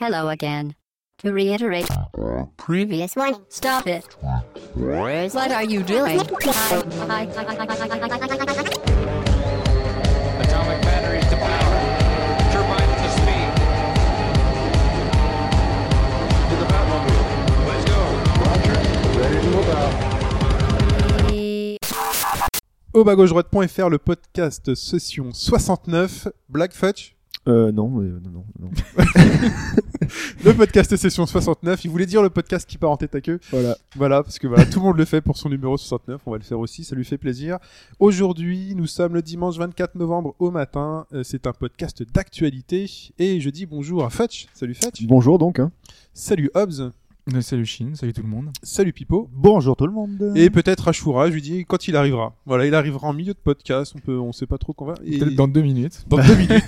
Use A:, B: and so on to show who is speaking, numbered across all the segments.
A: Hello again. To reiterate, previous one, stop it. What are you doing? I- I- I-
B: Atomic batteries to power. Turbines to speed. To the Batmobile. Let's go.
C: Au bas gauche droite.fr, le podcast session 69, Black Fudge.
D: Euh, non, euh, non, non, non.
C: Le podcast session 69, il voulait dire le podcast qui part en tête à queue.
D: Voilà.
C: Voilà, parce que voilà, tout le monde le fait pour son numéro 69, on va le faire aussi, ça lui fait plaisir. Aujourd'hui, nous sommes le dimanche 24 novembre au matin, euh, c'est un podcast d'actualité, et je dis bonjour à Fetch, salut Fetch,
D: Bonjour donc. Hein.
C: salut Hobbs,
E: Euh, Salut Chine, salut tout le monde.
C: salut Pipo,
D: Bonjour tout le monde.
C: et peut-être Ashura, je lui dis quand il arrivera. Voilà, il arrivera en milieu de podcast, on peut, on sait pas trop quand va. et-
E: Peut-être dans deux minutes.
C: dans deux minutes.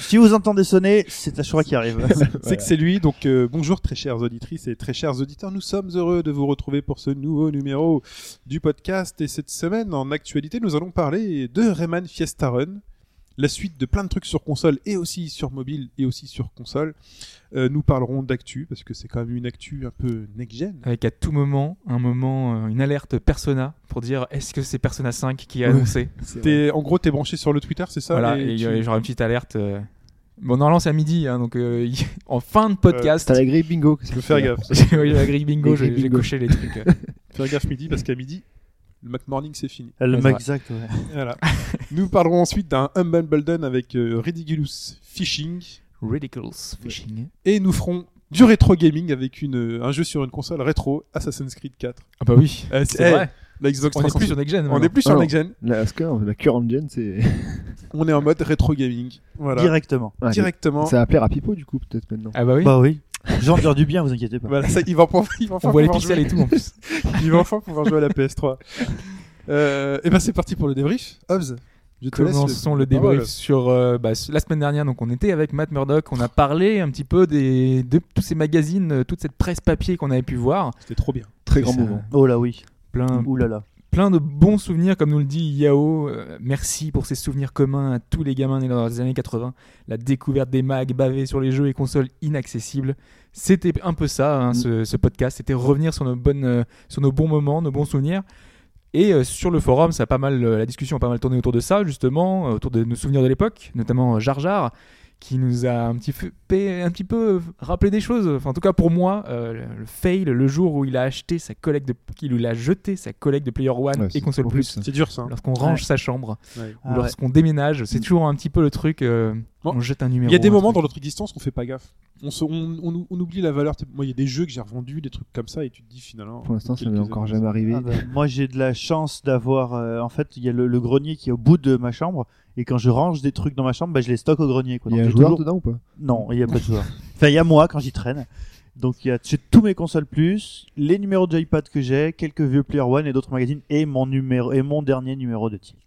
F: Si vous entendez sonner, c'est Ashura qui arrive.
C: C'est que c'est lui. Donc euh, bonjour très chères auditrices et très chers auditeurs. Nous sommes heureux de vous retrouver pour ce nouveau numéro du podcast. Et cette semaine, en actualité, nous allons parler de Rayman Fiesta Run, la suite de plein de trucs sur console et aussi sur mobile et aussi sur console. Euh, nous parlerons d'actu parce que c'est quand même une actu un peu next-gen.
E: Avec à tout moment, un moment, euh, une alerte Persona pour dire est-ce que c'est Persona 5 qui est annoncé
C: T'es- En gros, t'es branché sur le Twitter, c'est ça
E: Voilà,
C: Et
E: et
C: tu-
E: euh, j'aurai une petite alerte. euh. Bon, normalement c'est à midi, hein, donc euh, en fin de podcast,
C: Euh,
D: T'as la grille bingo.
C: Je veux faire gaffe.
E: j'ai oui, la grille bingo,
D: Les grilles
E: j'ai j'ai
D: bingo.
E: coché les trucs. euh.
C: Faire gaffe midi parce qu'à midi, le McMorning c'est fini.
F: Le
E: Ouais,
F: exact, ouais.
C: Voilà. Nous parlerons ensuite d'un Humble Bundle avec euh, Ridiculous Fishing.
E: Ridiculous fishing.
C: et nous ferons du rétro gaming avec une, euh, un jeu sur une console rétro, Assassin's Creed 4.
E: Ah bah oui,
C: Euh,
E: c'est
C: eh,
E: vrai.
C: La Xbox
E: On est
C: 360.
E: plus sur Next Gen.
C: on
E: maintenant.
C: est plus sur
D: Ah non.
C: Next Gen,
D: La, score, la current gen, c'est.
C: on est en mode rétro gaming. Voilà.
F: Directement.
D: Ouais,
C: Directement.
D: Ça va plaire à Pipo du coup, peut-être maintenant.
E: Ah bah oui,
F: Bah oui. J'en dire du bien, vous inquiétez pas.
C: Voilà, ça, il va enfin, il va enfin
E: on voit les
C: pouvoir
E: pixels
C: jouer.
E: et tout en plus.
C: Il va enfin pouvoir jouer à la PS3. Euh, et ben c'est parti pour le débrief. Hobbs, je te laisse.
E: Commençons le
C: la parole.
E: débrief sur euh, bah, s- la semaine dernière. Donc on était avec Matt Murdock, on a parlé un petit peu des, de tous ces magazines, euh, toute cette presse papier qu'on avait pu voir.
C: C'était trop bien.
D: Très grand
E: Ça-
D: moment.
F: Oh là oui.
E: Plein,
F: Ouh là là.
E: plein de bons souvenirs, comme nous le dit Yao. Euh, merci pour ces souvenirs communs à tous les gamins nés dans les années 80. La découverte des mags bavés sur les jeux et consoles inaccessibles. C'était un peu ça, hein, ce, ce podcast. C'était revenir sur nos, bonnes, euh, sur nos bons moments, nos bons souvenirs. Et euh, sur le forum, ça a pas mal, euh, la discussion a pas mal tourné autour de ça, justement, euh, autour de nos souvenirs de l'époque, notamment euh, Jar Jar, qui nous a un petit, peu, un petit peu euh, rappelé des choses. Enfin, en tout cas, pour moi, euh, le- le fail, le jour où il a acheté sa collecte de, qu'il a jeté sa collecte de Player One
D: Ouais,
E: Ah, et
D: c'est
E: console
D: pour
E: plus,
D: plus.
C: C'est dur ça. hein.
E: lorsqu'on range sa chambre, ou
F: Ah ouais. Mm.
E: lorsqu'on déménage, c'est toujours un petit peu le truc. euh,
C: Bon,
E: on jette un numéro.
C: Il y a des
E: un
C: moments
E: truc.
C: dans notre existence qu'on fait pas gaffe. On, se- on, on- on oublie la valeur. Moi, il y a des jeux que j'ai revendus, des trucs comme ça, et tu te dis finalement.
D: Pour l'instant, ça
C: quelques
D: m'est encore
C: années.
D: jamais arrivé.
F: Ah bah, moi j'ai de la chance d'avoir. euh, en fait, il y a le, le grenier qui est au bout de ma chambre. Et quand je range des trucs dans ma chambre, bah, je les stocke au grenier. Quoi.
D: Il y a
F: Donc,
D: un
F: j'ai
D: joueur
F: toujours-
D: dedans ou pas
F: Non, il n'y a pas de joueur. enfin, il y a moi quand j'y traîne. Donc il y a j'ai tous mes consoles plus, les numéros de joypad que j'ai, quelques vieux Player One et d'autres magazines et mon numéro et mon dernier numéro de Tilt.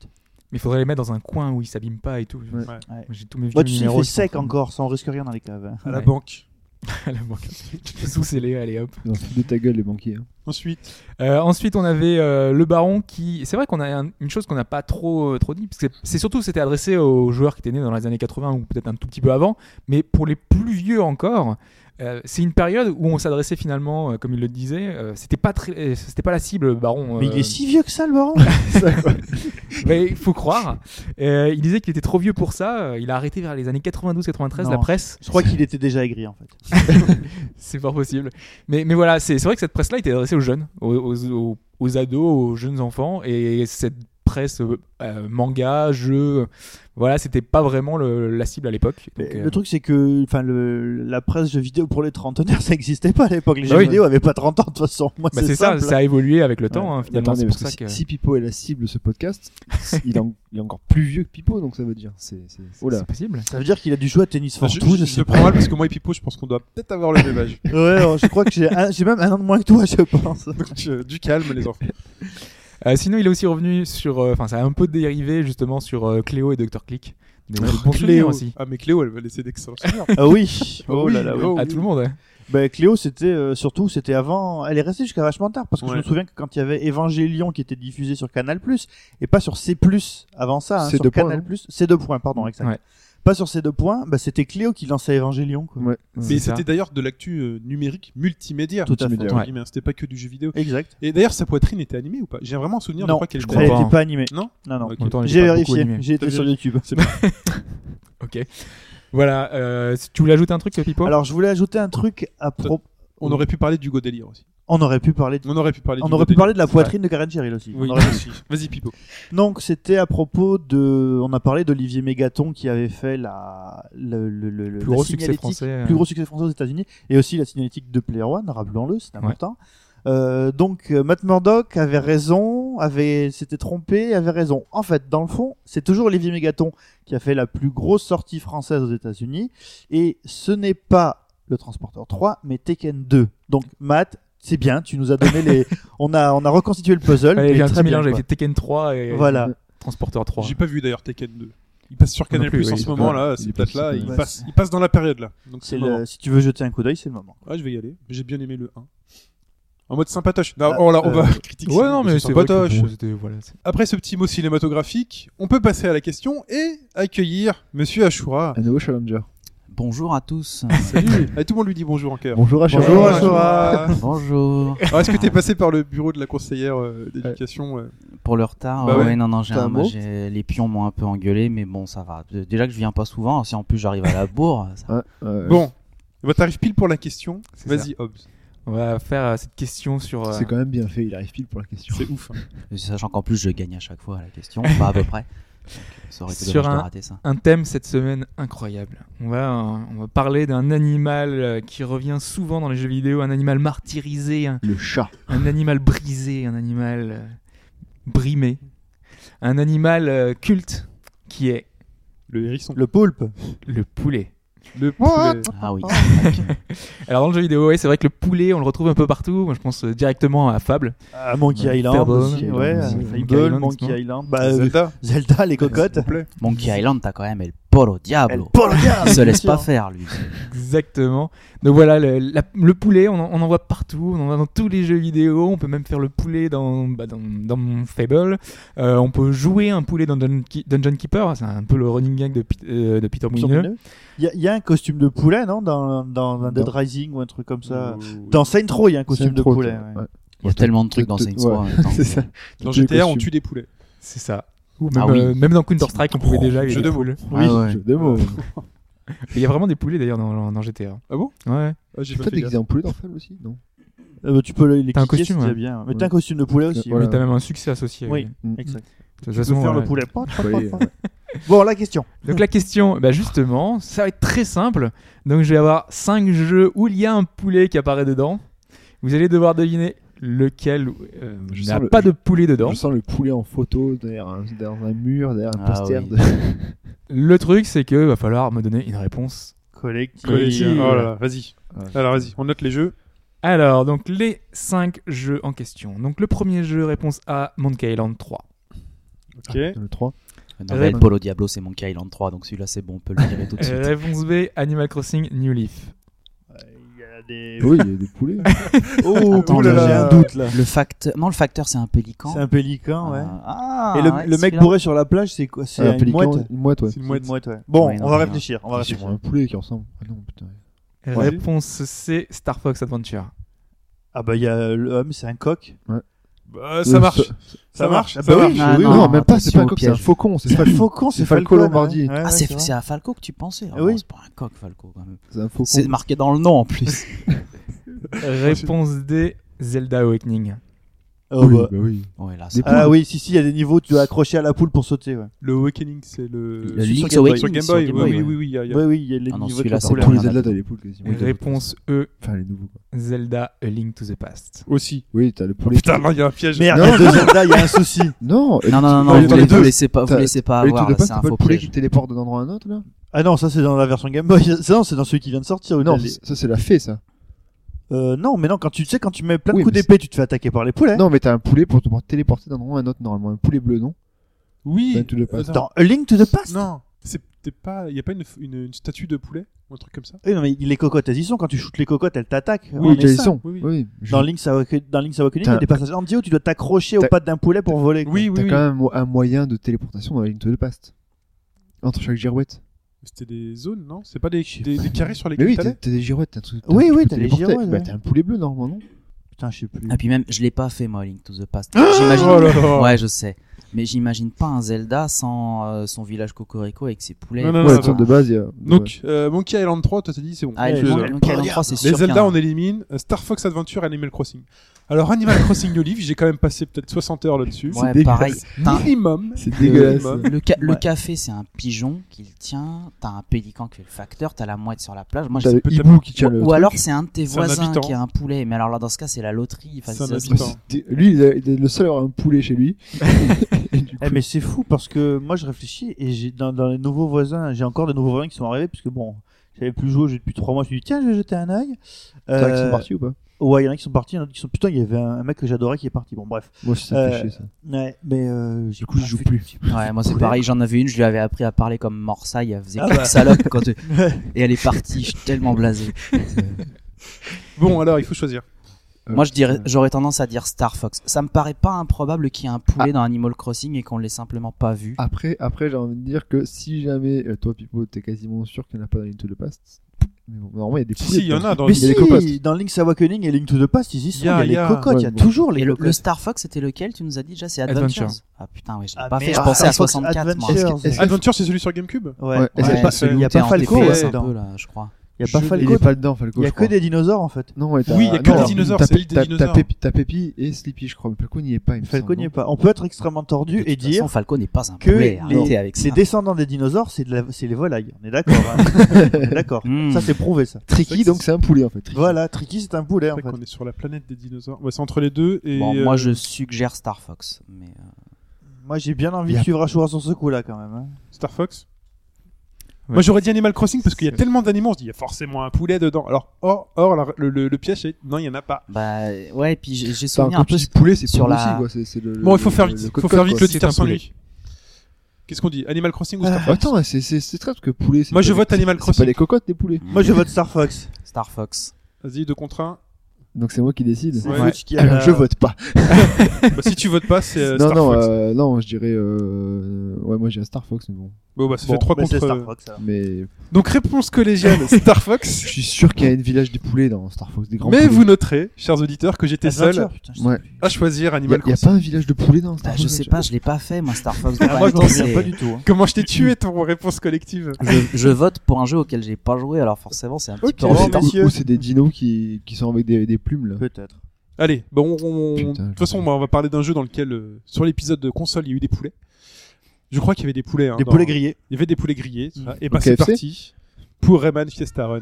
E: Mais il faudrait les mettre dans un coin où ils s'abîment pas et tout. Moi, J'ai tous mes vieux
F: Moi, tu sais, il
E: numéros
F: fait
E: qui sont en
F: sec
E: train de-
F: encore, ça en risque rien dans les caves. hein.
C: À la
E: Ouais.
C: banque.
E: à la banque. Sous-scellé, allez hop.
D: Ils en foutent de ta gueule, les banquiers. hein.
C: Ensuite,
E: Euh, ensuite, on avait euh, le baron qui. C'est vrai qu'on a un- une chose qu'on n'a pas trop, euh, trop dit, parce que c'est- c'est surtout c'était adressé aux joueurs qui étaient nés dans les années 80 ou peut-être un tout petit peu avant, mais pour les plus vieux encore, euh, c'est une période où on s'adressait finalement, euh, comme il le disait, euh, c'était pas très, euh, c'était pas la cible, le baron.
F: Mais il
E: euh,
F: est si vieux que ça, le baron
E: mais il faut croire. Euh, il disait qu'il était trop vieux pour ça. euh, Il a arrêté vers les années 92-93 la
F: Non.
E: presse.
F: Je crois qu'il était déjà aigri en fait.
E: C'est fort possible. Mais, mais voilà, c'est c'est vrai que cette presse-là était adressée aux jeunes, aux, aux- aux- aux ados, aux jeunes enfants. Et cette presse euh, euh, manga, jeu, voilà, c'était pas vraiment le- la cible à l'époque. Donc,
F: Mais
E: euh,
F: Le truc c'est que enfin le la presse jeux vidéo pour les trentenaires ça n'existait pas à l'époque. Les
E: Bah
F: jeux
E: oui.
F: vidéo avaient pas 30 ans de toute façon. Moi
E: bah,
F: c'est
E: c'est ça,
F: simple.
E: ça a évolué avec le temps, hein, finalement.
D: Attendez,
E: C'est pour
D: parce
E: ça
D: que
E: que.
D: si, si Pipo est la cible de ce podcast, il, est en- il est encore plus vieux que Pipo, donc ça veut dire. C'est. c'est- c'est-
E: c'est- C'est possible.
F: Ça veut dire qu'il a dû jouer à tennis
C: enfin,
F: for
C: je,
F: Two,
C: je- je
F: je sais
C: le
F: pas.
C: prends mal parce que moi et Pipo, je pense qu'on doit peut-être avoir le même âge.
F: Ouais, alors, je crois que j'ai un- j'ai même un an de moins que toi, je pense.
C: Donc, euh, du calme, les enfants.
E: Euh, sinon, il est aussi revenu sur. euh, Enfin, ça a un peu dérivé justement sur euh, Cléo et Dr. Click. Des, des bons souvenirs aussi.
C: Ah, mais Cléo, elle va laisser d'excellents souvenirs.
F: Ah oui. Oh
C: Oui,
F: là là. oui.
C: oh
E: À
C: oui.
E: tout le monde. hein.
F: Bah, Cléo, c'était euh, surtout, c'était avant. Elle est restée jusqu'à vachement tard parce que
C: Ouais.
F: je me souviens que quand il y avait Évangélion qui était diffusé sur Canal et pas sur C+ avant ça, hein,
D: C'est
F: sur
D: deux points,
F: Canal+, c'est deux points, pardon, exact.
E: Ouais.
F: pas sur ces deux points, bah, c'était Cléo qui lançait Evangelion. Quoi.
D: Ouais.
C: Mais
E: C'est ça.
C: c'était d'ailleurs de l'actu euh, numérique multimédia.
F: Tout à fait.
C: entre
E: Ouais.
C: guillemets, hein, C'était pas que du jeu vidéo.
F: Exact.
C: Et d'ailleurs, sa poitrine était animée ou pas J'ai vraiment un souvenir de
F: Non,
C: pas qu'elle
E: je
C: était-
E: crois
F: Elle
E: pas,
F: n'était
E: hein.
F: pas animée.
C: Non
F: Non, non.
C: Ok.
E: En même temps, elle est
F: J'ai
E: pas beaucoup
F: vérifié,
E: animée.
F: j'ai été
C: T'as
F: sur YouTube.
E: Ok. Voilà. euh, tu voulais ajouter un truc, Pipo
F: Alors, je voulais ajouter un truc à pro...
C: On aurait pu parler d'Hugo Délire aussi.
F: On aurait pu parler de...
C: On aurait pu parler
F: On
C: d'Hugo
F: aurait pu
C: Délire.
F: parler de la poitrine de Karen Cheryl aussi.
E: Oui.
F: On aurait pu-
C: Vas-y, Pipo.
F: Donc c'était à propos de, on a parlé d'Olivier Mégaton qui avait fait la le, le- le- le-
E: Plus
F: la
E: gros succès
F: signalétique-
E: français, euh.
F: plus gros succès français aux États-Unis et aussi la signalétique de Player One, rappelons-le, c'est important. Euh, donc euh, Matt Murdock avait raison, avait s'était trompé, avait raison. En fait, dans le fond, c'est toujours Olivier Mégaton qui a fait la plus grosse sortie française aux États-Unis et ce n'est pas le Transporteur 3 mais Tekken 2. Donc Matt, c'est bien, tu nous as donné les, on a on a reconstitué le puzzle.
E: Allez,
F: mais
E: j'ai un
F: très
E: petit
F: bien,
E: mélange
F: quoi.
E: avec Tekken 3 et
F: Voilà.
E: Transporteur 3.
C: J'ai pas vu d'ailleurs Tekken 2. Il passe sur
E: Non
C: Canal
E: plus,
C: Plus en
E: oui,
C: ce
E: il-
C: moment là,
D: ouais, il
C: c'est
D: est
C: peut-être
D: possible,
C: là,
D: ouais.
C: il passe il passe dans la période là. Donc
F: C'est
C: c'est
F: le-
C: le moment.
F: si tu veux jeter un coup d'œil, c'est le moment.
C: Ah, je vais y aller. J'ai bien aimé le 1. En mode sympatoche. Non,
F: Ah,
C: oh là, on
F: euh,
C: va critiquer.
E: Ouais,
C: ça,
E: non,
C: parce
E: mais
C: que
E: c'est vrai que,
C: sympatoche.
E: bon, c'était- voilà, c'est-
C: Après ce petit mot cinématographique, on peut passer à la question et accueillir Monsieur Ashura.
D: Un nouveau challenger.
G: Bonjour à tous.
C: Salut. Et tout le monde lui dit bonjour en cœur.
D: Bonjour à
F: Bonjour, Ashura.
G: Bonjour.
C: Alors, Est-ce que t'es passé par le bureau de la conseillère euh, d'éducation euh
G: Pour le retard,
C: Bah
G: ouais,
C: ouais.
G: non, non, j'ai
D: T'as
G: un-
D: un mot
G: j'ai- les pions m'ont un peu engueulé, mais bon, ça va. De- Déjà que je viens pas souvent, si en plus j'arrive à la bourre, ça...
C: Bon, bah, t'arrives pile pour la question.
E: C'est
C: Vas-y, Hobbs.
E: On va faire euh, cette question sur. euh,
D: C'est quand même bien fait, il arrive pile pour la question.
C: C'est ouf. hein.
G: sachant qu'en plus je gagne à chaque fois à la question, pas à peu près. Donc, euh, ça aurait été
E: Sur
G: dommage
E: un-
G: de rater ça.
E: Un thème cette semaine incroyable. On va, euh, on va parler d'un animal euh, qui revient souvent dans les jeux vidéo, un animal martyrisé, un,
D: Le chat.
E: un animal brisé, un animal euh, brimé, un animal euh, culte qui est
C: Le hérisson.
F: Le poulpe.
E: le poulet.
C: Le poulet.
G: Ah oui.
E: Alors dans le jeu vidéo, ouais, c'est vrai que le poulet, on le retrouve un peu partout. Moi, je pense euh, directement à Fable.
F: Ah, Monkey
E: Ouais,
F: Island
E: Fable,
F: aussi,
D: Monkey
F: ouais.
D: Island,
F: euh,
D: Monkey
F: Fable,
E: Island,
F: Monkey
E: etc.
F: Island. Bah, euh,
C: Zelda.
F: Zelda, les cocottes.
C: S'il vous plaît.
G: Monkey Island, t'as quand même El Polo
F: Elle
G: Diablo.
F: Paul Gare,
G: Il se laisse
F: bien
G: pas
F: sûr.
G: faire, lui.
E: Exactement. Donc voilà, le, la- le poulet, on en, on en voit partout, on en voit dans tous les jeux vidéo, on peut même faire le poulet dans, bah, dans, dans mon Fable, Euh, on peut jouer un poulet dans Dungeon, Ki- Dungeon Keeper, c'est un peu le running gag de, Pit- euh, de Peter Molineux.
F: Il y, a- il y a un costume de poulet, non dans, dans un Dead
D: Non.
F: Rising ou un truc comme ça.
C: Ou-
F: Dans Saint Row, il y a un costume de poulet. ouais.
G: Il y a tellement de trucs dans
D: Tout-
G: Saints
D: ouais.
G: Row. en même temps.
D: C'est ça.
C: Dans
D: Tous les
C: GTA, on
D: costumes.
C: tue des poulets.
E: C'est ça. Ou même,
G: Ah oui.
E: euh, même dans Counter Strike, on pouvait déjà. il y
C: Jeu de
E: avait des
C: mots.
E: poules.
G: Ah ouais.
D: jeu de mots.
E: Il y a vraiment des poulets d'ailleurs dans, dans- dans GTA.
C: Ah bon
E: Ouais.
C: Ah, j'ai
D: Tu
C: pas
D: peux
C: fait gaffe.
D: déguisé en poulet dans Fable aussi Non.
F: Euh, bah, tu peux les
E: T'as un
F: cliquer si
E: costume,
F: tu
E: ouais.
F: as bien. Mais
D: Ouais.
F: t'as un costume de poulet aussi.
D: Voilà.
E: Mais t'as même un succès associé.
F: Oui,
D: Mm.
F: Exact.
E: De toute
F: Tu
E: façon,
F: peux faire le
E: ouais.
F: poulet. Pas,
D: Faut aller, euh,
F: Bon, la question.
E: Donc la question, bah justement, ça va être très simple. Donc je vais avoir 5 jeux où il y a un poulet qui apparaît dedans. Vous allez devoir deviner lequel euh,
D: Je
E: n'a
D: sens le-
E: pas de poulet dedans.
D: Je sens le poulet en photo derrière un, derrière un mur, derrière un
G: Ah
D: poster
G: oui.
D: de.
E: Le truc, c'est que va falloir me donner une réponse.
F: Collective.
C: Collective. Oh là là, vas-y.
D: Ouais.
C: Alors vas-y, on note les jeux.
E: Alors, donc les 5 jeux en question. Donc le premier jeu, réponse A, Monkey Island 3.
C: Ok.
D: Dans le 3.
G: euh, Non, mais El Polo Diablo, c'est Monkey Island 3, donc celui-là, c'est bon, on peut le virer tout de
E: Euh,
G: suite.
E: réponse B, Animal Crossing New Leaf.
F: Il y a des.
D: Oui, il y a des poulets.
F: Oh,
G: Attends,
F: là
G: le-
F: là, j'ai un doute là.
G: Le facteur... Non, le facteur, c'est un pélican.
F: C'est un pélican, ouais.
G: Ah,
F: Et le,
G: ouais,
F: le mec
G: celui-là.
F: bourré sur la plage, c'est quoi C'est
D: Ah,
F: une
D: pélican,
F: mouette
D: Une mouette, ouais.
C: C'est une
F: C'est
C: mouette.
F: une mouette, ouais. Bon,
G: Ouais, non,
F: on va
G: rien.
F: réfléchir. On va
D: Sur
F: réfléchir.
D: un poulet qui ressemble. Ah non, putain.
C: Ouais.
E: Réponse C, Star Fox Adventure.
F: Ah bah il y a l'homme, c'est un coq.
C: Bah, ça marche.
D: Euh, Ça-
C: Ça marche.
F: Ah
C: Ça
F: bah
C: marche.
F: oui.
G: Ah
D: oui,
G: non,
D: non, même pas, c'est
G: attention
D: pas un
G: au
D: coq, c'est un
G: piège.
D: faucon. C'est
F: C'est pas le faucon,
D: c'est
F: c'est Falco
D: Falco
F: Lombardi.
D: Lombardi.
F: Ouais, ouais,
G: Ah, c'est
F: vrai.
G: c'est à Falco que tu pensais. Ah
F: Oui.
G: bon, C'est pas un coq, Falco, quand même.
D: C'est un faucon.
G: C'est marqué dans le nom, en plus.
E: réponse D, Zelda Awakening.
F: Oh,
D: oui,
F: bah.
D: bah oui.
G: Ouais, là,
D: Des
G: ça...
D: poules.
F: Ah oui, si, si, il y a des niveaux, tu dois accrocher à la poule pour sauter. Ouais.
C: Le Awakening, c'est le.
F: Sur
G: Le Link's
F: Game Boy.
G: Awakening
C: Sur Game Boy.
G: sur Game
C: oui,
G: Boy,
C: oui,
G: ouais.
C: oui, oui, il y a- il y a-
F: Oui, oui, il y a les
G: Ah non,
F: niveaux
G: celui-là,
F: de
G: c'est
F: la poule.
D: Tous
G: Ouais,
D: les
G: on a
D: Zelda,
G: des-
D: t'as les poules quasiment.
E: Réponse E,
D: Enfin, les nouveaux. quoi.
E: Zelda A Link to the Past.
C: Aussi.
D: Oui, t'as le poulet.
C: Putain, non, il y a un piège.
F: Merde,
D: Non,
F: les deux Zelda, il y a un souci.
D: Non,
G: Non, non, non,
D: Dans
G: non,
D: les
G: vous,
D: tours
G: les-
D: de
G: vous
D: passe,
G: laissez pas, vous
D: t'as-
G: laissez pas
D: les tours
G: avoir,
D: de
G: là,
D: passe,
G: c'est
D: t'as
G: un
D: pas le
G: faux
D: poulet
G: piège.
D: qui téléporte d'un endroit à un autre là
F: Ah non, ça c'est dans la version Game Boy. Ça, non, c'est dans celui qui vient de sortir. où
D: Non,
F: t'as les-
D: ça c'est la fée ça.
F: Euh, non, mais non, quand tu tu sais, quand tu mets plein de
D: Oui,
F: coups
D: mais
F: d'épée, tu te fais attaquer par les hein.
G: Hein
F: poulets.
D: Non, mais t'as un poulet pour te pour téléporter d'un endroit à un autre normalement. Un poulet bleu, non
C: Oui.
D: Bah, tu le passes.
C: Attends.
F: Dans A Link to the Past.
C: Non. C'était pas. Il n'y a pas une, une, une statue de poulet ou un truc comme ça
F: Oui, non, mais les cocottes, elles y sont. Quand tu shootes les cocottes, elles t'attaquent.
D: Oui,
F: On
D: t'as
F: est
D: les
F: ça.
D: sons.
C: oui, oui.
D: Oui, je-
F: Dans Link's Awake- dans Link's Awakening, il y a
D: T'as-
F: des passages entiers où tu dois t'accrocher aux
D: t'as-
F: pattes d'un poulet pour voler. quoi.
C: Oui, oui,
D: T'as
C: oui.
D: quand même un moyen de téléportation dans la ligne de paste. Entre chaque girouette.
C: C'était des zones, non C'est pas des, des, des carrés sur
D: Mais
C: lesquels
D: oui, t'as
C: t'allais
D: t'as des girouettes, t'as tout.
F: Oui,
D: tu
F: oui,
D: peux
F: t'as les
D: téléporter.
F: girouettes,
D: Bah,
F: ouais.
D: t'as un poulet bleu normalement, non
F: Putain, je sais plus.
D: Ah,
G: Et Ah, puis même, je l'ai pas fait, moi, Link to the Past. J'imagine.
C: Oh là là.
G: Ouais, je sais. Mais j'imagine pas un Zelda sans euh, son village Cocorico avec ses poulets.
C: Non, non,
D: Ouais,
C: non,
D: de toute façon, de base, il y a. ouais.
C: Donc, euh, Monkey Island 3, toi t'as dit c'est bon.
G: Ah,
C: Ouais,
G: et
C: je-
G: le Mon- Monkey Island 3, c'est sûr.
C: Les
G: qu'il y en
C: Zelda,
G: a.
C: on élimine. Euh, Star Fox Adventure, Animal Crossing. Alors, Animal Crossing Olive, j'ai quand même passé peut-être 60 heures là-dessus.
G: Ouais, pareil. T'as un-
C: Minimum.
D: C'est dégueulasse.
C: Minimum.
G: Le, ca- le
F: Ouais.
G: café, c'est un pigeon qui le tient. T'as un pélican qui est le facteur. T'as la mouette sur la plage. Moi, je
D: T'as
G: sais-
D: le
C: peut-être-
D: hibou qui tient le.
G: Ou, ou alors, c'est un de tes
C: C'est un
G: voisins
C: habitant.
G: qui a un poulet. Mais alors là, dans ce cas, c'est la loterie. Enfin,
C: C'est un
G: c'est-
C: habitant.
D: C'était- Lui, il est il est le seul à avoir un poulet chez lui. Et du coup,
F: Eh, mais c'est fou parce que moi je réfléchis et j'ai dans, dans les nouveaux voisins, j'ai encore des nouveaux voisins qui sont arrivés parce que bon, j'avais plus joué au jeu depuis trois mois, je me suis dit tiens, je vais jeter un œil.
D: t'as
F: Euh,
D: euh... qui sont partis ou pas
F: Ouais, il y en a qui sont partis, il y en a qui sont putain, il y avait un, un mec que j'adorais qui est parti. Bon, bref.
D: Moi, ça me fait
F: euh,
D: chier, ça.
F: Ouais, mais euh, j'ai
D: Du coup, je
F: pas
D: joue
F: fait-
D: plus.
F: j'ai pas
G: Ouais,
F: fait
G: moi
F: de
G: c'est
F: poulet.
G: pareil, j'en avais une, je lui avais appris à parler comme Morsaille, elle faisait
F: Ah
G: comme
F: bah.
G: salope quand et elle est partie, je suis tellement blasé.
C: Bon, alors, il faut choisir.
G: Moi je dirais j'aurais tendance à dire Star Fox. Ça me paraît pas improbable qu'il y ait un poulet dans Animal Crossing et qu'on l'ait simplement pas vu.
D: Après, après j'ai envie de dire que si jamais euh, toi, Pipo, t'es quasiment sûr qu'il n'y en a pas dans Into the Past. Mais bon, normalement, il y a des
C: Si,
D: poulets.
C: il y en a dans
F: Mais
D: Il y a des
F: si,
D: cocottes.
F: dans Link's Awakening et Link to the Past, ils y sont. Il y
C: Y a-
F: a,
C: y a-
F: les cocottes, il
D: ouais,
F: y a
D: bon.
F: toujours les
G: Et le,
F: cocottes.
G: le Star Fox c'était lequel Tu nous as dit déjà c'est Adventures.
E: Adventures.
G: Ah putain ouais, je l'ai
F: Ah,
G: pas fait,
F: merde.
G: je pensais à
F: Star Fox
G: 64 moi.
F: Adventures.
D: Est-ce- est-ce-
C: Adventure, c'est celui sur Gamecube
F: Ouais,
D: Ouais,
F: ouais,
D: et c'est
G: Ouais,
D: pas-
G: celui
F: il y a
G: où t'es
F: pas
G: en
F: Falco
G: TPS un
F: dedans.
G: peu, là, je crois.
F: Il y a pas
D: Je-
F: Falco.
D: Il est pas dedans, Falco.
F: Il y a
D: je
F: que
D: crois.
F: des dinosaures en fait.
D: Non, et t'as-
C: Oui, il y a que
D: non,
C: des
D: alors,
C: dinosaures,
D: t'as-
C: c'est l'île des
D: t'as-
C: dinosaures.
D: T'as Pépi, t'as Pépi et Sleepy, je crois. Mais Falco n'y est pas. il me
F: Falco
D: semble,
F: n'y
D: non
F: est pas. On peut être extrêmement tordu
G: De
F: et
G: toute façon,
F: dire
G: Falco n'est pas un
F: que
G: poulet,
F: les-
G: arrêtez avec ça.
F: les descendants des dinosaures, c'est de la- c'est les volailles. On est d'accord. hein. On est d'accord.
G: Hmm.
F: Ça c'est prouvé ça.
C: C'est vrai
D: Tricky,
C: que
D: donc c'est un poulet en fait. Tricky.
F: Voilà, Tricky c'est un poulet en
C: C'est
F: fait.
C: vrai qu'on est sur la planète des dinosaures. Ouais, c'est entre les deux. Et,
G: Bon, moi
C: euh,
G: je suggère Star Fox, mais euh,
F: Moi j'ai bien envie
D: Y
F: de
D: a-
F: suivre Ashura sur ce coup là quand même. hein.
C: Star Fox
E: Ouais.
C: Moi j'aurais dit Animal Crossing parce qu'il y a
E: C'est-
C: tellement d'animaux, on se dit il y a forcément un poulet dedans. Alors, or, or la- le, le- le piège c'est non, il n'y en a pas.
G: bah ouais, et puis j'ai j'ai
D: Enfin,
G: souvenir
D: quand
G: un peu
D: tu dis poulet, c'est
G: sur
D: sur
G: la-
D: la. Aussi, quoi. c'est le,
C: Bon, il faut faire vite, il faut faire vite
E: quoi.
C: l'auditeur
E: C'est un poulet.
C: s'ennuie. Qu'est-ce qu'on dit Animal Crossing ou Star Fox
D: Attends, c'est c'est c'est très parce que poulet. c'est
C: Moi
D: pas
C: je
D: des-
C: vote Animal
D: C'est pas
C: Crossing.
D: les cocottes des poulets.
F: Moi je vote Star Fox.
G: Star Fox.
C: Vas-y, deux contre un.
D: Donc c'est moi qui décide.
F: C'est
C: Ouais.
F: Fudge qui a
D: Alors,
F: la-
D: Je vote pas.
C: Bah, si tu votes pas, c'est euh,
D: non,
C: Star
D: non,
C: Fox.
D: euh, non, je dirais. euh, Ouais, moi j'ai un Star Fox, mais bon.
C: Bon, bah ça
F: Bon,
C: fait trois
F: mais
C: contre.
F: c'est Star
C: euh,
F: Fox, ça.
D: Mais
C: Donc réponse collégiale Star
D: je
C: Fox.
D: suis sûr qu'il y a un village des poulets dans Star Fox, des grands
C: Mais
D: poulets.
C: vous noterez, chers auditeurs, que j'étais seul
F: Adventure, putain, je sais
D: Ouais.
C: à choisir
D: Il y a,
C: Animal
D: y a
C: Crossing.
D: pas un village de poulets dans Star
G: Bah,
D: Fox
G: je sais pas, je l'ai pas fait moi Star Fox. dans
F: pas.
G: la
F: Ah, Moi je m'en
G: liste,
F: souviens
G: c'est-
F: pas du tout. hein.
C: Comment je t'ai tué ton réponse collective
G: je, je vote pour un jeu auquel j'ai pas joué, alors forcément c'est un petit
F: Ok.
G: peu
D: Ou
F: Bon,
G: embêtant.
D: c'est-
F: messieurs.
D: ou- ou c'est des dinos qui, qui sont avec des, des plumes là.
F: Peut-être.
C: Allez, bon, on-
D: Putain,
C: de
D: je
C: toute façon,
D: sais.
C: on va parler d'un jeu dans lequel, euh, sur l'épisode de console, il y a eu des poulets. Je crois qu'il y avait des poulets. hein,
F: Des
C: dans-
F: poulets grillés.
C: Il y avait des poulets grillés.
G: Mmh.
C: Et bah,
D: Au
C: c'est
D: KFC?
C: parti pour Rayman Fiesta Run.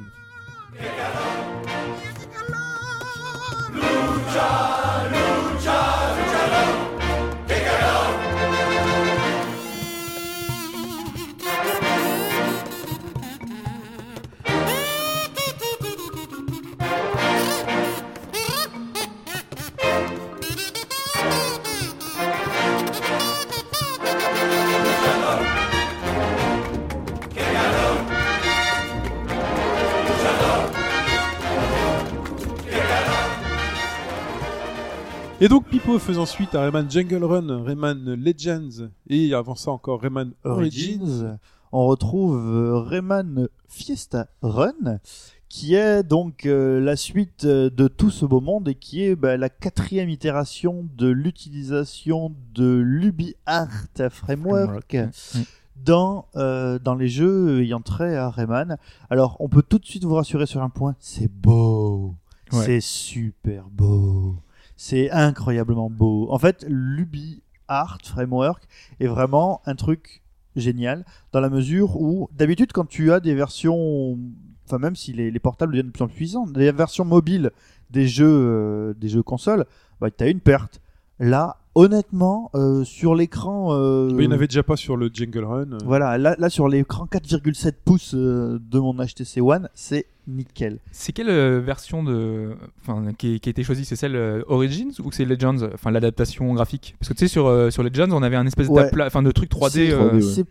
C: Et donc, Pipo faisant suite à Rayman Jungle Run, Rayman Legends, et avant ça encore Rayman Origins.
F: Origins, on retrouve euh, Rayman Fiesta Run, qui est donc euh, la suite euh, de tout ce beau monde et qui est bah, la quatrième itération de l'utilisation de l'UbiArt Framework. Dans, euh, dans les jeux ayant trait à Rayman. Alors, on peut tout de suite vous rassurer sur un point, c'est beau.
E: Ouais.
F: C'est super beau. C'est incroyablement beau. En fait, l'UbiArt Framework est vraiment un truc génial dans la mesure où d'habitude quand tu as des versions enfin même si les, les portables deviennent de plus en plus puissants des versions mobiles des jeux euh, des jeux consoles bah t'as une perte là honnêtement euh, sur l'écran euh,
C: Mais Il n'y en avait déjà pas sur le Jungle Run. euh,
F: voilà là, là sur l'écran 4,7 pouces euh, de mon HTC One c'est nickel
E: C'est quelle euh, version de, enfin, qui, qui a été choisie C'est celle euh, Origins ou c'est Legends Enfin, l'adaptation graphique. Parce que tu sais, sur, euh, sur Legends, on avait un espèce
F: Ouais.
E: d'aplat- enfin, de truc 3D.
D: C'est
E: euh,
D: 3D, ouais.
F: c'est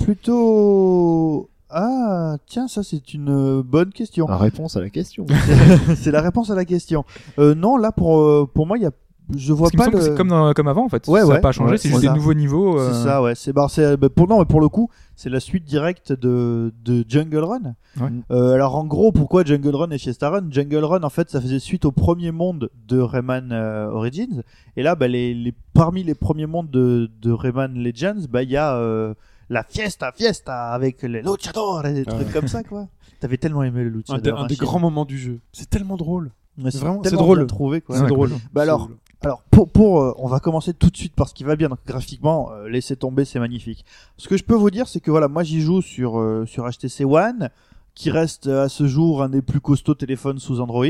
F: plutôt ah tiens ça c'est une euh, bonne question
D: La réponse à la question.
F: c'est la réponse à la question. Euh, non, là pour euh, pour moi il y a je
E: Parce
F: vois
E: qu'il me
F: pas
E: semble que
F: le.
E: c'est comme, dans- comme avant en fait.
F: Ouais,
E: ça n'a
F: ouais.
E: pas changé,
F: Ouais,
E: c'est juste
F: c'est
E: des
F: ça.
E: nouveaux niveaux. euh,
F: C'est ça, ouais. C'est bah, c'est- bah, pour non, mais pour le coup, c'est la suite directe de, de Jungle Run.
E: Ouais.
F: Euh, alors en gros, pourquoi Jungle Run et Fiesta Run Jungle Run, en fait, ça faisait suite au premier monde de Rayman euh, Origins. Et là, bah, les, les- parmi les premiers mondes de, de Rayman Legends, bah il y a euh, la Fiesta, Fiesta avec les luchadores et des trucs comme ça, quoi. T'avais tellement aimé le
C: Un, des-
F: luchador.
C: un
F: hein,
C: des
F: Chine.
C: grands moments du jeu. C'est tellement drôle.
F: Mais c'est
C: vraiment, c'est
F: tellement
C: drôle.
F: bien trouvé, quoi.
C: c'est
E: Ouais.
C: drôle.
F: Bah alors,
C: C'est-
F: alors pour, pour euh, on va commencer tout de suite par ce qui va bien. Donc graphiquement, euh, laissez tomber, c'est magnifique. Ce que je peux vous dire, c'est que voilà, moi j'y joue sur euh, sur HTC One, qui reste euh, à ce jour un des plus costauds téléphones sous Android.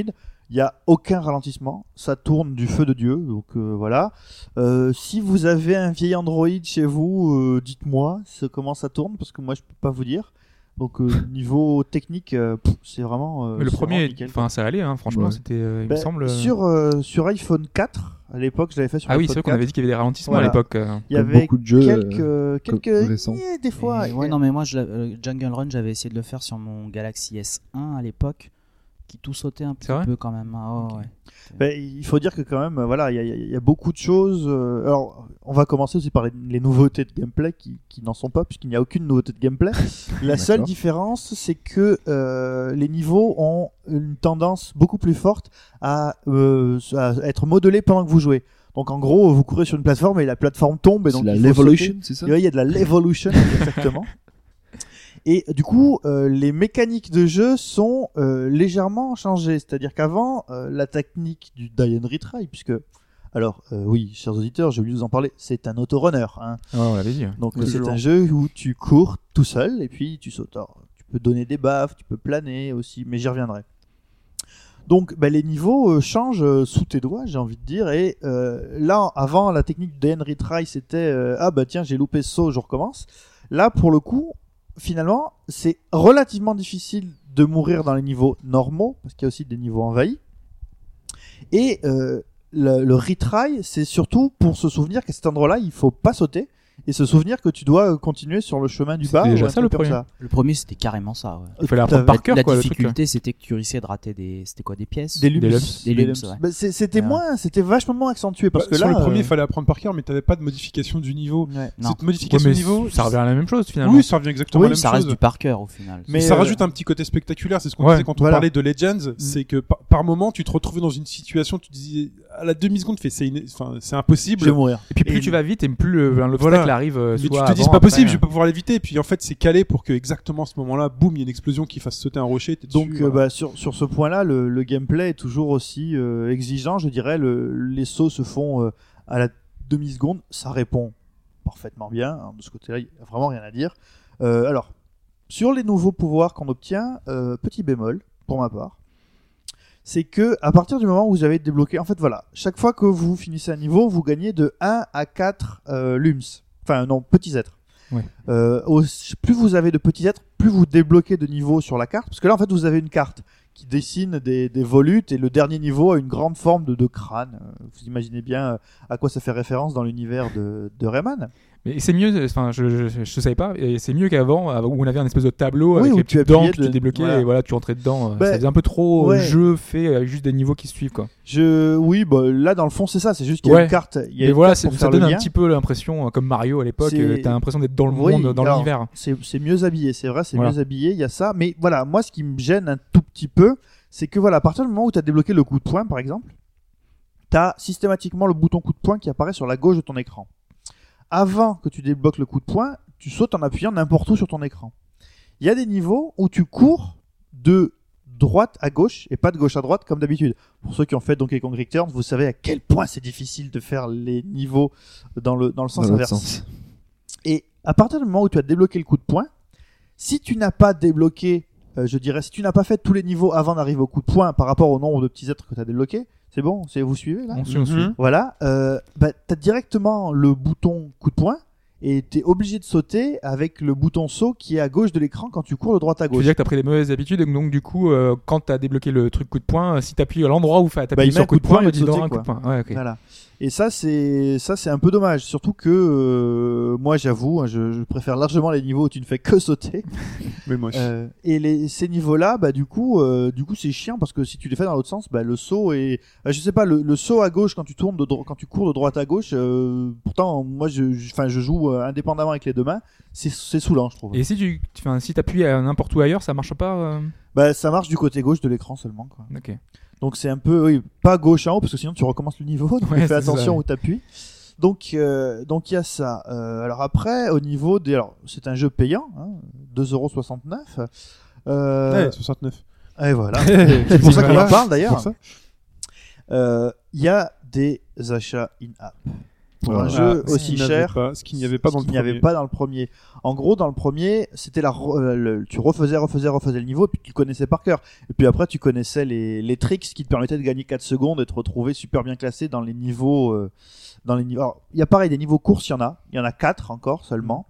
F: Il y a aucun ralentissement, ça tourne du feu de dieu. Donc euh, voilà. Euh, si vous avez un vieil Android chez vous, euh, dites-moi ce- comment ça tourne parce que moi je peux pas vous dire. Donc euh, niveau technique, euh, pff, c'est vraiment. euh,
E: mais le
F: c'est vraiment
E: premier,
F: nickel.
E: enfin ça allait, hein, franchement,
D: Ouais.
E: c'était, euh, il
F: Ben,
E: me semble. euh,
F: Sur, euh, sur iPhone 4, à l'époque, je l'avais fait sur
E: ah oui, c'est
F: iPhone
E: vrai qu'on
F: 4.
E: avait dit qu'il y avait des ralentissements
F: Voilà.
E: à l'époque. euh.
F: Il y
D: Comme
F: avait
D: beaucoup de jeux,
F: quelques,
D: comme
F: quelques
D: récents.
F: eh, des fois.
G: Et ouais, non, mais moi, je l'a- euh, Jungle Run, j'avais essayé de le faire sur mon Galaxy S1 à l'époque, qui tout sautait un petit
E: vrai
G: peu quand même. Ah, ouais, ouais.
F: Ben, il faut dire que quand même, euh, voilà, il y a- il y, a- il y a beaucoup de choses. euh, alors, on va commencer aussi par les, les nouveautés de gameplay qui, qui n'en sont pas, puisqu'il n'y a aucune nouveauté de gameplay. La seule
D: D'accord.
F: différence, c'est que euh, les niveaux ont une tendance beaucoup plus forte à, euh, à être modelés pendant que vous jouez. Donc, en gros, vous courez sur une plateforme et la plateforme tombe. Et donc
D: C'est la
F: il faut sauter.
D: Levolution, c'est ça
F: Ouais, Il y a de la Levolution, exactement. Et du coup, euh, les mécaniques de jeu sont euh, légèrement changées. C'est-à-dire qu'avant, euh, la technique du die and retry, puisque. Alors, euh, oui, chers auditeurs, j'ai oublié de vous en parler, c'est un autorunner. Hein.
E: Ah, Ouais, on l'avait dit. ouais.
F: Donc,
D: Oui,
F: c'est
D: toujours.
F: un jeu où tu cours tout seul et puis tu sautes. Alors, tu peux donner des baffes, tu peux planer aussi, mais j'y reviendrai. Donc, bah, les niveaux euh, changent euh, sous tes doigts, j'ai envie de dire. Et euh, là, avant, la technique de DN retry, c'était euh, ah bah tiens, j'ai loupé ce saut, je recommence. Là, pour le coup, finalement, c'est relativement difficile de mourir dans les niveaux normaux, parce qu'il y a aussi des niveaux envahis. Et euh, le, le retry, c'est surtout pour se souvenir qu'à cet endroit-là, il faut pas sauter, et se souvenir que tu dois euh, continuer sur le chemin du
E: C'était
F: bas.
E: déjà
F: ou un
E: ça, le
F: truc comme
E: premier.
G: Le premier, c'était carrément ça. ouais.
E: Il fallait
F: Tout à
E: apprendre
F: fait.
E: par cœur
G: la
E: quoi. le truc, euh. là.
G: difficulté, c'était que tu risquais de rater des. C'était quoi, des pièces
F: Des lumps.
E: Des
G: lumps. Des lumps, ouais.
F: Bah, c'est- C'était
G: Ouais.
F: moins, c'était vachement moins accentué parce
C: Bah,
F: que
C: sur
F: là.
C: le premier, il
F: euh,
C: fallait apprendre par cœur, mais t'avais pas de modification du niveau.
F: ouais.
G: Non.
C: Cette
E: Ouais,
C: modification
E: mais
C: du niveau,
E: ça revient à la même chose finalement.
C: Oui, ça revient exactement à la même
G: ça reste
C: chose.
G: du par cœur au final.
F: Mais
C: ça
F: euh,
C: rajoute un petit côté spectaculaire, c'est ce qu'on
E: Ouais,
C: disait quand
F: voilà. Mm.
C: on parlait de Legends, c'est que par, par moment tu te retrouvais dans une situation, tu disais à la demi seconde, tu fais c'est ina- enfin, c'est impossible,
F: je vais mourir.
E: Et puis plus
C: Et-
E: tu vas vite et plus le- l'obstacle
C: Voilà.
E: arrive. euh,
C: mais tu
E: soit
C: te dis
E: avant,
C: c'est pas possible,
E: après, hein.
C: je vais pas pouvoir l'éviter. Et puis en fait c'est calé pour que exactement à ce moment-là, boum, il y a une explosion qui fasse sauter un rocher. t'es
F: Donc
C: dessus, hein.
F: euh,
C: voilà.
F: bah, sur, sur ce point-là, le, le gameplay est toujours aussi euh, exigeant. Je dirais, le, les sauts se font euh, à la demi-seconde. Ça répond parfaitement bien. hein. De ce côté-là, il n'y a vraiment rien à dire. Euh, alors, sur les nouveaux pouvoirs qu'on obtient, euh, petit bémol, pour ma part, c'est que à partir du moment où vous avez débloqué, en fait, voilà, chaque fois que vous finissez un niveau, vous gagnez de 1 à 4 euh, lums. Enfin, non, petits êtres.
E: Ouais.
F: Euh, au- plus vous avez de petits êtres, plus vous débloquez de niveaux sur la carte. Parce que là, en fait, vous avez une carte qui dessine des, des volutes et le dernier niveau a une grande forme de, de crâne. Euh, Vous imaginez bien euh, à quoi ça fait référence dans l'univers de, de Rayman.
E: Mais c'est mieux, euh, enfin, je, je, je- je savais pas, et c'est mieux qu'avant, av- où on avait un espèce de tableau
F: Oui,
E: avec
F: où
E: les
F: tu
E: petites dents
F: appuyais
E: que tu
F: de-
E: débloquais
F: voilà.
E: et voilà, tu rentrais dedans. euh,
F: Ben,
E: ça faisait un peu trop
F: ouais.
E: jeu fait avec juste des niveaux qui se suivent, quoi.
F: Je, oui, bah, là dans le fond c'est ça, c'est juste qu'il y a
E: Ouais.
F: une carte. Il y a
E: Mais
F: une
E: voilà,
F: carte
E: c'est-
F: pour
E: ça
F: faire le
E: donne un
F: lien.
E: petit peu l'impression, euh, comme Mario à l'époque,
F: C'est-
E: euh, t'as l'impression d'être dans le
F: Oui,
E: monde, dans
F: alors,
E: l'univers.
F: C'est c'est mieux habillé, c'est vrai, c'est
E: Voilà.
F: mieux habillé, il y a ça. Mais voilà, moi ce qui me gêne un tout petit peu, c'est que voilà, à partir du moment où tu as débloqué le coup de poing par exemple, tu as systématiquement le bouton coup de poing qui apparaît sur la gauche de ton écran. Avant que tu débloques le coup de poing, tu sautes en appuyant n'importe où sur ton écran. Il y a des niveaux où tu cours de droite à gauche et pas de gauche à droite comme d'habitude. Pour ceux qui ont fait Donkey Kong Returns, vous savez à quel point c'est difficile de faire les niveaux dans le, dans le sens
D: Dans l'autre
F: inverse.
D: sens.
F: Et à partir du moment où tu as débloqué le coup de poing, si tu n'as pas débloqué, euh, je dirais, si tu n'as pas fait tous les niveaux avant d'arriver au coup de poing par rapport au nombre de petits êtres que tu as débloqués, c'est bon, c'est vous suivez là
E: On suit, on suit.
C: Mhm.
F: Voilà, euh, bah, tu as directement le bouton coup de poing et tu es obligé de sauter avec le bouton saut qui est à gauche de l'écran quand tu cours de droite à
E: Tu veux
F: gauche.
E: dire que t'as pris des mauvaises habitudes, et donc du coup, euh, quand t'as débloqué le truc coup de poing, euh, si t'appuies à l'endroit où fa-
F: Bah,
E: t'appuies
F: il met
E: sur
F: un
E: coup de
F: coup de
E: poing,
F: poing,
E: il
F: il
E: dit
F: va
E: dans
F: sauter,
E: un coup de poing. Ouais, ok.
F: Voilà. Et ça, c'est ça, c'est un peu dommage. Surtout que euh, moi, j'avoue, hein, je, je préfère largement les niveaux où tu ne fais que sauter.
C: Mais moche.
F: Euh, et les, ces niveaux-là, bah du coup, euh, du coup, c'est chiant parce que si tu les fais dans l'autre sens, bah le saut est, bah, je sais pas, le, le saut à gauche quand tu tournes de dro- quand tu cours de droite à gauche. euh, pourtant, moi, je, je- enfin, je joue euh, indépendamment avec les deux mains. C'est, c'est saoulant, je trouve.
E: Et si tu enfin, si appuies n'importe où ailleurs, ça marche pas euh,
F: Bah ça marche du côté gauche de l'écran seulement. Quoi.
E: Ok.
F: Donc c'est un peu oui, pas gauche en haut parce que sinon tu recommences le niveau. Donc
E: Ouais,
F: fais
E: c'est ça.
F: attention où t'appuies. Donc euh, donc il y a ça. Euh, alors après au niveau des alors c'est un jeu payant, hein, 2,69€. Euh,
C: Ouais, 69.
F: Et voilà. c'est pour ça qu'on en
C: Voilà.
F: parle
C: C'est
F: d'ailleurs.
C: pour ça.
F: Euh, Il y a des achats in-app pour un
C: Voilà.
F: jeu
C: Ah, ce
F: aussi
C: qu'il n'avait
F: cher.
C: pas- Ce qu'il n'y avait pas
F: ce
C: dans le
F: qu'il n'y avait
C: premier.
F: pas dans le premier. En gros, dans le premier, c'était la, re- euh, le- tu refaisais, refaisais, refaisais le niveau, et puis tu le connaissais par cœur. Et puis après, tu connaissais les, les tricks qui te permettaient de gagner 4 secondes et te retrouver super bien classé dans les niveaux, euh, dans les niveaux. Alors, il y a pareil, des niveaux courses, il y en a. Il y en a 4 encore seulement,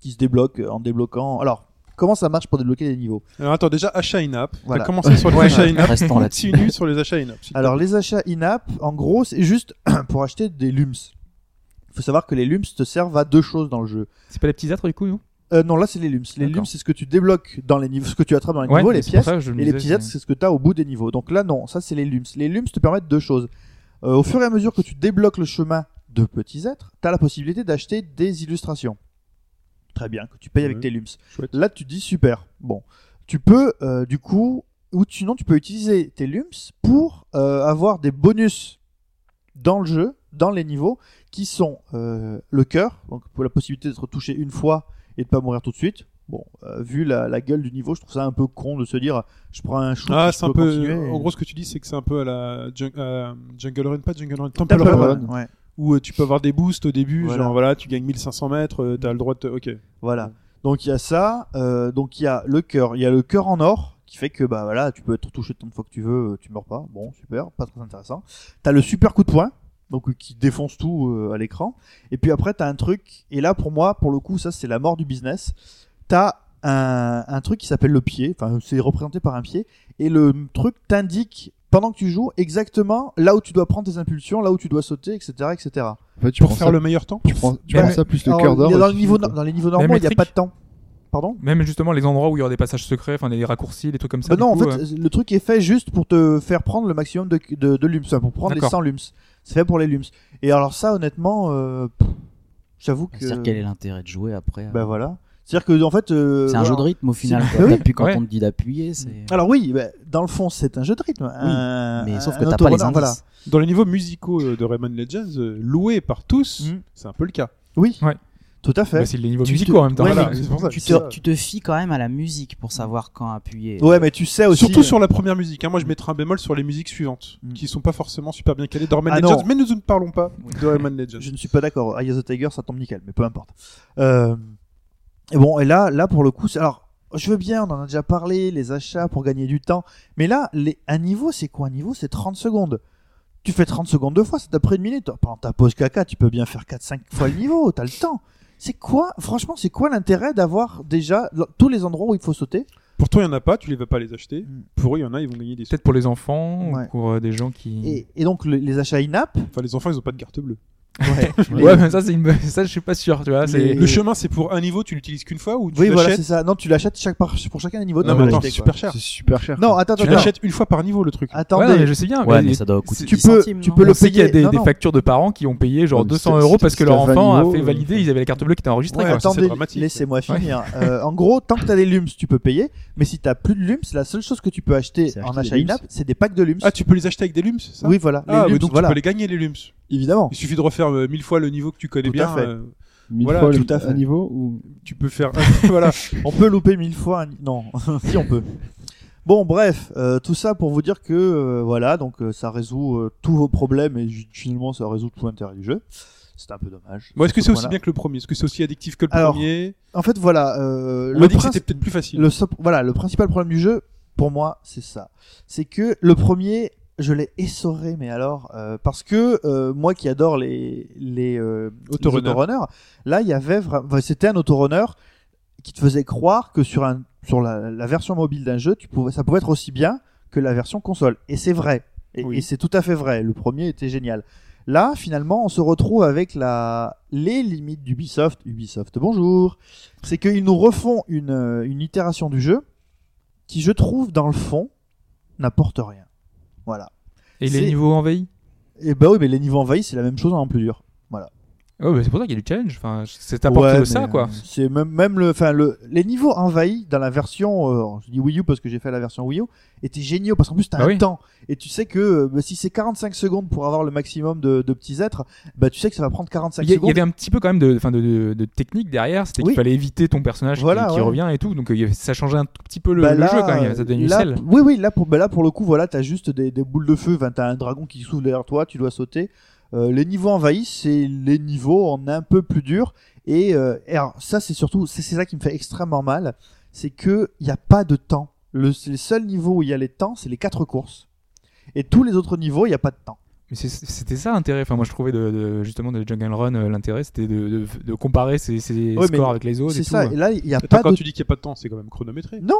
F: qui se débloquent en débloquant. Alors, comment ça marche pour débloquer les niveaux?
C: Alors attends, déjà, achat in-app.
F: Voilà.
C: T'as commencé sur les
F: Ouais.
C: achats in-app.
G: Restons là-dessus.
C: Continue sur les achats in-app. s'il te
F: Alors les achats in-app, en gros, c'est juste pour acheter des lums. Il faut savoir que les lums te servent à deux choses dans le jeu.
E: C'est pas les petits âtres du coup, non
F: Euh, non, là c'est les lums. Les
E: D'accord.
F: lums, c'est ce que tu débloques dans les niveaux, ce que tu attrapes dans les niveaux, les
E: c'est pour
F: pièces.
E: ça que je me
F: Et les
E: disais,
F: petits êtres,
E: c'est-
F: c'est ce que tu as au bout des niveaux. Donc là, non, ça, c'est les lums. Les lums te permettent deux choses. Euh, au fur et à mesure que tu débloques le chemin de petits êtres, tu as la possibilité d'acheter des illustrations. Très bien, que tu payes avec
C: Ouais.
F: tes lums.
C: Chouette.
F: Là, tu dis super. Bon, tu peux, euh, du coup, ou sinon, tu peux utiliser tes lums pour euh, avoir des bonus dans le jeu, dans les niveaux, qui sont euh, le cœur, donc pour la possibilité d'être touché une fois et de pas mourir tout de suite. Bon, euh, vu la, la gueule du niveau, je trouve ça un peu con de se dire je prends un shoot,
C: Ah,
F: je
C: c'est
F: peux
C: un peu.
F: continuer.
C: En gros, ce que tu dis, c'est que c'est un peu à la Jung- à Jungle Run, pas Jungle Run, Temple
F: Temple
C: Run,
F: Run, ouais.
C: où euh, tu peux avoir des boosts au début,
F: Voilà.
C: genre voilà, tu gagnes 1500 mètres, euh, t'as le droit de. te- Ok.
F: Voilà. Donc il y a ça, euh, donc il y a le cœur, il y a le cœur en or qui fait que bah voilà, tu peux être touché tant de fois que tu veux, euh, tu meurs pas. Bon, super, pas très intéressant. T'as le super coup de poing, donc euh, qui défonce tout euh, à l'écran. Et puis après t'as un truc, et là pour moi, pour le coup, ça c'est la mort du business. T'as un, un truc qui s'appelle le pied, enfin c'est représenté par un pied, et le truc t'indique pendant que tu joues exactement là où tu dois prendre tes impulsions, là où tu dois sauter, etc., etc.
D: En fait, tu
C: Pour
D: prends
C: faire
D: ça-
C: le meilleur temps
D: tu prends, tu
E: Mais-
D: prends ça plus le
F: Alors,
D: cœur d'or.
F: il y a
D: et
F: dans,
D: tu
F: le niveau,
D: finis, quoi.
F: dans les niveaux normaux, il n'y a
E: métrique.
F: pas de temps. Pardon
E: Même justement les endroits où il y aura des passages secrets, enfin des raccourcis, des trucs comme ça.
F: Bah
E: du
F: non,
E: coup,
F: en
E: euh,
F: fait, le truc est fait juste pour te faire prendre le maximum de, de, de lums, enfin, pour prendre les
E: D'accord.
F: 100 lums. C'est fait pour les lums. Et alors ça, honnêtement, euh, pff, j'avoue que...
G: C'est-à-dire quel est l'intérêt de jouer après euh,
F: Bah voilà. C'est-à-dire que, en fait... euh,
G: C'est un jeu de
F: voilà.
G: rythme au final.
F: c'est-
G: quoi.
F: Oui.
G: T'appuies quand
E: Ouais.
G: on te dit d'appuyer. c'est-
F: Alors oui, bah, dans le fond, c'est un jeu de rythme. Un-
G: Mais sauf
F: un
G: que t'as pas les
F: autorunner,
G: indices.
F: Voilà.
C: Dans les niveaux musicaux euh, de Rayman Legends, euh, loués par tous,
F: Mm.
C: c'est un peu le cas.
F: Oui,
E: Ouais.
F: tout à
E: bah,
F: fait.
E: c'est les niveaux
F: tu-
E: musicaux en même temps.
F: Ouais,
E: voilà.
C: mais- c'est pour ça.
G: Tu euh,
C: C'est
G: te,
C: ça.
G: tu te fies quand même à la musique pour savoir quand appuyer.
F: Ouais, mais tu sais aussi... euh,
C: Surtout sur la première musique. hein. Moi, je mettrais un bémol sur les musiques suivantes,
F: Mm.
C: qui sont pas forcément super bien calées dans Rayman
F: Ah non.
C: Legends, mais nous ne parlons pas de Rayman Legends.
F: Je ne suis pas d'accord. Eye of the Tiger, ça tombe nickel, mais peu importe. Euh, et bon, et là, là pour le coup, c'est- alors je veux bien, on en a déjà parlé, les achats pour gagner du temps, mais là, les, un niveau, c'est quoi un niveau C'est 30 secondes. Tu fais 30 secondes deux fois, ça t'a pris une minute. Pendant ta pause caca, tu peux bien faire 4-5 fois le niveau, t'as le temps. C'est quoi, franchement, c'est quoi l'intérêt d'avoir déjà l- tous les endroits où il faut sauter
C: Pour toi, il y en a pas, tu les vas pas les acheter.
F: Mm.
C: Pour eux, il y en a, ils vont gagner des sous.
E: Peut-être pour les enfants
F: Ouais.
E: ou pour euh, des gens
C: Mm.
E: qui.
F: et, et donc, le- les achats in-app,
C: Enfin, les enfants, ils ont pas de carte bleue.
F: les-
E: Ouais, mais ça c'est une... ça je suis pas sûr, tu vois.
F: Mais-
E: C'est
C: Le chemin, c'est pour un niveau, tu l'utilises qu'une fois ou tu
F: oui, voilà,
C: l'achètes
F: c'est ça. Non, tu l'achètes chaque par- pour chacun des niveaux.
C: Non,
F: tu
C: mais
F: peux
C: attends, c'est
F: l'acheter,
C: super cher.
D: C'est super cher.
F: quoi. Non, attends,
C: Tu
F: attends.
C: l'achètes une fois par niveau, le truc.
E: Ouais,
F: Attendez.
E: non, mais je sais bien.
G: Ouais,
E: mais
G: mais ça doit coûter
E: c'est-
G: 10
F: tu peux-
G: centimes,
F: tu
G: non
F: peux
C: Bah,
F: le
E: on sait qu'il y a
F: payer.
E: des,
F: Non,
E: des
F: non.
E: factures de parents qui ont payé genre
D: Ouais, mais
E: 200
D: c'était-
E: euros parce que
D: c'était
E: leur
D: à 20
E: enfant a
D: euros,
E: fait
D: euh,
E: valider,
D: enfin.
E: ils avaient la carte bleue qui était enregistrée.
F: Ouais,
E: quoi.
C: attends.
E: Ça,
C: c'est
F: attendez,
C: dramatique.
F: laissez-moi finir. Euh, en gros, tant que t'as des lums, tu peux payer. Mais si t'as plus de lums, la seule chose que tu peux acheter
D: C'est
F: en
D: acheter
F: achat
D: des
F: in-app, c'est des packs de lums.
C: Ah, tu peux les acheter avec des lums, c'est ça
F: oui, voilà.
C: Ah,
F: les
C: mais
F: lums,
C: donc
F: voilà.
C: tu peux les gagner, les lums.
F: Évidemment.
C: Il suffit de refaire euh, mille fois le niveau que tu connais
F: Tout à
C: bien.
F: fait.
C: euh,
D: Mille
C: Voilà,
D: fois le-
F: tout à fait.
D: un niveau où
C: tu peux faire. voilà.
F: On peut louper mille fois. un- Non, si on peut. Bon, bref, euh, tout ça pour vous dire que euh, voilà, donc euh, ça résout euh, tous vos problèmes et ju- finalement ça résout tout l'intérêt du jeu. C'est un peu dommage.
C: Bon, est-ce que c'est aussi
F: Voilà.
C: bien que le premier Est-ce que c'est aussi addictif que le
F: Alors,
C: premier
F: En fait, voilà. euh,
C: On m'a dit que
F: principe-
C: c'était peut-être plus facile.
F: le so- voilà le principal problème du jeu pour moi c'est ça c'est que le premier je l'ai essoré mais alors euh, parce que euh, moi qui adore les les, euh, les
C: Autorunners.
F: autorunners, là il y avait vra- enfin, c'était un autorunner qui te faisait croire que sur un sur la, la version mobile d'un jeu tu pouvais ça pouvait être aussi bien que la version console et c'est vrai et,
C: Oui.
F: et c'est tout à fait vrai le premier était génial Là, finalement, on se retrouve avec la... les limites d'Ubisoft. Ubisoft, bonjour. C'est qu'ils nous refont une, euh, une itération du jeu qui, je trouve, dans le fond, n'apporte rien. Voilà.
E: Et
F: C'est-
E: les niveaux envahis
F: Et bah oui, mais les niveaux envahis, c'est la même chose en plus dur.
E: Oh, bah, c'est pour ça qu'il y a du challenge. Enfin, c'est apporté
F: Ouais,
E: de ça,
F: mais, euh,
E: quoi.
F: C'est même, même le, enfin le, les niveaux envahis dans la version, euh, je dis Wii U parce que j'ai fait la version Wii U, étaient géniaux parce qu'en plus t'as
E: Bah
F: un
E: oui.
F: temps et tu sais que euh, bah, si c'est 45 secondes pour avoir le maximum de, de petits êtres, bah tu sais que ça va prendre 45
E: Il y, a- il y
F: secondes.
E: avait un petit peu quand même de, enfin, de, de- de technique derrière, c'était
F: Oui.
E: qu'il fallait éviter ton personnage qui-
F: Voilà,
E: qui,
F: ouais.
E: revient et tout, donc euh, il y avait- ça changeait un tout petit peu le,
F: Bah
E: le
F: là,
E: jeu quand même, ça donnait une
F: là,
E: selle.
F: Oui, oui, là pour, bah là pour le coup, voilà, t'as juste des, des boules de feu, enfin, t'as un dragon qui s'ouvre derrière toi, tu dois sauter. Euh, les niveaux envahis, c'est les niveaux en un peu plus durs. Et, euh, et alors, ça, c'est surtout, c'est c'est ça qui me fait extrêmement mal, c'est que il n'y a pas de temps. Le, c'est le seul niveau où il y a les temps, c'est les quatre courses. Et tous les autres niveaux, il n'y a pas de temps.
E: Mais c'est- c'était ça l'intérêt, enfin moi je trouvais de, de- justement de Jungle Run, euh, l'intérêt c'était de, de- de comparer ses, ses
F: Ouais, mais
E: scores avec les autres et
F: C'est
E: Oh, tout. hein. euh.
F: ça. Et là, il n'y a
C: Attends,
F: pas
C: quand
F: de.
C: tu dis qu'il n'y a pas de temps, c'est quand même chronométré.
F: Non,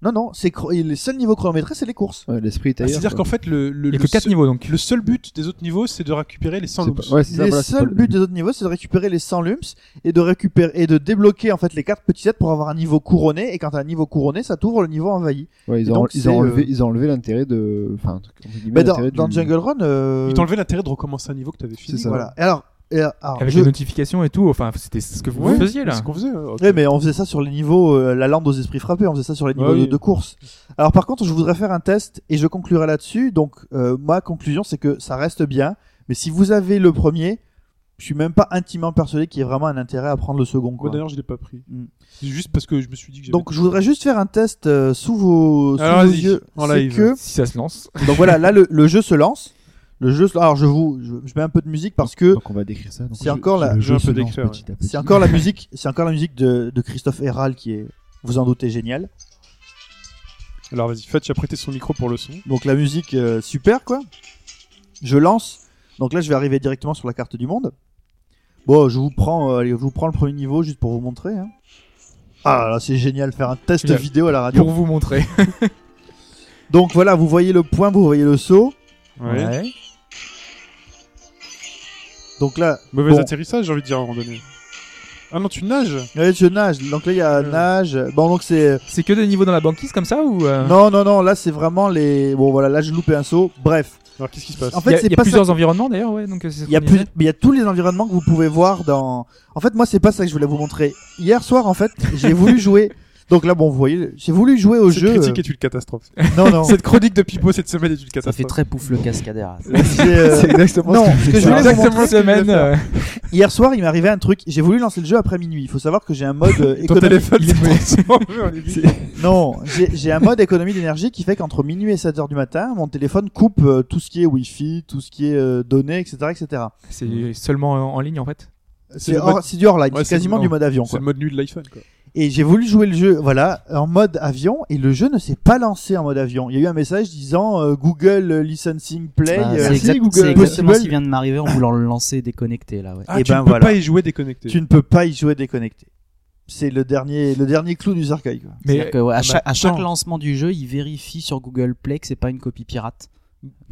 F: non, non. C'est cro- et les seuls niveaux chronométrés, c'est les courses.
D: Ouais, L'esprit est
C: Ah,
D: ailleurs,
C: C'est-à-dire
D: quoi.
C: qu'en fait, le, le,
E: Il y a
C: le
E: que 4
C: seul-
E: niveaux donc.
C: le seul but des autres niveaux, c'est de récupérer les 100
D: C'est
C: loops.
D: pas- ouais, c'est ça,
F: le
D: voilà, c'est
F: seul
D: pas-
F: but des autres niveaux, c'est de récupérer les 100 lumps et de récupérer et de débloquer en fait les quatre petits sets pour avoir un niveau couronné. Et quand t'as un niveau couronné, ça t'ouvre le niveau envahi.
D: Ouais,
F: Et
D: ils, ont,
F: donc,
D: ils,
F: c'est,
D: ont enlevé,
F: euh,
D: ils ont enlevé l'intérêt de. Enfin, entre guillemets,
F: Mais dans,
D: l'intérêt
F: dans
D: du-
F: Jungle Run, euh,
C: Ils t'ont enlevé l'intérêt de recommencer un niveau que t'avais fini.
D: C'est ça.
F: voilà. Et alors, et euh, alors,
E: Avec
F: je-
E: les notifications et tout, enfin c'était ce que vous
C: Ouais,
E: faisiez là.
C: C'est ce qu'on faisait. hein. Ok.
F: Ouais, mais on faisait ça sur les niveaux, euh, la lande aux esprits frappés, on faisait ça sur les niveaux
C: oui.
F: de, de course. Alors par contre, je voudrais faire un test et je conclurai là-dessus. Donc euh, ma conclusion, c'est que ça reste bien, mais si vous avez le premier, je suis même pas intimement persuadé qu'il y ait vraiment un intérêt à prendre le second.
C: Moi
F: Quoi.
C: d'ailleurs, je l'ai pas pris.
F: Mm.
C: C'est juste parce que je me suis dit que j'avais-
F: Donc je voudrais juste faire un test euh, sous vos, sous
C: Alors,
F: vos
C: vas-y,
F: yeux.
C: en
F: C'est
C: live.
F: que-
E: Si ça se lance.
F: donc voilà, là le, le jeu se lance. Le jeu, se- alors je vous, je, je mets un peu de musique parce que
D: Donc on va décrire ça. donc
F: C'est
D: je-
F: encore la-
D: le
C: je vais un
D: se
C: peu
D: lance
C: décrire,
D: petit à petit.
F: c'est encore la musique, c'est encore la musique de, de Christophe Héral qui est, vous en doutez, géniale.
C: Alors vas-y, Fetch a prêté son micro pour le son.
F: Donc la musique euh, super quoi. Je lance. Donc là je vais arriver directement sur la carte du monde. Bon, je vous prends, euh, allez, je vous prends le premier niveau juste pour vous montrer. hein. Ah là, c'est génial faire un test
E: Génial.
F: vidéo à la radio.
E: Pour vous montrer.
F: Donc voilà, vous voyez le point, vous voyez le saut.
E: Ouais.
F: Donc là,
C: Mauvais
F: Bon.
C: atterrissage, j'ai envie de dire à un moment donné. Ah non, tu nages
F: regardez, je nage. Donc là il y a
C: Ouais.
F: nage. Bon donc c'est
E: C'est que des niveaux dans la banquise comme ça ou euh,
F: Non, non, non, là c'est vraiment les. Bon voilà, là j'ai loupé un saut. Bref.
C: Alors qu'est-ce qui se passe
F: En
E: Il y
F: fait,
E: a, il y
F: c'est
E: a
F: pas ça.
E: plusieurs environnements d'ailleurs, ouais. Donc, euh, c'est ce
F: Il y, a
E: qu'on
F: plus...
E: disait.
F: mais il y a tous les environnements que vous pouvez voir dans. En fait, moi, c'est pas ça que je voulais vous montrer. Hier soir, en fait, j'ai voulu jouer. Donc là, bon, vous voyez, j'ai voulu jouer au
C: Cette
F: jeu.
C: critique est une catastrophe.
F: euh, Non, non.
C: Cette chronique de Pipo cette semaine est une
G: Ça fait
C: catastrophe.
G: très pouf le cascadère.
F: c'est, euh,
D: C'est exactement
F: Non,
D: ce que
F: ce
D: je
F: que je
D: voulais
F: voulais
D: faire.
E: Exactement
F: vous montrer,
E: cette semaine. euh,
F: Hier soir, il m'est arrivé un truc. J'ai voulu lancer le jeu après minuit. Il faut savoir que j'ai un mode euh,
C: Ton
F: économie.
C: téléphone, c'est forcément joué en ligne.
F: Non, j'ai j'ai un mode économie d'énergie qui fait qu'entre minuit et 7 heures du matin, mon téléphone coupe euh, tout ce qui est Wi-Fi, tout ce qui est euh, données, etc., etc.
E: C'est seulement en en ligne en fait.
F: C'est
C: le
F: hors-
C: mode-
F: c'est du hors-line,
C: Ouais,
F: c'est
C: c'est le-
F: quasiment du mode avion.
C: C'est
F: Quoi.
C: le mode nuit de l'iPhone quoi.
F: Et j'ai voulu jouer le jeu, voilà, en mode avion, et le jeu ne s'est pas lancé en mode avion. Il y a eu un message disant euh, Google Licensing Play.
G: Ah,
F: euh,
G: c'est exact-
F: Google
G: c'est exactement ce qui
F: Possible.
G: vient de m'arriver en voulant le lancer déconnecté là. Ouais.
C: Ah,
F: Eh
C: tu
F: ben,
C: ne peux
F: voilà.
C: pas y jouer déconnecté.
F: Tu ne peux pas y jouer déconnecté. C'est le dernier, le dernier clou du cercueil. quoi.
E: Mais
G: C'est-à-dire que, ouais, à, chaque, à chaque
E: attends.
G: lancement du jeu, il vérifie sur Google Play que c'est pas une copie pirate.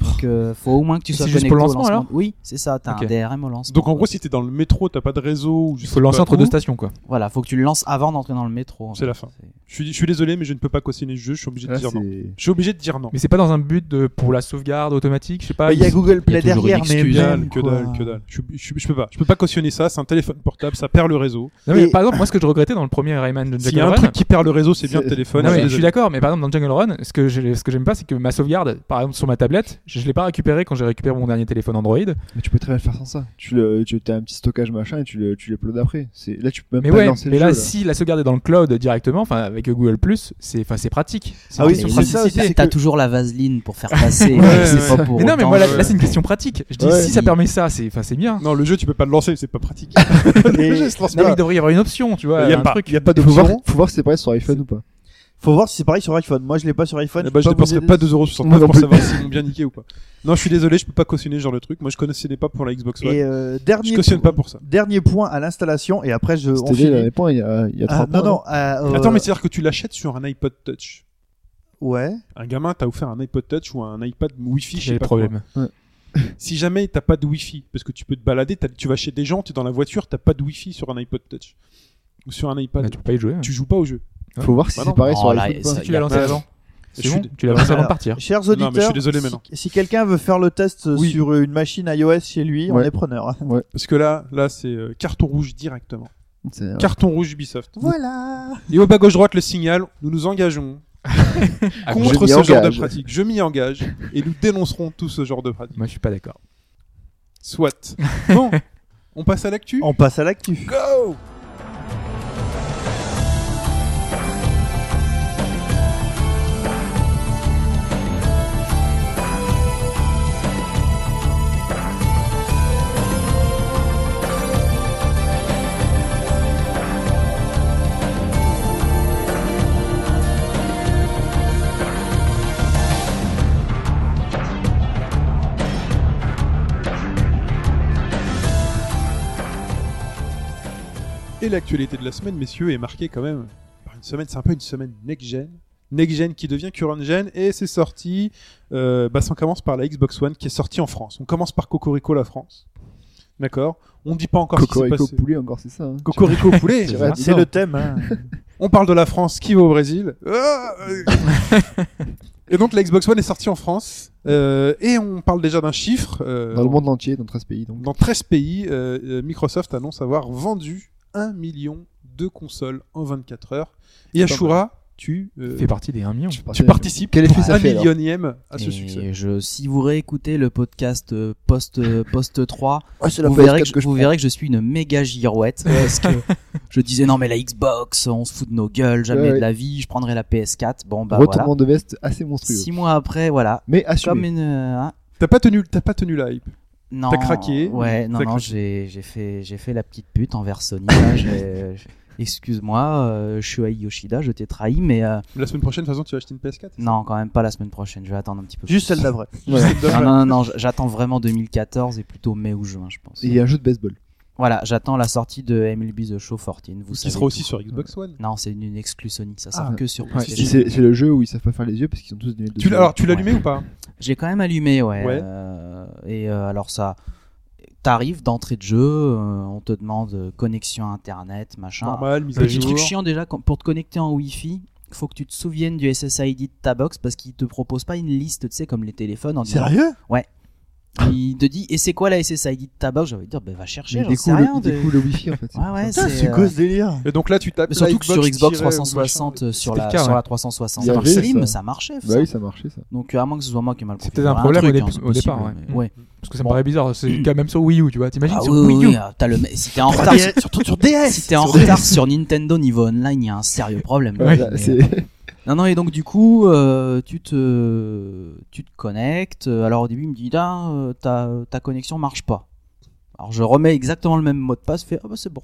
G: Donc euh, faut au moins que tu
E: Mais
G: sois
E: c'est juste
G: connecté
E: pour le
G: au
E: lancement,
G: lancement.
E: alors
G: oui, c'est ça, t'as
E: Ok.
G: un DRM au lancement.
C: Donc en gros, si t'es dans le métro, t'as pas de réseau. ou je
E: il
C: sais
E: faut lancer
C: pas
E: entre
C: où,
E: deux stations quoi.
G: Voilà, faut que tu le lances avant d'entrer dans le métro. en
C: C'est
G: fait.
C: la fin. Je suis, je suis désolé, mais je ne peux pas cautionner le jeu. Je suis obligé de
D: Là,
C: dire non.
D: c'est-
C: Je suis obligé de dire non.
E: Mais c'est pas dans un but de, pour la sauvegarde automatique, je sais
C: Ah,
E: pas.
F: Bah, Il y a
E: ils-
F: Google Play
G: il y a toujours
F: derrière,
G: une
F: mais
G: excuse.
C: Que dalle,
F: même,
C: que
F: quoi.
C: dalle, que dalle. Je, je- je peux pas. Je peux pas cautionner ça. C'est un téléphone portable, ça perd le réseau.
E: Non, mais
F: Et-
E: par exemple, moi ce que je regrettais dans le premier Rayman de
C: S'il y
E: Jungle
C: a un
E: Run.
C: truc qui perd le réseau, c'est bien
D: C'est-
C: le téléphone.
E: Non, mais
C: suis
E: je suis d'accord, mais par exemple dans Jungle Run, ce que j'ai- ce que j'aime pas, c'est que ma sauvegarde, par exemple sur ma tablette, je, je l'ai pas récupérée quand j'ai récupéré mon dernier téléphone Android.
D: Mais tu peux très bien le faire sans ça. Tu le, tu as un petit stockage machin et tu le, tu l'uploades après. C'est là tu peux même
E: Mais
D: pas
E: ouais,
D: lancer
E: mais
D: le
E: là,
D: jeu. là.
E: si la sauvegarde est dans le cloud directement, enfin avec Google Plus, c'est enfin c'est pratique. C'est
F: Ah oui,
E: une
F: c'est
E: question
F: ça aussi,
E: praticité.
F: c'est
G: T'as
F: que-
G: toujours la vaseline pour faire passer.
C: Ouais,
G: c'est
C: ouais.
G: pas pour
E: Mais non, mais
G: autant
E: moi là,
G: que-
E: là, c'est une question pratique. Je dis
D: Ouais.
E: si ça permet ça, c'est enfin c'est bien.
C: Non, le jeu, tu peux pas le lancer, c'est pas pratique.
F: Et-
C: le jeu se lance
E: Non, mais
C: pas.
E: il devrait y avoir une option, tu vois,
C: Il y a
E: un
C: pas-
E: truc.
C: il y a pas
D: faut voir,
C: d'option.
D: faut voir si c'est pareil sur iPhone ou pas.
F: Faut voir si c'est pareil sur iPhone. Moi, je l'ai pas sur iPhone.
C: Eh ben,
F: je
C: je
F: peux
C: dépenserai
F: vous
C: pas
F: aider.
C: 2,69€
D: Moi
C: pour
D: non
C: savoir s'ils m'ont bien niqué ou pas. Non, je suis désolé, je peux pas cautionner ce genre de truc. Moi, je connaissais pas pour la Xbox One.
F: Et euh,
C: Je
F: dernier,
C: cautionne pas pour ça.
F: dernier point à l'installation, et après, je. on
D: C'était
F: finit.
D: déjà les points il y a, il y a
F: Ah,
D: trois points.
F: non, non. euh,
C: Attends, mais
F: euh,
C: c'est-à-dire que tu l'achètes sur un iPod Touch.
F: Ouais.
C: Un gamin t'a offert un iPod Touch ou un iPad Wi-Fi, je
E: J'ai
C: sais
E: le
C: pas quoi.
E: problème.
C: si jamais t'as pas de wifi, parce que tu peux te balader, t'as- tu vas chez des gens, tu es dans la voiture, t'as pas de wifi sur un iPod Touch ou sur un iPad,
E: Bah,
C: tu...
E: tu peux pas y jouer. ouais.
C: joues pas au jeu.
D: Faut voir si
C: Bah non.
D: c'est pareil
G: Oh
D: sur
G: là,
D: l'iPhone. ou
G: ça-
D: pas.
E: Tu l'as lancé
C: Ouais.
E: avant.
C: Je
E: C'est
C: suis
E: bon,
C: d-
E: tu l'as lancé avant de
F: Alors,
E: partir.
F: Chers
C: Non, mais je suis
F: auditeurs,
C: désolé
F: si-
C: maintenant.
F: si, quelqu'un veut faire le test euh,
C: Oui.
F: sur une machine iOS chez lui, on
D: Ouais.
F: est preneur.
C: Parce que là, là c'est euh, carton rouge directement.
D: C'est-
F: Ah.
C: Carton rouge Ubisoft.
F: Voilà.
C: Et au bas gauche droite le signal, nous nous engageons
E: Ah,
D: je
C: contre
D: m'y
C: ce genre de
D: engage.
C: pratique. Je m'y engage et nous dénoncerons tout ce genre de pratique.
E: Moi, je suis pas d'accord.
C: Soit. Bon, on passe à l'actu.
F: On passe à l'actu.
C: Go Et l'actualité de la semaine, messieurs, est marquée quand même par une semaine. C'est un peu une semaine next-gen. Next-gen qui devient current-gen. Et c'est sorti. Euh, bah, ça, on commence par la Xbox One qui est sortie en France. On commence par Cocorico la France. D'accord On dit pas encore
D: Cocorico
C: ce qui s'est passé.
D: poulet encore, c'est ça. hein.
C: Cocorico poulet.
D: C'est vrai.
F: C'est
D: Non.
F: le thème. hein.
C: On parle de la France qui va au Brésil. Ah, euh. et donc la Xbox One est sortie en France. Euh, et on parle déjà d'un chiffre. euh,
D: Dans le monde entier, dans 13 pays. Donc.
C: dans 13 pays, euh, euh, Microsoft annonce avoir vendu 1 million de consoles en 24 heures. Et
D: pas
C: Ashura, tu, euh,
E: Fait partie des 1 million.
D: Je
C: tu
D: pensais-
C: participes
D: Quel effet
C: à
D: ça fait alors
C: millionième à ce
G: Et
C: succès.
G: je, si vous réécoutez le podcast euh, post, euh, post 3,
D: Ouais, c'est
G: vous,
D: PS4
G: verrez que,
D: que je
G: vous verrez que je suis une méga girouette. parce que je disais non, mais la Xbox, on se fout de nos gueules, jamais
D: Ouais, ouais.
G: de la vie, je prendrai la PS4. Bon, bah voilà.
D: Retournement de veste assez monstrueux.
G: Six mois après, voilà.
D: Mais
G: Comme
D: assumé.
G: une. euh, hein,
C: T'as pas tenu, t'as pas tenu la hype.
G: non,
C: T'as craqué,
G: Ouais, non,
C: t'as
G: non,
C: craqué.
G: j'ai j'ai fait, j'ai fait la petite pute envers Sony. là, j'ai- Excuse-moi, euh, Shuei Yoshida, je t'ai trahi, mais euh,
C: La semaine prochaine, de toute façon, tu vas acheter une PS4.
G: non, quand même pas la semaine prochaine. Je vais attendre un petit peu.
F: Juste celle d'après.
D: Voilà.
C: C'est
G: Non,
C: dommage.
G: non, non, non, j- j'attends vraiment 2014 et plutôt mai ou juin, je pense.
D: Il y a un jeu de baseball.
G: Voilà, j'attends la sortie de MLB The Show 14. Vous
C: Qui
G: savez.
C: sera aussi
G: tout.
C: sur Xbox One.
G: Non, c'est une, une exclue Sony, ça sort
D: Ah.
G: que sur
E: Ouais,
D: C'est
G: PlayStation.
D: c'est le jeu où ils savent pas faire les yeux parce qu'ils ont tous des lunettes de
C: Tu l'as-
D: soleil.
C: alors, tu l'as allumé ou pas
G: J'ai quand même allumé, ouais.
C: Ouais.
G: euh, et euh, alors ça, t'arrives d'entrée de jeu, euh, on te demande euh, connexion internet, machin.
C: Normal, mise à
G: Petit
C: jour.
G: truc chiant déjà, quand- pour te connecter en Wi-Fi, faut que tu te souviennes du SSID de ta box parce qu'il te propose pas une liste, tu sais, comme les téléphones en disant.
F: Sérieux
G: Il te dit, et c'est quoi la SSID de ta box J'avais dire, bah, va chercher,
D: Mais
G: j'en
D: il
G: sais
D: découle,
G: rien.
D: il
G: de-
D: découle le wifi en fait.
G: Ouais, ouais,
F: Putain, c'est
G: euh,
F: quoi ce délire
C: Et donc là, tu tapes.
G: Mais Surtout
C: la
G: que sur Xbox
C: tiret ou machin.
G: 360, euh, sur
E: C'était
G: la,
E: le cas,
G: sur
E: ouais.
G: la 360
D: Il y avait
G: Slim,
D: ça.
G: ça marchait.
D: Bah
G: ça.
D: oui, ça marchait ça.
G: Donc, à moins que ce soit moi qui ai mal compris.
E: C'était un
G: un
E: problème au
G: truc,
E: dé-
G: hein, c'est
E: au départ,
G: possible,
E: ouais.
G: mais-
E: Mm.
G: ouais.
E: Parce que ça me
G: Bon.
E: paraît bizarre. C'est le cas même sur Wii U, tu vois. T'imagines
G: Ah
E: sur
G: oui,
E: Wii U
G: oui, ah, t'as le mec- si t'es en retard, si-
F: Sur- Surtout sur DS
G: si t'es en
F: Sur-
G: retard sur Nintendo niveau online, il y a un sérieux problème.
E: Ouais,
G: Mais-
D: Voilà, Bah, c'est-
G: Non, non, et donc du coup, euh, tu, te, tu te connectes. Alors au début, il me dit, là, euh, ta, ta connexion marche pas. Alors je remets exactement le même mot de passe, je fais, ah bah c'est bon.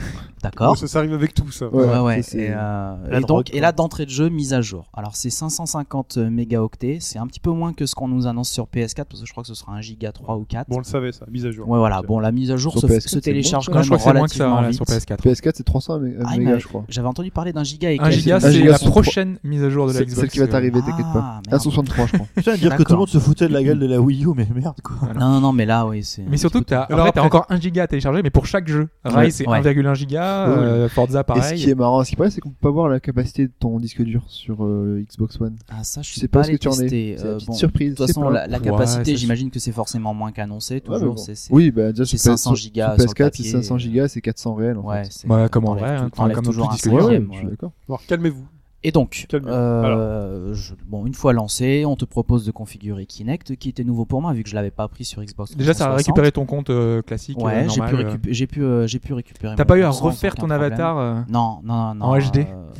C: Oh,
G: D'accord.
C: ça, ça arrive avec tout, ça.
D: Ouais,
G: Ouais, ouais.
D: ça, c'est-
G: Et, euh,
F: La
G: et
F: drogue,
G: donc, et
F: quoi.
G: là, d'entrée de jeu, mise à jour. Alors, c'est 550 mégaoctets. C'est un petit peu moins que ce qu'on nous annonce sur PS4, parce que je crois que ce sera 1 giga 3 ou 4.
C: Bon, on le savait, ça. Mise à jour.
G: ouais, voilà. Bon, la mise à jour
D: Sur
G: se,
D: PS4,
G: se
D: c'est
G: télécharge
D: bon,
E: Non,
G: quand même
E: je crois que c'est moins que
G: relativement
E: ça hein,
G: vite.
E: sur PS4.
D: PS4 c'est 300 mé-
G: Ah, il
D: mégas
G: m'avait-
D: je crois.
G: J'avais entendu parler d'un giga et
E: 1
G: quelques-
E: giga,
D: un
E: c'est
D: giga
E: la
D: sur
E: prochaine mise à jour de la
D: C'est
E: Xbox.
D: celle qui va t'arriver,
G: Ah,
D: t'inquiète pas.
G: merde.
D: 163 je crois.
F: Putain, dire que tout le
G: D'accord.
F: monde se foutait de la gueule de la Wii U, mais merde quoi.
G: Non, non, non, mais là, oui, c'est.
E: Mais surtout, que t'as
C: Alors
E: après, t'as
C: après-
E: encore 1 giga à télécharger, mais pour chaque jeu.
G: Ouais.
E: Rai, c'est
G: Ouais.
E: 1,1 giga. euh, Forza,
D: Et ce
E: pareil.
D: qui est marrant, ce qui est pas, c'est qu'on peut pas voir la capacité de ton disque dur sur euh, Xbox One.
G: Ah, ça, je
D: Je
G: sais
D: sais pas
G: pas
D: ce que
G: les
D: tu en es.
G: tester.
D: C'est
G: Euh,
D: la petite
G: bon, De
D: surprise.
G: toute façon, la, la
E: Ouais,
G: capacité,
E: ça-
G: j'imagine que c'est forcément moins qu'annoncé.
D: Ouais, mais
G: Toujours,
D: bon.
G: c'est- c'est-
D: Oui, bah déjà sur
G: c'est
D: PS-
G: 500
D: sur
G: gigas sur le
D: PS4, c'est
G: papier.
D: 500 gigas, c'est 400 réels en
G: Ouais,
D: fait.
G: c'est-
E: Ouais, comme en
G: t'enlèves
E: vrai,
G: tout-
E: hein,
G: t'enlèves
E: comme notre
G: toujours un
E: disque
D: Ouais,
E: dur.
D: ouais,
G: cinquième,
D: je
G: ouais.
D: suis d'accord.
C: Alors, calmez-vous.
G: Et donc,
C: Calmez-vous.
G: euh, je- bon, une fois lancé, on te propose de configurer Kinect, qui était nouveau pour moi vu que je l'avais pas pris sur Xbox.
E: Déjà, ça a
G: 360.
E: récupéré ton compte euh, classique. euh,
G: Ouais, j'ai
E: normal,
G: pu,
E: euh.
G: récup- j'ai pu, euh, j'ai pu récupérer.
E: T'as
G: mon
E: pas eu à
G: 360
E: refaire ton
G: sans aucun
E: avatar euh,
G: problème. Non, non, non, non.
E: en HD?
G: euh,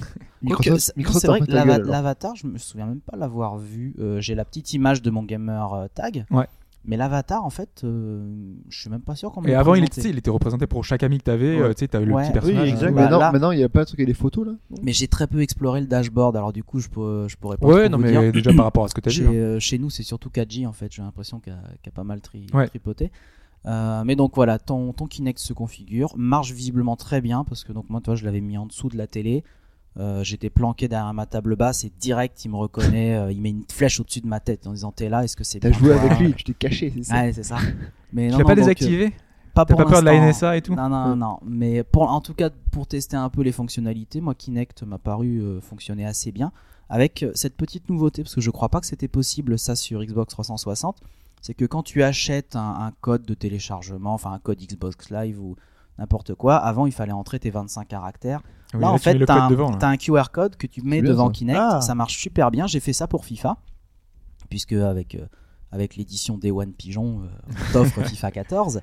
D: Microsoft-
G: quoique, c'est-
D: Microsoft,
G: c'est vrai
D: t'en
G: que
D: fais ta
G: l'ava-
D: gueule, alors.
G: l'avatar, je me souviens même pas l'avoir vu. Euh, j'ai la petite image de mon gamer euh, tag.
E: Ouais.
G: Mais l'avatar, en fait, euh, je suis même pas sûr qu'on me
E: Et
G: l'ait
E: avant, il
G: présenté.
E: était, il était représenté pour chaque ami que t'avais.
D: Ouais.
E: euh, Tu sais, t'avais le
G: Ouais.
E: petit
G: Oui,
E: personnage.
F: exact.
E: euh,
G: Bah,
D: Maintenant,
G: là-
D: maintenant, il y a pas un truc avec les photos là non
G: Mais j'ai très peu exploré le dashboard, alors du coup, je, peux, je pourrais pas.
E: Ouais,
G: trop
E: non,
G: vous
E: mais
G: dire.
E: déjà par rapport à ce que t'as
G: J'ai,
E: vu. hein.
G: euh, chez nous, c'est surtout 4G en fait. J'ai l'impression qu'il a, qu'il a pas mal tri-
E: Ouais.
G: tripoté. Euh, mais donc voilà, ton, ton Kinect se configure, marche visiblement très bien parce que donc moi, toi, je l'avais mis en dessous de la télé. Euh, J'étais planqué derrière ma table basse et direct, il me reconnaît, euh, il met une flèche au-dessus de ma tête en disant T'es là, est-ce que c'est
D: T'as
G: bien
D: joué
G: toi hein
D: avec lui, tu t'es caché, c'est ça
G: Ouais, c'est ça. Mais
E: Tu l'as pas
G: non, non, donc, euh,
E: désactivé T'as
G: Pas pour
E: pas peur de la
G: l'instant.
E: NSA et tout
G: Non, non, non. Mais pour, en tout cas, pour tester un peu les fonctionnalités, moi, Kinect m'a paru euh, fonctionner assez bien. Avec euh, cette petite nouveauté, parce que je crois pas que c'était possible ça sur Xbox 360, c'est que quand tu achètes un, un code de téléchargement, enfin un code Xbox Live ou n'importe quoi, avant il fallait entrer tes 25 caractères.
E: Oui,
G: là, en
E: tu mets
G: fait,
E: le
G: t'as
E: code
G: un,
E: devant, là.
G: t'as un QR code que tu mets
D: C'est bien,
G: devant
D: ça.
G: Kinect.
F: Ah.
G: Ça marche super bien. J'ai fait ça pour FIFA, puisque avec, euh, avec l'édition Day One Pigeon, euh, on t'offre FIFA 14.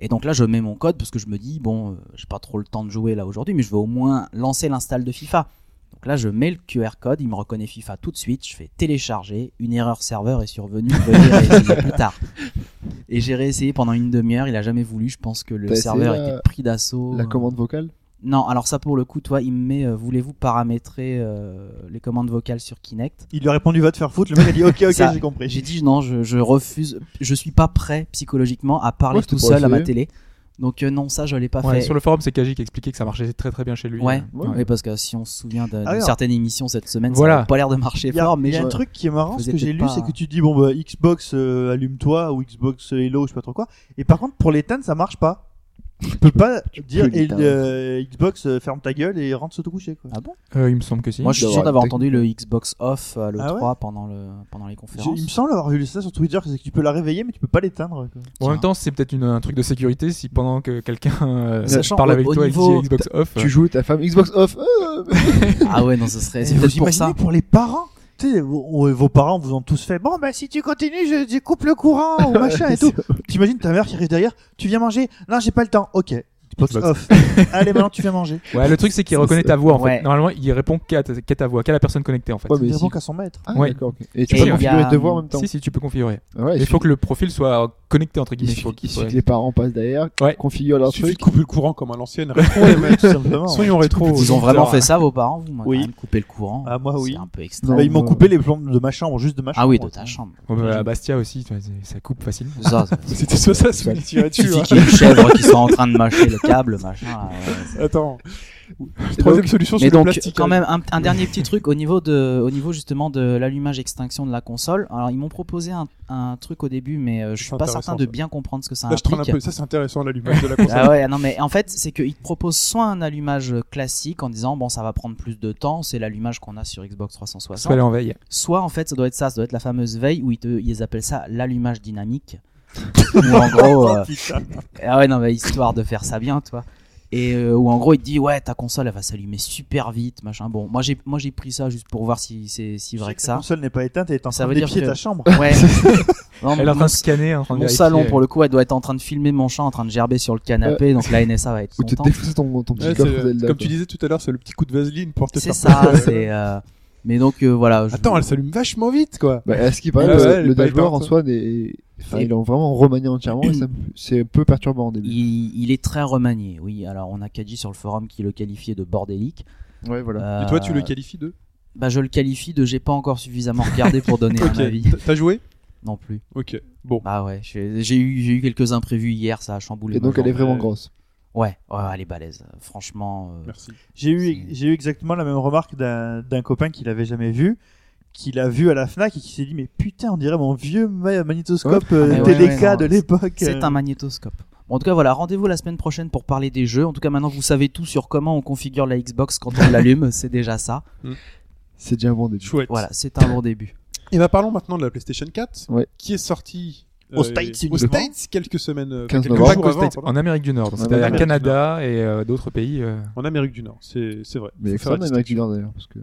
G: Et donc là, je mets mon code parce que je me dis, bon, euh, j'ai pas trop le temps de jouer là aujourd'hui, mais je veux au moins lancer l'install de FIFA. Donc là, je mets le QR code, il me reconnaît FIFA tout de suite, je fais télécharger, une erreur serveur est survenue, veuillez réessayer plus tard. Et j'ai réessayé pendant une demi-heure, il a jamais voulu, je pense que le
D: T'as essayé
G: serveur
D: la-
G: était pris d'assaut.
D: La commande vocale
G: Non, alors ça pour le coup, toi, il me met, euh, voulez-vous paramétrer euh, les commandes vocales sur Kinect
F: Il lui a répondu va te faire foutre. Le mec a dit ok ok
G: Ça,
F: j'ai compris.
G: J'ai dit non, je, je refuse, je suis pas prêt psychologiquement à parler
D: Ouais, je t'ai
G: tout
D: pas
G: seul à ma
D: essayé.
G: télé. Donc euh, non, ça je l'ai pas
E: Ouais,
G: fait.
E: Sur le hein. forum, c'est Kaji qui expliquait que ça marchait très très bien chez lui.
G: Ouais,
D: Ouais.
G: oui, parce que si on se souvient de- d'une
F: Ah, alors.
G: certaine émission cette semaine,
E: Voilà.
G: ça n'a pas l'air de marcher
F: Il y a,
G: fort, mais
F: il y a
G: je-
F: un truc qui est marrant, ce
G: faisais
F: que j'ai
G: peut-être
F: lu,
G: pas-
F: c'est que tu dis bon bah Xbox euh, allume-toi ou Xbox euh, Hello, je sais pas trop quoi. Et par contre pour l'éteindre ça marche pas. Tu peux pas dire
D: peux l'éteindre.
F: et, euh, Xbox euh, ferme ta gueule et rentre se te coucher quoi.
G: Ah bon
E: Euh, il me semble que si.
G: Moi je suis
D: doit
G: sûr d'avoir
D: avoir une
G: entendu le Xbox off à l'E3
F: Ah
G: pendant, le, pendant les
F: J'ai-
G: conférences.
F: Il me semble avoir vu ça sur Twitter, c'est que tu peux la réveiller mais tu peux pas l'éteindre. quoi.
E: Bon, en même temps, c'est peut-être une- un truc de sécurité si pendant que quelqu'un euh,
G: Sachant
E: parle
G: au-
E: avec
G: au
E: toi,
G: niveau-
E: il dit Xbox off.
D: Tu joues ta femme Xbox off
G: Ah ouais, non, ce serait. C'est
F: Et
G: peut-être
F: Eh, vous
G: pour
F: imaginez
G: ça.
F: pour les parents tu sais, vos, vos parents vous ont tous fait bon bah si tu continues je, je coupe le courant ou machin et tout t'imagines ta mère qui arrive derrière tu viens manger non j'ai pas le temps ok Xbox
E: Xbox.
F: off allez maintenant tu viens manger
E: euh, Ouais, le truc c'est qu'il
D: Ça,
E: reconnaît
D: c'est-
E: ta voix en
G: Ouais. bah,
E: fait. Normalement, il répond qu'à ta, qu'à ta voix, qu'à la personne connectée en fait.
D: Ouais, mais
F: il
D: si.
F: répond qu'à son maître
D: Ah,
E: Ouais.
D: d'accord. ok. Et tu
G: Et
D: peux
G: il y a-
D: configurer tes voix en même temps.
E: Si, si, tu peux configurer.
D: Ah ouais,
E: Mais il faut que le profil soit connecté entre
D: il
E: guillemets.
D: suffit,
E: faut qu'il
D: il suffit
E: soit-
D: que les parents passent derrière,
E: Ouais.
D: configurent
C: Il
D: leur
C: suffit
D: truc.
C: de couper le courant comme à l'ancienne. Rétro, les
F: Ouais,
C: mecs.
F: tout simplement.
C: Soyons rétro.
G: Ils ont vraiment fait ça, vos parents Vous m'avez
F: Oui.
G: quand même coupé le courant.
F: Ah, moi, oui.
G: C'est un peu extrême.
D: Non,
F: Bah, ils m'ont
D: moi-
F: coupé les plombs de ma chambre, juste de ma chambre.
G: Ah oui, de ta chambre.
E: Ouais, bah, à Bastia aussi, tu vois, c'est- ça coupe facilement.
G: Ça, ça-
C: C'était soit ça, soit il tirait
G: Il
C: dessus.
G: suffit
C: hein.
G: qu'il y ait une chèvre qui soit en train de mâcher le câble, machin. là, ouais, c'est-
C: Attends. Troisième solution,
G: Mais
C: c'est le
G: donc,
C: plastique. hein.
G: quand même, un, un dernier petit truc au niveau, de, au niveau justement de l'allumage extinction de la console. Alors, ils m'ont proposé un, un truc au début, mais euh, je suis
C: C'est
G: pas certain
C: intéressant,
G: de
C: ça.
G: bien comprendre ce que ça
C: Là, je
G: implique.
C: traîne un peu. Ça, c'est intéressant, l'allumage de la console.
G: Ah ouais, non, mais en fait, c'est qu'ils te proposent soit un allumage classique en disant, bon, ça va prendre plus de temps, c'est l'allumage qu'on a sur Xbox 360.
E: Soit elle est en veille.
G: Soit en fait Bah, ça doit être ça, ça doit être la fameuse veille où ils, te- ils appellent ça l'allumage dynamique. Ou en gros, euh, ah ouais non mais histoire de faire ça bien, toi. Et euh, où en gros il te dit ouais ta console elle va s'allumer super vite machin. Bon moi j'ai moi j'ai pris ça juste pour voir si c'est si vrai que
F: La
G: ça.
F: console n'est pas éteinte et est en
G: Ça
F: train
G: veut
F: de
G: dire
F: pieds
G: que-
F: ta chambre.
G: Ouais. Non,
E: Elle est en
G: mon,
E: train de scanner, en train de
G: mon
E: vérifier,
G: salon
E: euh,
G: pour le coup elle doit être en train de filmer mon chat en train de gerber sur le canapé donc la NSA va être
D: Ou te
G: contente.
D: défoncer ton, ton petit
C: Ouais, c'est-
D: coffre Zelda.
C: Comme tu
D: quoi.
C: disais tout à l'heure, c'est le petit coup de vaseline pour te
G: C'est
C: faire.
G: ça c'est. euh, Mais donc euh, voilà. je-
C: Attends, elle s'allume vachement vite, quoi.
D: Bah, à ce qui paraît,
C: Ouais,
D: le-
C: ouais,
D: le
C: les
D: dashboard
C: Piper,
D: en
C: ça.
D: soi, n'est- enfin, ils l'ont vraiment remanié entièrement et ça me- c'est un peu perturbant au début.
G: Il, il est très remanié, oui. Alors, on a Kaji sur le forum qui le qualifiait de bordélique.
D: Ouais, voilà.
G: Euh,
C: Et toi, tu le qualifies de
G: bah, Je le qualifie de j'ai pas encore suffisamment regardé pour donner
C: Ok.
G: un avis.
C: T'as joué
G: Non plus.
C: Ok. Bon.
G: Bah ouais, j'ai j'ai eu, j'ai eu quelques imprévus hier, ça a chamboulé.
D: Et
G: ma
D: donc, elle est
G: journée.
D: vraiment grosse.
G: Ouais, ouais, elle est balèze. Franchement. euh,
C: Merci.
F: J'ai eu,
G: C'est-
F: j'ai eu exactement la même remarque d'un d'un copain qui l'avait jamais vu, qui l'a vu à la Fnac et qui s'est dit mais putain on dirait mon vieux ma-
D: Ah,
F: magnétoscope euh,
G: mais ouais,
F: TDK
G: ouais, non,
F: de l'époque.
G: C'est un magnétoscope. Bon, en tout cas, voilà, rendez-vous la semaine prochaine pour parler des jeux. En tout cas, maintenant, vous savez tout sur comment on configure la Xbox quand on l'allume. C'est déjà ça.
D: C'est déjà un bon début.
C: Chouette.
G: Voilà, c'est un bon début.
C: Et bah parlons maintenant de la PlayStation 4,
D: Ouais.
C: qui est sortie euh,
F: Aux States
C: aux
F: uniquement.
C: States quelques semaines, euh,
D: 15
C: quelques
D: novembre.
E: Pas
C: jours
E: qu'aux
C: avant,
E: States,
C: pardon.
E: en Amérique du Nord. donc
D: En
E: C'est-à-dire
C: Amérique
E: Canada et euh, d'autres pays. euh,
C: en Amérique du Nord. C'est c'est vrai.
D: Mais
C: Faut faire
D: extrêmement
C: la
D: Amérique du Nord d'ailleurs, parce que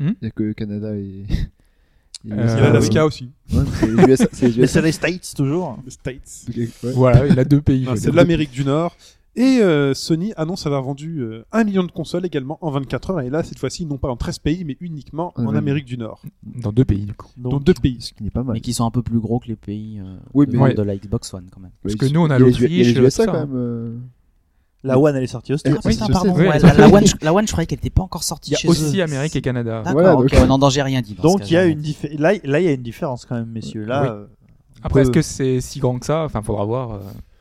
D: il n'y a que Canada et. et
E: Euh,
D: les USA.
C: Il y a l'Alaska aussi.
D: Ouais, c'est les USA. C'est les
F: Mais
D: USA.
F: c'est les States toujours.
C: Les States.
D: Ouais.
E: Voilà, il a deux pays. euh,
C: Non,
E: je
C: C'est de
E: veux dire.
C: l'Amérique du Nord. Et euh, Sony annonce avoir vendu euh, 1 million de consoles également en 24 heures. Et là, cette fois-ci, non pas en 13 pays, mais uniquement en
D: En Amérique.
C: Amérique du Nord.
E: Dans deux pays, du coup.
C: Donc, deux pays.
D: Ce qui n'est pas mal.
G: Mais qui sont un peu plus gros que les pays euh,
D: Oui,
G: de,
D: mais-
G: vente de la Xbox One, quand même.
E: Parce
D: Ouais,
E: que
D: ils-
E: nous, on a
D: il y les- Il y a
E: l'Autriche,
D: les USA
E: tout ça,
D: quand
E: hein.
D: même. euh,
F: La One elle est sortie aux States.
D: Ah,
G: Oui,
D: c'est
G: non,
D: ce
G: pardon,
D: c'est.
G: ouais,
E: Oui,
G: la,
E: c'est
G: la
E: ça.
G: One, je- la One, je croyais qu'elle n'était pas encore sortie
E: Il y
G: chez
E: a aussi
G: eux.
E: Amérique et Canada.
G: D'accord,
D: Voilà,
G: ok,
D: donc-
G: ouais, non, non, j'ai rien dit. dans ce
F: Donc
G: cas,
F: il y a
G: j'ai rien
F: une
G: dit.
F: diffé- là là il y a une différence quand même messieurs là.
E: Oui.
F: euh,
E: Après,
F: peut-
E: est-ce que c'est si grand que ça Enfin, faudra voir. euh,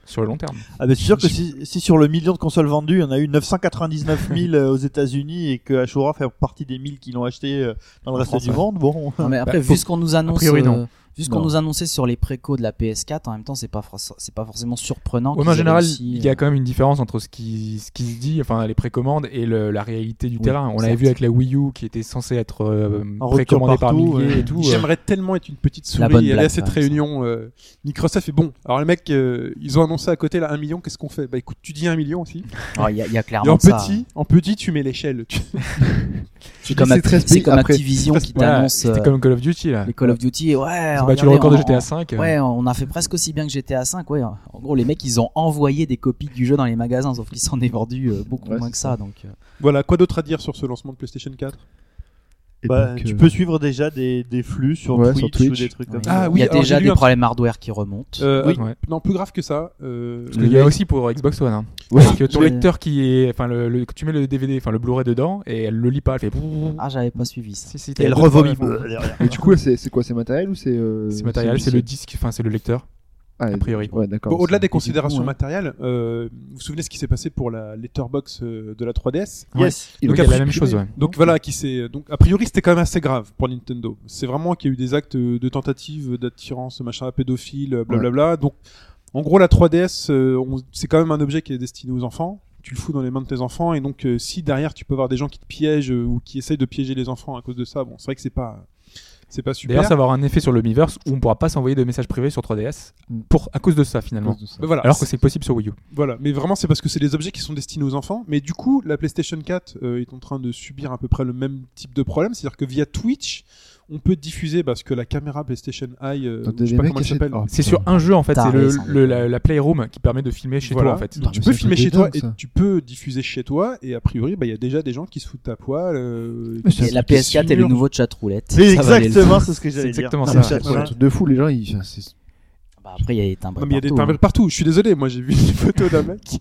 E: sur le long terme.
F: Ah ben c'est sûr que si, si sur le million de consoles vendues, on a eu 999 000 euh, aux États-Unis et que Ashura fait partie des 1000 qui l'ont acheté euh, dans le
E: En
F: reste
E: France,
F: du
E: ouais.
F: monde, bon.
G: Non, mais après,
E: Bah, faut-
G: vu ce qu'on nous annonce,
E: priori, non.
G: euh, vu ce qu'on
F: Non.
G: nous annonçait sur les précos de la PS4, en même temps, c'est pas for- c'est pas forcément surprenant.
E: Ouais, mais
G: qu'ils
E: en
G: aient
E: général,
G: réussi,
E: il y a
G: euh,
E: quand même une différence entre ce qui, ce qui se dit, enfin les précommandes et le- la réalité du
G: Oui,
E: terrain. On l'avait
G: certes.
E: vu avec la Wii U qui était censée être euh,
F: En rupture
E: précommandée par
F: partout,
E: milliers
F: ouais.
E: et tout. euh,
C: J'aimerais tellement être une petite
G: La
C: souris
G: bonne
C: et aller
G: blague,
C: à cette
G: par exemple.
C: réunion. euh, Microsoft est bon. Alors les mecs, euh, ils ont annoncé à côté là 1 million, qu'est-ce qu'on fait Bah écoute, tu dis 1 million aussi.
G: ah, il y, a- il y a
C: Et
G: clairement
C: en
G: ça.
C: petit, en petit, tu mets l'échelle. Tu-
G: C'est comme,
D: c'est
G: Acti-
D: 13
G: c'est comme
D: après.
G: Activision qui
E: voilà,
G: t'annonce
E: C'était
G: euh,
E: comme Call of Duty là.
G: les Call of Duty. et Ouais,
E: Ils ont battu
G: regardez,
E: le record de
G: on-
E: GTA V. euh,
G: Ouais, on a fait presque aussi bien que GTA 5. Ouais, en gros, les mecs, ils ont envoyé des copies du jeu dans les magasins, sauf qu'ils s'en est vendu euh, beaucoup
D: Ouais,
G: moins
D: c'est
G: que ça. Donc, euh,
C: Voilà, quoi d'autre à dire sur ce lancement de PlayStation 4
D: Et
F: Bah,
D: donc,
F: tu
D: euh,
F: peux suivre déjà des, des flux sur,
D: Ouais,
F: Twitch
D: sur
F: ou
D: Twitch.
F: des trucs comme
G: ouais.
F: ça.
C: Ah
G: il y
C: oui,
G: a
C: alors
G: déjà
C: j'ai lu
G: des
C: un-
G: problèmes hardware qui remontent.
C: Euh,
E: Oui.
C: ah, Non, plus grave que ça. euh,
E: Parce qu'il y a aussi pour Xbox One. hein.
D: Ouais.
E: Parce que ton
G: Oui.
E: lecteur qui est. Enfin, le, le- que tu mets le DVD, enfin le Blu-ray dedans et elle le lit pas. Elle fait.
G: Ah, j'avais pas suivi ça.
E: Si, si, t'as
F: Et elle
E: deux,
F: revomit.
E: trois, enfin,
F: euh, derrière.
D: Mais du coup, là, c'est c'est quoi C'est matériel ou c'est. euh,
E: C'est matériel, c'est le
D: logiciel
E: disque, enfin c'est le lecteur.
D: Ah,
E: a priori.
D: Ouais, d'accord.
C: Bon, au-delà
D: c'est-
C: des
D: et du coup,
C: considérations
D: ouais,
C: matérielles, euh, vous vous souvenez ce qui s'est passé pour la letterbox euh, de la 3DS
F: Yes.
D: il
E: Donc
D: a
E: elle a la
D: supprimé.
E: même chose, ouais.
C: Donc voilà, qui s'est euh, donc a priori c'était quand même assez grave pour Nintendo. C'est vraiment qu'il y a eu des actes de tentative d'attirance, machin, pédophile, euh, blablabla. Donc en gros la 3DS, euh, on- c'est quand même un objet qui est destiné aux enfants. Tu le fous dans les mains de tes enfants et donc euh, si derrière tu peux avoir des gens qui te piègent euh, ou qui essayent de piéger les enfants à cause de ça, bon c'est vrai que c'est pas c'est pas super.
E: D'ailleurs, ça va avoir un effet sur le Miiverse où on pourra pas s'envoyer de messages privés sur 3DS
D: Mm.
E: pour à cause de ça
D: à
E: finalement.
D: cause de ça.
C: Mais voilà,
E: Alors que c'est possible sur Wii U.
C: Voilà, mais vraiment c'est parce que c'est des objets qui sont destinés aux enfants. Mais du coup, la PlayStation 4 euh, est en train de subir à peu près le même type de problème, c'est-à-dire que via Twitch, on peut diffuser parce que la caméra PlayStation Eye, euh,
D: Donc,
C: je
D: des
C: sais pas
D: mecs
C: comment elle
D: qui
C: s'appelle.
D: essaient- oh,
E: C'est sur un jeu en fait, c'est
G: Taré,
E: le,
G: ça.
E: le- la, la Playroom qui permet de filmer chez
C: Voilà.
E: toi en fait.
D: Non,
C: Donc tu
D: mais
C: peux
D: ça,
C: filmer
D: c'est
C: chez toi
D: dingue,
C: et
D: ça.
C: tu peux diffuser chez toi et a priori bah il y a déjà des gens qui se foutent à poil. euh,
D: Mais
C: qui
D: c'est-
G: Et
C: se-
G: la
C: qui se
G: PS4 est le
C: figurent.
G: nouveau chat roulette.
F: C'est
G: Ça valait le coup.
F: exactement c'est ce que j'allais
E: C'est
F: dire. Ah, bah,
E: exactement
F: Non,
E: ça.
F: mais c'est
D: Ouais,
F: vrai.
D: un truc de fou, les gens, ils. c'est-
G: Bah, après, il y a des timbres.
C: Non mais il y a des
G: partout,
C: timbres
G: hein.
C: partout. Je suis désolé, moi j'ai vu une photo d'un mec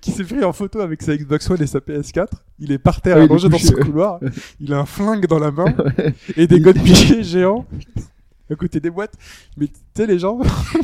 C: qui s'est pris en photo avec sa Xbox One et sa PS4. Il est par terre
D: Ah, il est
C: allongé dans son
D: couché.
C: couloir. Il a un flingue dans la main et des godpichets géants à côté des boîtes. Mais tu sais les gens,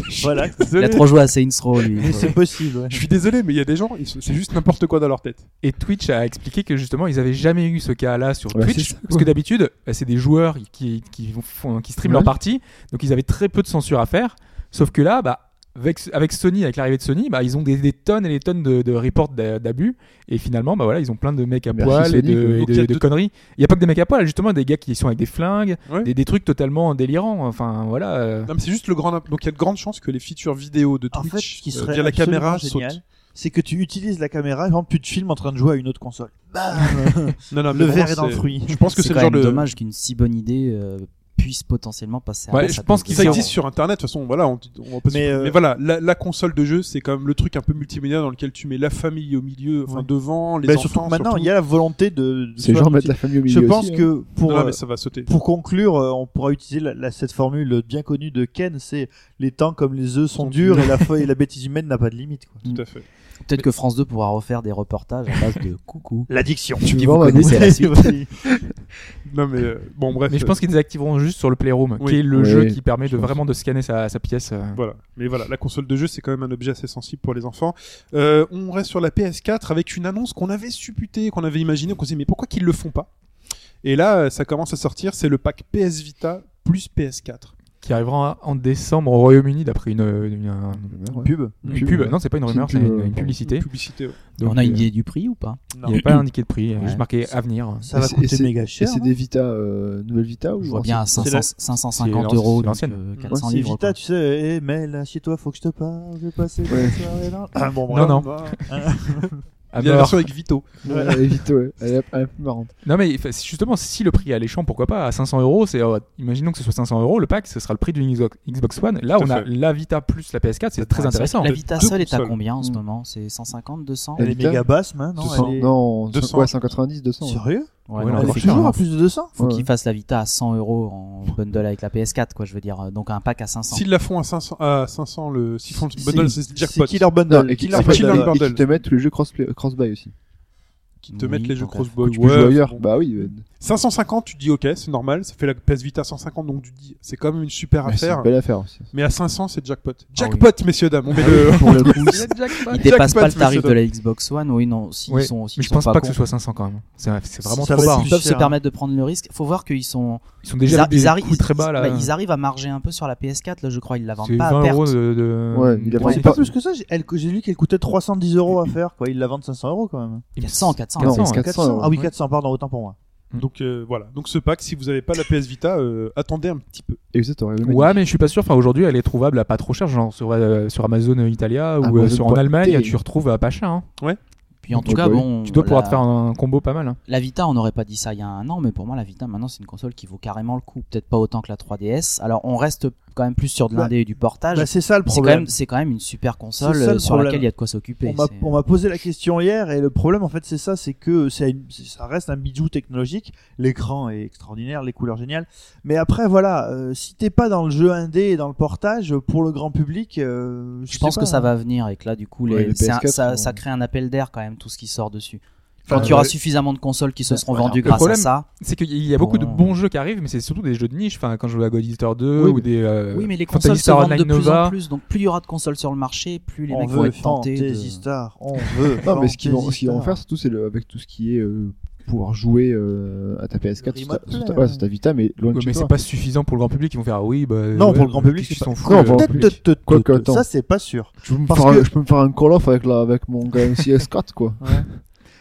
C: je suis
F: Voilà.
G: Il a
C: désolé.
G: trop joué à Saints Row, lui.
F: Mais c'est possible. ouais.
C: Je suis désolé, mais il y a des gens, ils sont- c'est juste n'importe quoi dans leur tête.
E: Et Twitch a expliqué que justement ils avaient jamais eu ce cas-là sur
D: Bah, Ouais,
E: Twitch
D: c'est ça,
E: parce que d'habitude bah, c'est des joueurs qui qui font qui streament
D: Ouais.
E: leur partie donc ils avaient très peu de censure à faire sauf que là bah avec, avec Sony, avec l'arrivée de Sony, bah, ils ont des, des tonnes et des tonnes de, de reports d'a- d'abus. Et finalement, bah, voilà, ils ont plein de mecs à
D: Merci
E: poil et
D: Sony, quoi.
E: de, et
C: Donc,
E: de-
C: il y a
E: de
C: deux-
E: conneries. Il n'y a pas que des mecs à poil, justement, des gars qui sont avec des flingues,
C: Ouais.
E: des, des trucs totalement délirants. Enfin, voilà. euh,
C: Non, mais c'est juste le grand. Donc il y a de grandes chances que les features vidéo de
F: En
C: Twitch
F: fait, ce qui
C: euh,
F: serait
C: via la
F: absolument
C: caméra
F: génial,
C: sautent.
F: c'est que tu utilises la caméra, et plus de film en train de jouer à une autre console. Bam
C: Non, non, mais
F: le
C: vraiment,
F: verre est dans le
C: c'est-
F: fruit.
C: Je pense que c'est
G: c'est
C: le
G: quand
C: genre
G: même
C: de.
G: dommage qu'une si bonne idée euh, puisse potentiellement passer à
E: Ouais,
G: la
E: je
G: sape
E: pense
G: de
E: qu'ils
C: Ça
E: sont-
G: gens.
C: existe sur internet, de toute façon, voilà, on, on peut se- mais,
F: Mais, euh,
C: voilà, la, la console de jeu, c'est quand même le truc un peu multimédia dans lequel tu mets la famille au milieu, enfin
F: Ouais.
C: devant, les
F: Ben,
C: enfants.
F: surtout que maintenant, il y a la volonté de. de-
D: C'est
F: soit-
D: genre mettre la famille au milieu.
F: Je pense
D: aussi, hein.
F: que pour.
C: Non,
F: euh,
C: mais ça va sauter.
F: Pour conclure, euh, on pourra utiliser la- la- cette formule bien connue de Ken, c'est les temps comme les œufs sont durs et la, feuille et la bêtise humaine n'a pas de limite. quoi.
C: Tout à fait.
G: Peut-être que France 2 pourra refaire des reportages à base de coucou.
F: L'addiction.
D: Tu
G: Puis
D: vois,
G: vous
D: on va
G: connaissez la suite.
C: Non, mais euh, bon, bref.
E: Mais je pense qu'ils désactiveront juste sur le Playroom,
C: Oui.
E: qui est le
D: Oui,
E: jeu
D: oui,
E: qui permet
D: je
E: de
D: pense.
E: vraiment de scanner sa, sa pièce. euh.
C: euh, voilà. Mais voilà, la console de jeu, c'est quand même un objet assez sensible pour les enfants. Euh, on reste sur la PS4 avec une annonce qu'on avait supputée, qu'on avait imaginée, qu'on se dit, mais pourquoi qu'ils le font pas Et là, euh, ça commence à sortir, c'est le pack PS Vita plus PS4.
E: qui arrivera en décembre au Royaume-Uni d'après une, une- un-
D: Ouais.
F: Pub.
E: une
D: Une
E: pub.
D: pub.
E: Non, c'est pas une
D: C'est
E: rumeur,
D: une
E: c'est
D: pub,
E: une,
D: euh,
E: une publicité.
C: Publicité, ouais.
E: Donc,
G: On a une
E: euh,
G: idée du prix ou pas
E: Il n'y avait pas indiqué de prix,
G: Ouais.
E: juste marqué à venir.
F: Ça va
D: Et c'est- et
F: coûter
D: c'est-
F: méga
D: Et
F: cher.
D: c'est
F: hein.
D: des Vita, euh, nouvelle Vita ou
G: Je vois bien à
D: ancienne
G: 500
C: la-
G: 550
E: c'est
G: euros, donc
E: l'ancienne.
G: euh,
E: Ouais,
G: 400
F: C'est
G: livres.
F: Vita,
G: quoi.
F: tu sais, eh, mais là, chez toi, faut que je te parle, je passe
D: Ouais.
F: la soirée là. Ah, bon,
E: Non, non. À
F: Ah
C: Il y
F: bah
C: a la
E: mort.
C: version avec Vito.
D: Ouais, elle est vite, ouais. Elle est elle est plus marrante.
E: Non, mais enfin, justement, si le prix est alléchant, pourquoi pas À 500 euros, c'est euh, imaginons que ce soit 500 euros, le pack, ce sera le prix d'une Xbox- Xbox One. Là,
C: Tout à
E: on a
C: fait.
E: la Vita plus la PS4, c'est très
G: Ouais,
E: intéressant.
G: La Vita
C: Deux
G: seule est à
C: consoles.
G: combien en ce
D: Mm.
G: moment C'est 150, 200
D: La
F: Elle est
D: Vita
F: méga basse, mais non,
D: 200,
F: elle est...
D: non,
C: 200.
D: quoi, 190, 200. ouais.
F: Sérieux
G: Ouais,
E: Ouais,
G: non,
E: non,
F: Elle
E: encore
F: est
G: effectivement.
E: cher,
F: toujours
E: hein.
F: à plus de 200
G: Faut
D: Ouais.
G: qu'ils fassent la Vita à 100 euros en bundle avec la PS4, quoi. Je veux dire, euh, donc un pack à 500.
C: S'ils la font à 500, à 500 le, s'ils font le bundle, c'est jackpot.
F: C'est Killer
D: Non,
F: Bundle.
D: et qui
F: Killer
D: en fait,
C: Killer
F: Bundle.
D: et
C: Bundle.
D: qui te mettent tous les jeux cross-play- cross-buy aussi.
C: Qui te mettent
G: Oui,
C: les jeux
G: donc,
C: crossbow.
D: Que tu peux jouer ailleurs. Bah oui. euh,
C: 550, tu te dis ok, c'est normal, ça fait la PS Vita 150, donc tu te dis c'est quand même une super
D: Mais C'est
C: affaire.
D: une belle affaire aussi.
C: Mais à 500, c'est jackpot.
E: Ah
C: Jackpot, messieurs dames, on met le.
D: Pour le coup, c'est-
G: Il dépasse
C: Jackpot,
G: pas le tarif
C: monsieur
G: de la Xbox One. Oui, non, s'ils
E: Ouais,
G: sont, s'ils
E: Mais je
G: sont
E: pense pas, que
G: cons,
E: ce soit 500 quand même. C'est c'est vraiment
F: Ça
E: trop
F: va
E: bas.
F: être
E: hein.
G: Ils peuvent se
F: cher.
G: permettre de prendre le risque. Faut voir qu'ils sont.
E: Ils sont déjà
G: ils,
E: des
G: arri-
E: coûts très bas là.
G: bah, ils arrivent à marger un peu sur la PS4. Là, je crois, ils la vendent
E: C'est
G: pas à
E: 20
G: perte.
E: euros de. de-
D: Ouais, il a
E: de-
D: Ouais,
F: c'est pas plus que ça, j'ai elle- j'ai lu qu'elle coûtait 310 euros à faire, quoi. Ils la vendent 500 euros quand même.
E: Il me
G: 400, 400.
D: Non,
E: ouais.
D: 400,
F: 400 Ah oui,
E: ouais.
F: 400, pardon, autant pour moi.
C: Donc euh, voilà. Donc ce pack, si vous n'avez pas la PS Vita, euh, attendez un petit peu.
D: Et vous êtes au Royaume-Uni.
E: Ouais, mais je suis pas sûr. Enfin, aujourd'hui, elle est trouvable à pas trop cher, genre sur, euh, sur Amazon Italia ou euh,
D: Amazon
E: sur en
D: point
E: Allemagne,
D: T.
E: tu retrouves à pas cher. hein.
G: Puis en tout
D: Oh
G: cas,
D: boy.
G: bon.
E: Tu dois pouvoir
G: la-
E: te faire un combo pas mal. hein.
G: La Vita, on n'aurait pas dit ça il y a un an, mais pour moi, la Vita, maintenant, c'est une console qui vaut carrément le coup. Peut-être pas autant que la 3DS. Alors, on reste quand même plus sur de l'indé et du portage.
F: Bah, c'est ça le
G: Ah, c'est quand même,
F: problème.
G: c'est quand même une super console
F: C'est ça, le
G: euh, sur
F: problème.
G: laquelle il y a de quoi s'occuper.
F: On m'a-
G: C'est-
F: On m'a posé la question hier et le problème en fait c'est ça, c'est que c'est une- ça reste un bijou technologique. L'écran est extraordinaire, les couleurs géniales. Mais après voilà, euh, si t'es pas dans le jeu indé et dans le portage pour le grand public, euh,
G: Je pense
F: sais
G: que
F: pas.
G: ça va venir et que là, du coup, les-
D: Ouais, les
G: c'est un-
D: PS4
G: ça,
D: vont-
G: ça crée un appel d'air quand même, tout ce qui sort dessus. Quand
D: Enfin,
G: il y aura
D: ouais.
G: suffisamment de consoles qui se seront
D: voilà.
G: vendues
E: Le
G: grâce
E: problème-
G: à ça.
E: C'est qu'il y a beaucoup de
D: Oh.
G: Bon.
E: bons jeux qui arrivent, mais c'est surtout des jeux de niche. Enfin, quand je joue à God Eater 2
D: Oui,
E: ou des. euh,
G: oui, mais les
E: Fantasy
G: consoles se
E: Star
G: vendent
E: Online
G: de plus
E: Nova.
G: en plus. Donc, plus il y aura de consoles sur le marché, plus les
F: on
G: mecs
F: veut
G: vont être tentés. de-
F: Fantasy Star, on veut.
D: Non, mais ce qu'ils vont,
F: Fantasy
D: ce qu'ils vont
F: Star.
D: faire, surtout, c'est le- avec tout ce qui est euh, pouvoir jouer euh, à ta PS4
F: Le
D: sur ta,
F: remote
D: sur ta-
F: play,
D: ouais,
F: ouais.
D: sur ta Vita, mais loin de
E: Ouais,
D: chez
E: mais c'est
D: toi.
E: pas suffisant pour le grand public. Ils vont faire ah oui, bah.
F: Non,
E: ouais,
F: pour le grand public,
E: qu'est-ce
F: c'est
E: qu'ils
F: pas-
E: s'en foutent,
D: Comment on
E: le
D: va-
E: grand
D: Peut-être
E: public.
F: Tut, tut, tut,
D: hein. Quoi
F: tut,
D: que,
F: tut.
D: attends.
F: ça c'est pas sûr.
D: Je peux me
F: Parce
D: faire,
F: que-
D: je peux me faire un call-off avec, la- avec mon gars CS4, quoi.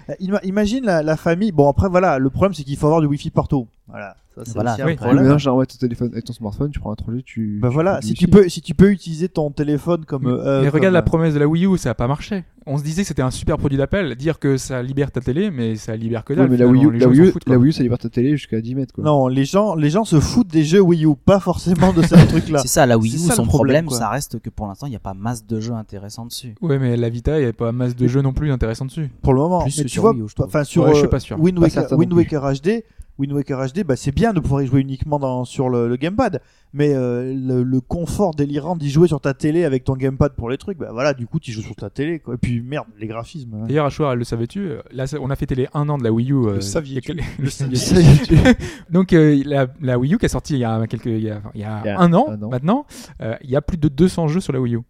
F: Euh, ima- Imagine la, la famille. Bon après voilà, le problème c'est qu'il faut avoir du wifi partout. Voilà, ça c'est
G: Voilà.
E: Oui.
F: aussi un
D: Mais
F: problème.
D: maintenant, genre, ouais, ton téléphone et ton smartphone, tu prends un trolley, tu.
F: Bah voilà,
D: du
F: si tu
D: wifi.
F: peux si tu peux utiliser ton téléphone comme. euh,
E: mais regarde
F: comme,
E: la promesse de la Wii U, ça a pas marché. On se disait que c'était un super produit d'appel, dire que ça libère ta télé, mais ça libère que
D: Ouais,
E: dalle.
D: mais la
E: finalement.
D: Wii U,
E: Les
D: la
E: gens
D: Wii
E: s'en
D: U,
E: foutent, quoi.
D: la Wii U, ça libère ta télé jusqu'à 10 mètres, quoi.
F: Non, les gens, les gens se foutent des jeux Wii U, pas forcément de ces trucs-là.
G: C'est ça, la Wii
F: C'est
G: U,
F: ça le
G: son
F: problème,
G: problème,
F: quoi.
G: ça reste que pour l'instant, il n'y a pas masse de jeux intéressants dessus.
E: Ouais, mais la Vita, il n'y a pas masse de jeux non plus intéressants dessus.
F: Pour le moment,
G: Plus
F: mais
G: que
F: tu
G: sur
F: vois,
G: Wii U, je trouve.
F: enfin sur
E: Ouais, je suis
F: euh,
E: pas sûr.
F: Wind
D: Pas
F: Waker,
D: certain non
F: Wind
D: plus.
F: Waker HD, Wind Waker HD, bah c'est bien de pouvoir y jouer uniquement dans, sur le, le gamepad, mais euh, le, le confort délirant d'y jouer sur ta télé avec ton gamepad pour les trucs, bah voilà, du coup tu joues sur ta télé quoi. Et puis merde, les graphismes. hein.
E: D'ailleurs, Ashwar, le savais-tu euh, Là, ça- on a fêté les 1 an de la Wii U. euh,
C: Le saviez-tu
E: il y a quel- le saviez-tu
D: C'est-
E: Donc, euh, la, la Wii U qui est sortie il y a, quelques, il y a, il y a
D: Il y a
E: un, an,
D: un an.
E: maintenant, euh, il y a plus de 200 jeux sur la Wii U.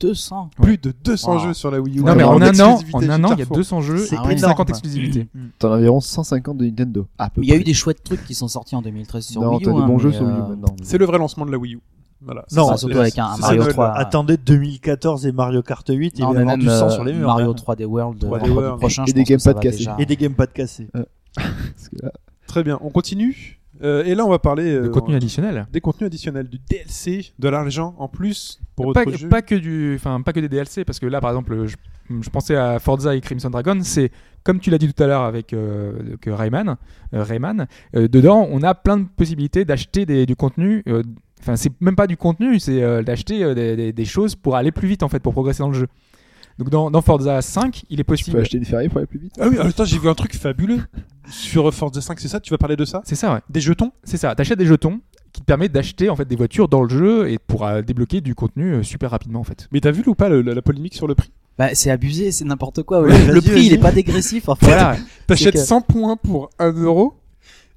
G: 200
E: Ouais.
C: Plus de 200
G: Wow.
C: jeux sur la Wii U.
E: non, mais
D: alors,
E: en
D: en
E: un an, en
C: exclusivité
E: un
C: chez
E: an, il y a
C: Carrefour.
E: 200 jeux
F: C'est
E: et plus de
F: énorme.
E: 50 exclusivités.
D: T'en as environ 150 de Nintendo. À peu
G: Il y a
D: près.
G: eu des chouettes trucs qui sont sortis en 2013 sur
D: Non,
G: Wii U.
D: t'as des
G: hein,
D: bons
G: mais,
D: jeux sur Wii U
G: euh,
D: maintenant.
C: C'est le vrai lancement de la Wii U. Voilà.
F: Non,
C: C'est-
G: surtout
C: c'est-
G: avec un
C: c'est
G: Mario
C: ça, le-
G: 3.
F: Euh, Attendez 2014 et Mario Kart 8, il
G: non,
F: va y
G: mais
F: avoir
G: même
F: du sang
G: euh,
F: sur les murs.
G: Mario
F: hein.
G: 3D World,
C: 3D
G: vendredi
C: World.
G: prochain,
D: Et
G: je
D: des
G: pense que ça
D: gamepads
G: va
D: cassés.
G: déjà-
F: Et des gamepads cassés.
D: Parce que là,
C: Très bien, on continue. Euh, et là, on va parler
E: De
C: euh,
E: contenu additionnel.
C: des contenus additionnels, du DLC, de l'argent en plus pour
E: pas,
C: votre jeu.
E: pas que du, enfin pas que des DLC parce que là par exemple je, je pensais à Forza et Crimson Dragon, c'est comme tu l'as dit tout à l'heure avec euh, que Rayman, euh, Rayman, euh, dedans on a plein de possibilités d'acheter des- du contenu. euh, Enfin c'est même pas du contenu, c'est euh, d'acheter euh, des, des- des choses pour aller plus vite en fait pour progresser dans le jeu. Donc dans, dans Forza 5 il est
D: tu peux
E: possible.
D: acheter une Ferrari pour aller plus vite.
C: Ah oui, attends, j'ai vu un truc fabuleux sur Forza 5, c'est ça Tu vas parler de ça
E: C'est ça ouais.
C: Des jetons
E: C'est ça. T'achètes des jetons qui te permettent d'acheter en fait des voitures dans le jeu et pour euh, débloquer du contenu euh, super rapidement en fait.
C: Mais t'as vu ou pas le- la, la polémique sur le prix
G: Bah, c'est abusé, c'est n'importe quoi.
C: Oui,
G: le
C: vas-y,
G: prix, il est
C: vas-y.
G: pas dégressif. En fait.
E: Voilà.
C: T'achètes
G: que-
C: 100 points pour 1 euro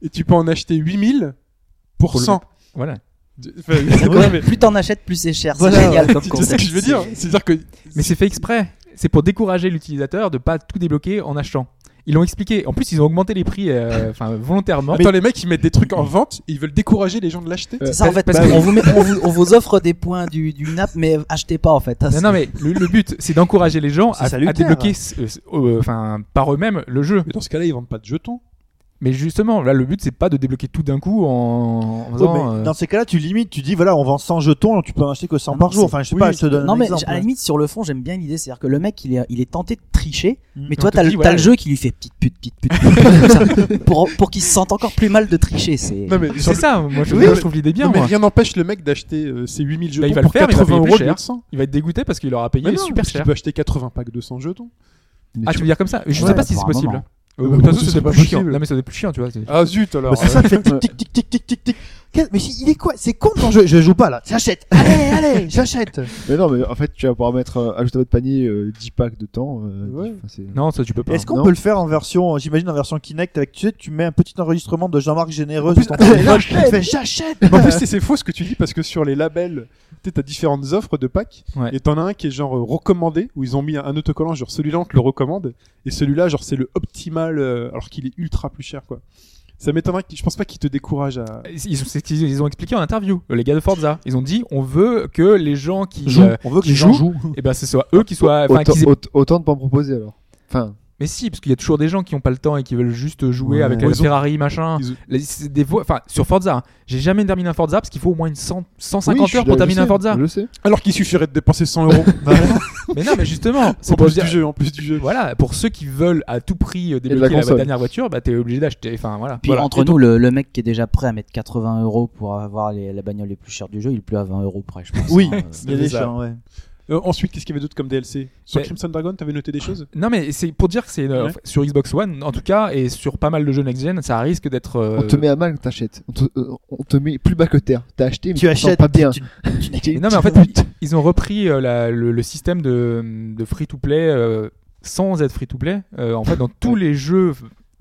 C: et tu peux en acheter 8000 pour
E: Pour le-
C: 100.
E: voilà.
C: Enfin,
G: C'est
C: ouais,
G: quand
C: mais-
G: même- Plus t'en achètes, plus c'est cher. C'est
F: Voilà,
G: génial comme
C: tu tu sais ce
G: concept.
C: que je veux dire C'est-à-dire que
E: Mais c'est fait exprès. C'est pour décourager l'utilisateur de pas tout débloquer en achetant. Ils l'ont expliqué. En plus, ils ont augmenté les prix euh, enfin, volontairement.
C: Attends, les mecs, ils mettent des trucs en vente et ils veulent décourager les gens de l'acheter.
G: C'est ça en fait,
E: Parce
G: parce
E: que-
G: qu'on vous, met- on vous, on vous offre des points du, du NAP, mais achetez pas en fait. hein,
E: Non, non, mais le, le but, c'est d'encourager les gens
F: C'est
E: à, à
F: salutaire.
E: débloquer euh, euh, enfin, par eux-mêmes le jeu.
C: Mais dans ce cas-là, ils vendent pas de jetons.
E: Mais justement, là, le but, c'est pas de débloquer tout d'un coup en, en
F: Ouais,
E: faisant,
F: mais
E: euh,
F: Dans ces cas-là, tu limites, tu dis voilà, on vend 100 jetons, tu peux en acheter que 100
G: Non,
F: par
G: non,
F: jour.
G: c'est-
F: Enfin, je sais
C: oui,
F: pas, je te donne
G: Non
F: un
G: mais
F: exemple.
G: à la limite sur le fond j'aime bien l'idée c'est à dire que le mec il est, il est tenté de tricher
F: Mm.
G: mais
E: On
G: toi
E: te
G: t'as le,
E: dit,
G: t'as
E: ouais.
G: le jeu qui lui fait petite pute petite pute, petite pute comme ça, pour, pour qu'il se sente encore plus mal de tricher c'est
C: Non, mais sur
E: C'est
C: le-
E: ça, moi je,
C: Oui,
E: moi, je
C: mais-
E: trouve l'idée bien.
C: Non, mais
E: moi.
C: rien n'empêche le mec d'acheter euh, ses 8000 jetons
E: Bah, il va le
C: pour
E: faire, mais il va
C: 80
E: payer
C: euros
E: plus
C: de
E: cher.
C: 100.
E: Il va être dégoûté parce qu'il aura payé
C: non,
E: super
C: parce qu'il
E: cher.
C: peut acheter 80 packs de 100 jetons.
D: Mais
E: Ah,
D: tu-
E: tu veux dire comme ça Je
G: Ouais,
E: sais pas si c'est
G: pour un
E: possible.
G: moment.
E: Euh,
C: Bah,
E: de toute façon,
C: c'est
E: c'est
C: pas
E: plus chiant.
C: possible.
F: euh,
E: Non, mais ça doit être plus chiant, tu vois. c'est-
C: Ah zut alors.
F: Bah, c'est ça, fait tic tic tic tic tic tic. Qu'est- Mais si- il est quoi C'est con ton jeu. Je joue pas là. J'achète. Allez, allez, j'achète.
D: Mais non, mais en fait, tu vas pouvoir mettre, euh, ajouter à votre panier euh, 10 packs de temps. euh,
C: Ouais.
D: enfin, c'est-
E: Non, ça tu peux pas.
F: Est-ce qu'on
D: Non.
F: peut le faire en version, j'imagine en version Kinect avec tu sais, tu mets un petit enregistrement de Jean-Marc Généreux sur ton téléphone, tu fais j'achète.
C: Mais en plus, c'est- c'est faux ce que tu dis parce que sur les labels, tu as différentes offres de packs
E: Ouais.
C: et t'en as un qui est genre euh, recommandé où ils ont mis un, un autocollant genre celui-là on te le recommande et celui-là genre c'est le optimal euh, alors qu'il est ultra plus cher quoi. Ça m'étonnerait, qu'il- je pense pas qu'ils te découragent à.
E: Ils, ont- c'est ce qu'ils- ils ont expliqué en interview, euh, les gars de Forza. Ils ont dit on veut que les gens qui
F: Joue.
E: euh,
F: On veut que
E: qui
F: les gens
E: jouent,
F: jouent.
E: eh ben, ce soit eux qui soient. enfin,
D: autant,
E: qu'ils aient-
D: aut- autant de pas en proposer alors. Enfin,
E: Mais si, parce qu'il y a toujours des gens qui n'ont pas le temps et qui veulent juste jouer
D: Ouais.
E: avec
D: Ouais,
E: la
C: ils ont-
E: Ferrari, machin.
C: ils ont-
E: Les- c'est des voies- enfin, sur Forza, hein. j'ai jamais terminé un Forza parce qu'il faut au moins une cent- 150
D: oui, je
E: heures
D: suis-
E: pour
D: je
E: terminer un
D: sais,
E: Forza.
D: Je sais.
C: Alors qu'il suffirait de dépenser 100 euros
E: Mais non, mais justement, c'est
C: en
E: pour
C: plus
E: dire.
C: du jeu, en plus du jeu.
E: Voilà, pour ceux qui veulent à tout prix euh,
D: la
E: débloquer la,
D: console.
E: dernière voiture, bah t'es obligé d'acheter. Enfin voilà.
G: Puis
C: Voilà.
G: entre
C: Et
G: nous, le, le mec qui est déjà prêt à mettre 80 euros pour avoir les- la bagnole les plus chères du jeu, il est plus à 20 euros près, je pense.
F: Oui.
G: hein.
F: Il y a des
C: ça.
F: gens, ouais.
C: Euh, ensuite, qu'est-ce qu'il y avait d'autre comme DLC Sur
E: Mais-
C: Crimson Dragon, t'avais noté des choses
E: Non mais c'est pour dire que c'est euh,
C: Ouais.
E: enfin, sur Xbox One en tout cas et sur pas mal de jeux next gen, ça risque d'être. euh,
D: On te met à mal quand t'achètes. On, te- euh, on te met plus bas que terre. T'as acheté, mais
F: Tu
D: te sens
F: achètes,
D: pas bien.
F: tu-
E: Mais non mais en fait ils- ils ont repris euh, la- le, le système de, free to play sans être free to play. en fait dans tous les jeux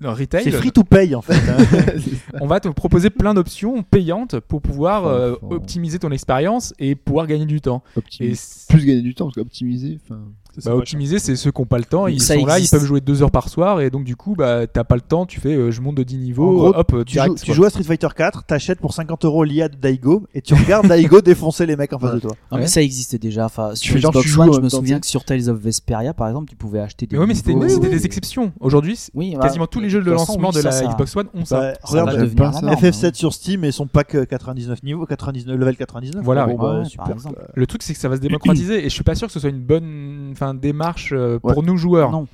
E: euh, retail,
F: C'est free to pay en fait. hein.
E: on va te proposer plein d'options payantes pour pouvoir euh,
D: Enfin, enfin.
E: optimiser ton expérience et pouvoir gagner du temps. Et
D: Optimiser.
E: c-
D: Plus gagner du temps, parce qu'optimiser. enfin,
C: Ça, c'est
E: Bah,
C: pas
E: optimiser, c'est ceux qui n'ont pas le temps,
G: Mais
E: ils
G: ça
E: sont là, ils
G: existe.
E: peuvent jouer deux heures par soir, et donc du coup, bah, t'as pas le temps, tu fais euh, je monte de 10
F: En
E: niveaux,
F: gros,
E: hop, euh,
F: tu,
E: direct.
F: joues, tu
E: quoi.
F: joues à Street Fighter 4, t'achètes pour 50 euros l'IA de Daigo et tu regardes Daigo défoncer les mecs en face de toi.
G: Non, mais
E: Ouais.
G: ça existait déjà. Enfin, sur
D: fais genre, tu
G: Xbox
D: joues en
G: One, je
D: même
G: me
D: temps,
G: souviens
D: tu sais.
G: que sur Tales of Vesperia, par exemple, tu pouvais acheter des.
E: Mais ouais, mais c'était
G: niveaux,
E: c'était
G: euh,
E: des exceptions. Aujourd'hui, c'est-
G: Oui, bah,
E: quasiment tous les jeux de
G: toute façon,
E: lancement
G: oui,
E: de
G: ça,
E: la
G: ça-
E: Xbox One ont ça.
F: Bah,
G: Ça va
F: regarde
D: j'avais
G: devenir
D: pas
G: la
D: ça.
G: norme,
F: FF7
G: hein.
F: sur Steam et son pack euh, 99 niveaux, 99 level 99.
E: Voilà,
F: Bon,
E: oui.
F: bah,
G: Ouais,
F: super.
G: par exemple.
E: Le truc, c'est que ça va se démocratiser, et je suis pas sûr que ce soit une bonne enfin, démarche euh, pour
D: Ouais.
E: nous joueurs.
G: Non.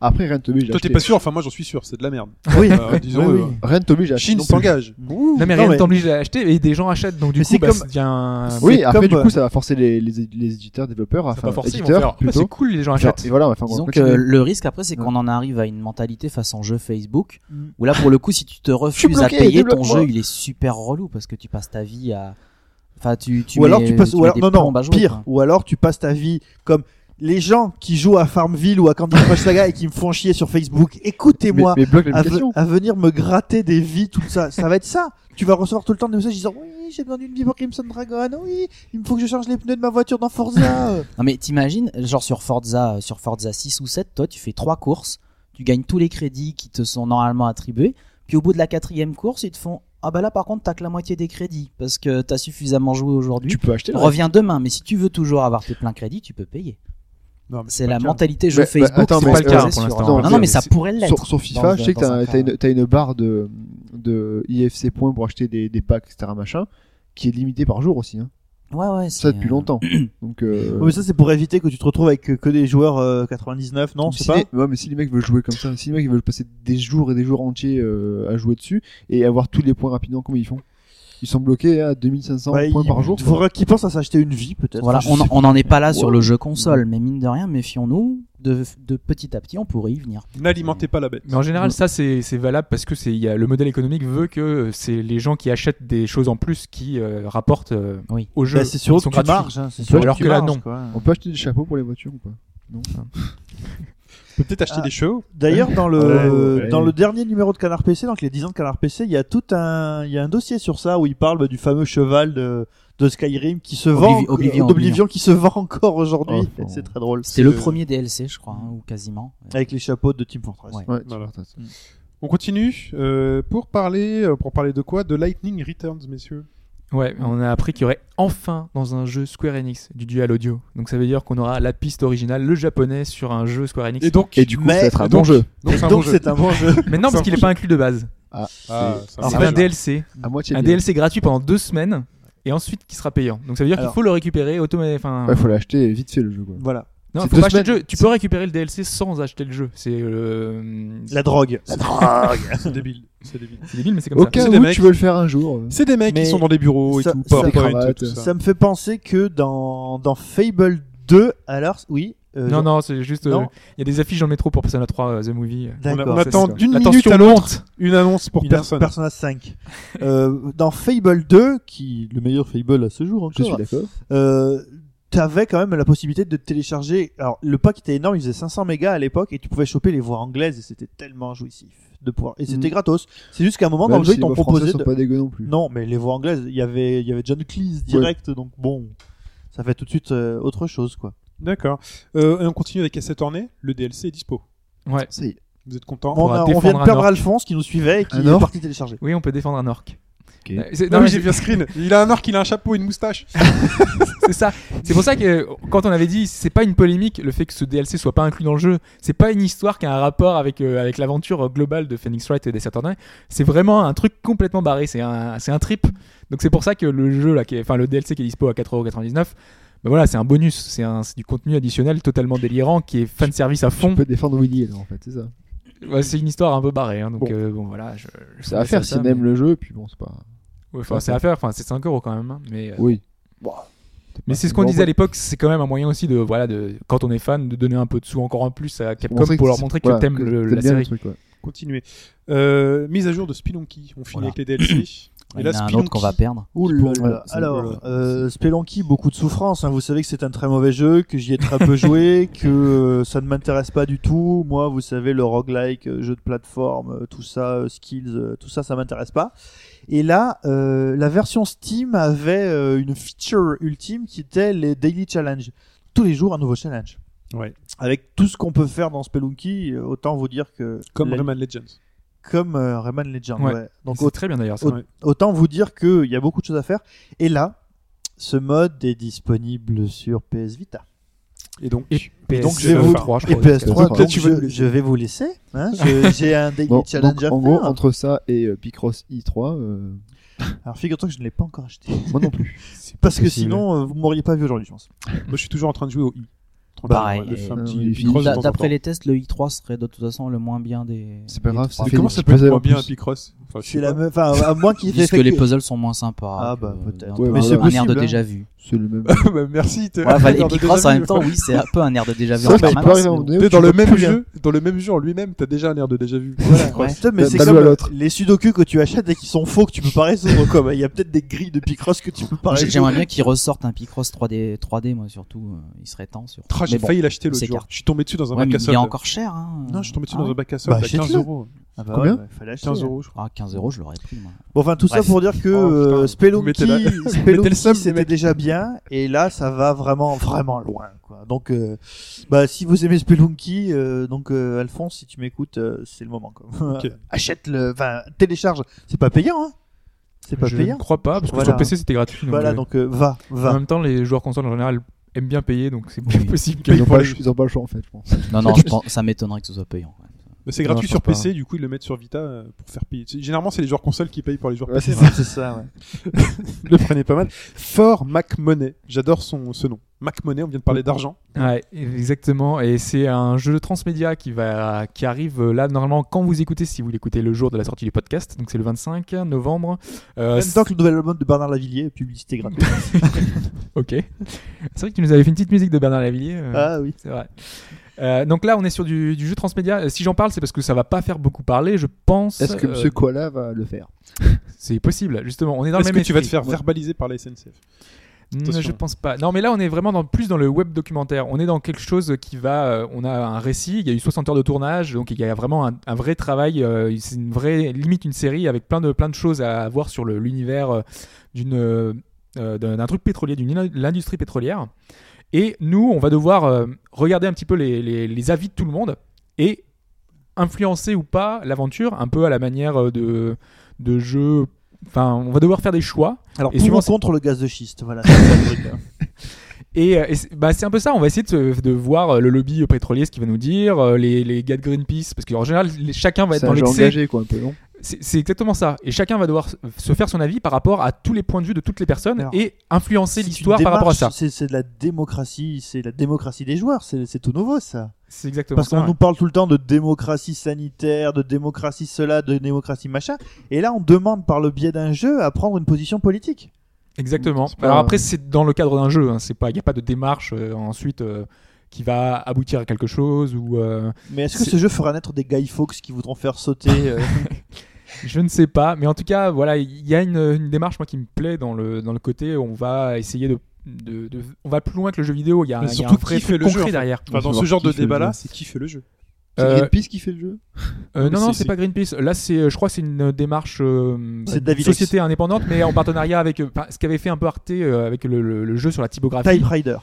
D: Après, rien ne t'oblige à
C: cher. Toi, t'es
D: acheter.
C: pas sûr Enfin, moi, j'en suis sûr, c'est de la merde.
F: Oui.
C: Euh, disons,
F: Oui,
C: euh,
F: oui.
D: Rien ne t'oblige à acheter.
C: Chine
D: non plus.
C: s'engage.
E: Non, mais
F: Non,
E: rien ne
F: mais-
E: t'oblige à acheter, et des gens achètent, donc du
F: Mais
E: coup,
F: c'est
E: bah,
F: comme-
E: ça devient.
F: C'est
D: Oui, après,
F: comme,
D: du coup, ça va forcer les, les, les éditeurs, développeurs,
E: Ça va
D: enfin,
E: pas forcément
D: éditeurs,
E: faire. Ah,
D: plutôt.
E: C'est cool, les gens
D: Genre,
E: achètent.
D: et voilà, enfin,
G: Disons
D: on
G: que
D: continue.
G: le risque après, c'est
D: Ouais.
G: qu'on en arrive à une mentalité façon jeu Facebook,
F: Mm.
G: où là pour le coup, si tu te refuses
D: bloqué,
G: à payer, ton
D: débloque-moi.
G: jeu il est super relou parce que tu passes ta vie à. Enfin, tu, tu
F: ou alors
G: mets-
F: tu passes, ou
G: mets
F: alors,
G: des
F: non, non,
G: plombes à jouer,
F: pire,
G: quoi.
F: ou alors tu passes ta vie comme les gens qui jouent à Farmville ou à Candy Crush Saga et qui me font chier sur Facebook.
D: mais,
F: Écoutez-moi,
D: mais bloque
F: à, ve-
D: l'application.
F: à venir me gratter des vies, tout ça. ça va être ça. Tu vas recevoir tout le temps des messages disant Oui, j'ai besoin d'une vie pour Crimson Dragon. Oui, il me faut que je change les pneus de ma voiture dans Forza.
G: Non mais t'imagines, genre sur Forza, sur Forza 6 ou 7, toi tu fais trois courses, tu gagnes tous les crédits qui te sont normalement attribués, puis au bout de la quatrième course, ils te font ah bah là par contre t'as que la moitié des crédits parce que t'as suffisamment joué aujourd'hui.
D: Tu peux acheter. le reste.
G: Reviens demain, mais si tu veux toujours avoir tes pleins crédits, tu peux payer.
C: Non, mais
G: C'est
C: pas
G: la
C: le cas.
G: mentalité jeu
D: Mais- mais
G: Facebook.
D: attends,
G: c'est
D: mais
G: pas le
D: euh,
G: cas
D: pour
G: pour
E: l'instant.
G: l'instant. Non, non, mais ça pourrait l'être.
D: Sur, sur FIFA,
G: dans-
D: je sais que
G: dans un
D: t'as, t'as
G: cas.
D: une, t'as une barre de, de IFC points pour acheter des, des packs, etc. machin, qui est limitée par jour aussi. Hein.
G: Ouais, ouais.
D: Ça
G: c'est,
D: depuis
G: euh,
D: longtemps. Donc, euh,
F: Ouais, mais ça, c'est pour éviter que tu te retrouves avec euh, que des joueurs euh, 99, non
D: si
F: C'est pas
D: les- ouais, mais si les mecs veulent jouer comme ça, si les mecs veulent passer des jours et des jours entiers euh, à jouer dessus et avoir tous les points rapidement, comment ils font Ils sont bloqués à 2500
F: Ouais,
D: points
F: Bah, il-
D: par jour.
F: Il faudra qu'ils pensent à s'acheter une vie, peut-être.
G: Voilà,
F: Enfin, je
G: on
F: sais
G: on n'en est pas là sur
D: Ouais.
G: le jeu console, mais mine de rien, méfions-nous. De, de petit à petit, on pourrait y venir.
C: N'alimentez pas la bête.
E: Mais en général, ça c'est c'est valable parce que c'est il y a- le modèle économique veut que euh, c'est les gens qui achètent des choses en plus qui euh, rapportent euh,
G: Oui.
E: au jeu.
F: Bah, c'est
E: Ils
F: sur eux que
E: sont
F: tu
E: gratuits.
F: marges. hein, c'est
E: On
F: sur eux
E: peut- alors
F: tu
E: que là,
F: marges,
E: non.
F: quoi.
D: On peut acheter des chapeaux pour les voitures ou pas Non.
C: On peut peut-être acheter
F: Ah.
C: des chevaux.
F: D'ailleurs, dans le
D: Ouais, ouais.
F: dans le dernier numéro de Canard PC, donc les 10 ans de Canard PC, il y a tout un il y a un dossier sur ça où il parle bah, du fameux cheval de de Skyrim qui se vend
G: Oblivi- Oblivion,
F: euh, d'Oblivion qui se vend encore aujourd'hui.
D: Oh,
F: c'est très drôle.
G: C'était le premier DLC, je crois, hein, ou quasiment.
F: Avec les chapeaux de Team Fortress.
G: Ouais.
D: Ouais, tu
C: Voilà.
D: vois, t'as-
C: On continue euh, pour parler euh, pour parler de quoi De Lightning Returns, messieurs.
E: Ouais, on a appris qu'il y aurait enfin dans un jeu Square Enix du dual audio. Donc ça veut dire qu'on aura la piste originale, le japonais sur un jeu Square Enix.
C: Et donc,
D: Et du coup,
F: Mais-
D: ça va être un
C: donc-
D: bon jeu.
C: donc
F: Et
C: c'est un bon
F: donc
C: jeu.
F: c'est un bon jeu.
E: Mais non, parce qu'il est pas inclus de base.
C: Ah,
D: C'est-
C: c'est
F: En
E: C'est
C: bon
F: fait,
E: un
C: jeu.
E: DLC,
D: à moitié.
E: un
D: bien.
E: DLC gratuit pendant deux semaines et ensuite qui sera payant. Donc ça veut dire qu'il
F: Alors-
E: faut le récupérer automatiquement. Enfin,
D: Ouais, faut l'acheter vite fait le jeu. Quoi.
F: Voilà.
E: non,
D: Euh, c'est
E: faut
D: deux
E: pas acheter le
D: semaines.
E: jeu. Tu peux récupérer le DLC sans acheter le jeu. C'est euh,
F: La drogue. La drogue.
C: C'est débile. C'est débile.
E: c'est débile, mais c'est comme
D: Au
E: ça.
D: cas
C: C'est
D: où
C: des mecs-
D: tu veux le faire un jour. euh,
C: C'est des mecs
F: Mais
C: qui sont dans des bureaux et
F: ça-
C: tout,
F: ça-
C: PowerPoint,
D: cravate,
C: tout ça.
F: Ça me fait penser que dans dans Fable 2 alors oui, euh,
E: non,
F: genre-
E: non, c'est juste. euh,
F: Non.
E: Il y a des affiches dans le métro pour Persona 3 euh, The Movie.
C: On, a- on
F: D'accord.
E: C'est
C: attend
E: ça.
C: d'une
E: La
C: minute
E: tension
C: à l'autre
E: monte.
C: une annonce pour
F: Une-
C: personne.
F: Persona 5. Euh, dans Fable 2, qui le meilleur Fable à ce jour
D: Je
F: encore,
D: suis d'accord.
F: euh, t'avais quand même la possibilité de télécharger. Alors, le pack était énorme, il faisait 500 mégas à l'époque, et tu pouvais choper les voix anglaises, et c'était tellement jouissif de pouvoir. Et c'était
D: Mm.
F: gratos. C'est juste qu'à un moment dans
D: Même
F: le jeu,
D: si les
F: ils t'ont
D: voix françaises
F: proposé.
D: sont
F: de-
D: pas dégueu non plus.
F: Non, mais les voix anglaises, il y avait, il y avait John Cleese direct, donc bon, ça fait tout de suite euh, autre chose, quoi.
C: D'accord. Euh, et on continue avec Asset Ornée. Le DLC est dispo.
E: Ouais.
D: Ça y est.
C: Vous êtes content
F: Bon, on,
E: pourra
F: a- on vient
E: défendre
F: de
E: un
F: perdre
E: orc.
F: Alphonse qui nous suivait et qui
D: Un orc
F: est parti télécharger.
E: Oui, on peut défendre un orc.
D: Ok.
E: Euh, c'est-
C: Non,
E: non,
C: mais
E: mais
C: j'ai vu un screen. Il a un orc, il a un chapeau, une moustache.
E: C'est ça. C'est pour ça que euh, quand on avait dit c'est pas une polémique le fait que ce DLC soit pas inclus dans le jeu, c'est pas une histoire qui a un rapport avec euh, avec l'aventure euh, globale de Phoenix Wright et des Saturnines. C'est vraiment un truc complètement barré. C'est un c'est un trip. Donc c'est pour ça que le jeu là, qui est- enfin le DLC qui est dispo à 4,99€, bah voilà, c'est un bonus. C'est un c'est du contenu additionnel totalement délirant qui est fan service à
D: On
E: fond.
D: peut défendre Willy alors en fait, c'est ça.
E: Ouais, c'est une histoire un peu barrée. hein, donc
D: Bon.
E: euh, bon voilà. Je, je
D: C'est à faire
E: ça,
D: si on
E: mais-
D: aime le jeu, puis bon, c'est pas.
E: Ouais, enfin, c'est à faire. Enfin c'est 5 euros quand même. hein, Mais euh,
D: Oui.
E: Mais c'est ce qu'on disait à l'époque, c'est quand même un moyen aussi de, voilà, de, quand on est fan, de donner un peu de sous encore en plus à Capcom pour leur montrer que t'aimes le- la série.
C: Continuez. Euh, mise à jour de Spelunky. On finit
G: Voilà.
C: avec les DLC.
G: Il y en a un autre qu'on va perdre.
F: Voilà. Alors, euh, Spelunky, beaucoup de souffrance. hein. Vous savez que c'est un très mauvais jeu, que j'y ai très peu joué, que euh, ça ne m'intéresse pas du tout. Moi, vous savez, le roguelike, euh, jeu de plateforme, euh, tout ça, euh, skills, euh, tout ça, ça m'intéresse pas. Et là, euh, la version Steam avait euh, une feature ultime qui était les daily challenges. Tous les jours, un nouveau challenge.
C: Ouais.
F: Avec tout ce qu'on peut faire dans Spelunky, euh, autant vous dire que
C: Comme
F: la-
C: Rayman Legends.
F: comme euh, Rayman Legend.
E: Ouais.
F: ouais.
E: Donc
F: Donc au-
E: très bien d'ailleurs. ça.
F: au- autant vous dire qu'il y a beaucoup de choses à faire. Et là, ce mode est disponible sur PS Vita.
C: Et donc,
E: Et
C: et
E: donc
C: donc,
E: je vais
C: euh,
E: vous
C: enfin,
E: 3 je
F: Et
E: crois.
F: PS3,
D: PS3,
F: donc
D: tu
F: je,
D: veux-
F: je vais vous laisser. hein. Je- J'ai un daily
D: Bon,
F: challenge
D: donc,
F: à
D: en
F: faire.
D: gros, entre ça et euh, Picross i3, euh,
F: Alors figure-toi que je ne l'ai pas encore acheté.
D: moi non plus.
F: Parce que
E: possible.
F: sinon, euh, vous m'auriez pas vu aujourd'hui, je pense.
C: moi je suis toujours en train de jouer au I.
G: Pareil.
C: De faire
D: Euh,
C: un
D: oui,
C: petit
D: puis
C: Picross de
G: D'a-
C: temps en
G: D'après
C: temps.
G: les tests, le i3 serait de toute façon le moins bien des.
D: C'est pas
G: des
D: grave,
G: trois.
C: Mais
D: fait
C: comment
D: des
C: ça
D: petits
C: peut être
D: puzzles
C: moins
D: en
C: bien un
D: plus.
C: Picross Enfin, je sais
F: C'est la
C: pas.
F: même. Enfin, à moins qu'il
G: Ils
F: ait
G: disent
F: fait
G: que les
F: que-
G: puzzles sont moins sympas.
F: Ah
G: que-
F: bah, peut-être.
G: d'un
D: Ouais,
G: peu
D: mais c'est
G: un air de
F: possible, hein.
G: déjà vu.
D: C'est le même.
C: Bah, merci. t'es-
G: Ouais, enfin,
C: t'es
G: les
C: dans le
G: Picross en
C: déjà
G: même
C: vu.
G: temps, oui, c'est un peu un air de déjà vu
D: C'est
G: en
D: vrai qu'il peut
G: permanence.
D: arriver à un moment
G: mais bon.
D: donné où
C: T'es
D: tu
C: dans le
D: vois
C: même
D: plus rien.
C: jeu, dans le même jeu en lui-même, t'as déjà un air de déjà vu.
G: Ouais.
F: Putain, mais
D: D'un
F: c'est
D: ballon
F: comme
D: à l'autre.
F: les sudoku que tu achètes et qui sont faux que tu peux pas résoudre. quoi. Il y a peut-être des grilles de Picross que tu peux pas
G: J'ai-
F: résoudre.
G: J'aimerais bien qu'ils ressortent un Picross 3D, 3D moi surtout. euh, Il serait temps sur.
C: Tra, j'ai
G: Mais bon.
C: failli l'acheter l'autre
G: c'est
C: jour.
G: clair.
C: Je suis tombé dessus dans un
G: Ouais, mais
C: bac à
G: il est
C: solde.
G: encore cher. Hein.
C: Non, je suis tombé dessus
G: Ah
C: dans un
G: ouais.
C: bac à solde
F: Bah,
C: à 15
F: achète-le.
C: euros.
F: Ah bah
D: Combien
F: ouais, fallait acheter.
C: 15 euros, je crois.
G: Ah, 15 euros, je l'aurais pris. Moi.
F: Bon, enfin, tout
G: Bref.
F: ça pour dire que
C: Oh, putain.
F: euh, Spelunky,
C: Mettez la-
F: Spelunky,
C: mettez le seum, les
F: c'était
C: mecs.
F: déjà bien, et là, ça va vraiment, vraiment loin. Quoi. Donc, euh, bah, si vous aimez Spelunky, euh, donc euh, Alphonse, si tu m'écoutes, euh, c'est le moment. Quoi.
C: Ok.
F: Achète le, enfin, télécharge. C'est pas payant, hein C'est pas
E: je
F: payant.
E: ne crois pas, hein. parce que
F: Voilà.
E: sur PC c'était gratuit. donc,
F: Voilà,
E: euh,
F: donc euh, va,
E: En
F: va.
E: même temps, les joueurs consoles en général aiment bien payer, donc c'est plus
G: Oui.
E: possible que.
D: Ils ont
C: pour
D: pas
C: les-
D: le- ils ont pas le choix en fait, je pense.
G: Non, non, je pense- ça m'étonnerait que ce soit payant. ouais.
C: Mais c'est
E: Non,
C: gratuit
E: je
C: sur
E: pense pas.
C: PC, du coup ils le mettent sur Vita euh, pour faire payer. C'est- Généralement c'est les joueurs consoles qui payent pour les joueurs
D: Ouais,
C: PC.
D: c'est
F: C'est ça, ouais.
C: le prenez pas mal. Fort MacMoney, j'adore son ce nom. MacMoney, on vient de parler d'argent.
E: Ouais, exactement. Et c'est un jeu transmédia qui va, qui arrive euh, là normalement quand vous écoutez, si vous l'écoutez le jour de la sortie du podcast, donc c'est le 25 novembre. Euh,
F: En même temps que le nouvel album de Bernard Lavillier, publicité gratuite.
E: ok. C'est vrai que tu nous avais fait une petite musique de Bernard Lavillier. euh,
F: ah oui.
E: C'est vrai. Euh, donc là, on est sur du, du jeu transmédia. Euh, Si j'en parle, c'est parce que ça va pas faire beaucoup parler, je pense.
D: Est-ce que
E: Euh,
D: Monsieur Koala va le faire
E: c'est possible, justement. On est dans le
C: Est-ce
E: même
C: que tu vas te
E: esprit.
C: faire verbaliser par la SNCF
E: Mm,
C: Attention.
E: Je pense pas. Non, mais là, on est vraiment dans, plus dans le web documentaire. On est dans quelque chose qui va. euh, on a un récit. Il y a eu 60 heures de tournage, donc il y a vraiment un, un vrai travail. euh, c'est une vraie limite une série avec plein de plein de choses à voir sur le- l'univers euh, d'une euh, euh, d'un d'un truc pétrolier, d'une in- l'industrie pétrolière. Et nous, on va devoir euh, regarder un petit peu les, les- les avis de tout le monde et influencer ou pas l'aventure, un peu à la manière euh, de de jeu. Enfin, on va devoir faire des choix.
F: Alors,
E: Et
F: pour
E: suivant-
F: ou contre le gaz de schiste, voilà. c'est ça le truc, hein.
E: Et, euh, et c'est bah, c'est un peu ça, on va essayer de, se- de voir euh, le lobby euh, pétrolier, ce qu'il va nous dire, euh, les, les gars de Greenpeace, parce qu'en général, les- chacun va être
D: C'est
E: dans
D: un jeu
E: l'excès.
D: engagé quoi un peu non
E: C'est c'est exactement ça. Et chacun va devoir se- se faire son avis par rapport à tous les points de vue de toutes les personnes
F: Alors,
E: et influencer
F: C'est une
E: l'histoire par rapport à
F: démarche,
E: ça.
F: C'est c'est de la démocratie, c'est la démocratie des joueurs, c'est c'est tout nouveau ça.
E: C'est exactement
F: Parce
E: ça.
F: qu'on nous parle tout le temps de démocratie sanitaire, de démocratie cela, de démocratie machin, et là on demande par le biais d'un jeu à prendre une position politique.
E: Exactement.
D: C'est pas-
E: Alors après, c'est dans le cadre d'un jeu, hein, c'est pas, il n'y a pas de démarche euh, ensuite. euh, qui va aboutir à quelque chose ou euh,
F: Mais est-ce que
E: C'est-
F: ce jeu fera naître des Guy Fawkes qui voudront faire sauter euh,
E: je ne sais pas. Mais en tout cas, voilà, il y a une, une démarche moi qui me plaît dans le dans le côté on va essayer de, de- de- on va plus loin que le jeu vidéo. Il y a,
C: Mais
E: il y a
C: surtout,
E: un vrai
C: qui fait
E: truc
C: le jeu,
E: concret
C: en fait
E: derrière.
C: Enfin, dans
D: Faut
C: ce
D: voir
C: genre
D: qui
C: de
D: fait le
C: débat-là,
D: jeu.
C: c'est qui fait le jeu
D: C'est
E: Euh,
D: Greenpeace qui fait le jeu
E: Euh,
C: Mais
E: non, non,
C: c'est-
E: c'est pas Greenpeace. Là, c'est, je crois, que c'est une euh, démarche euh,
F: C'est Davidex.
E: société indépendante, mais en partenariat avec euh, enfin, ce qu'avait fait un peu Arte euh, avec le, le- le jeu sur la typographie.
F: Type Rider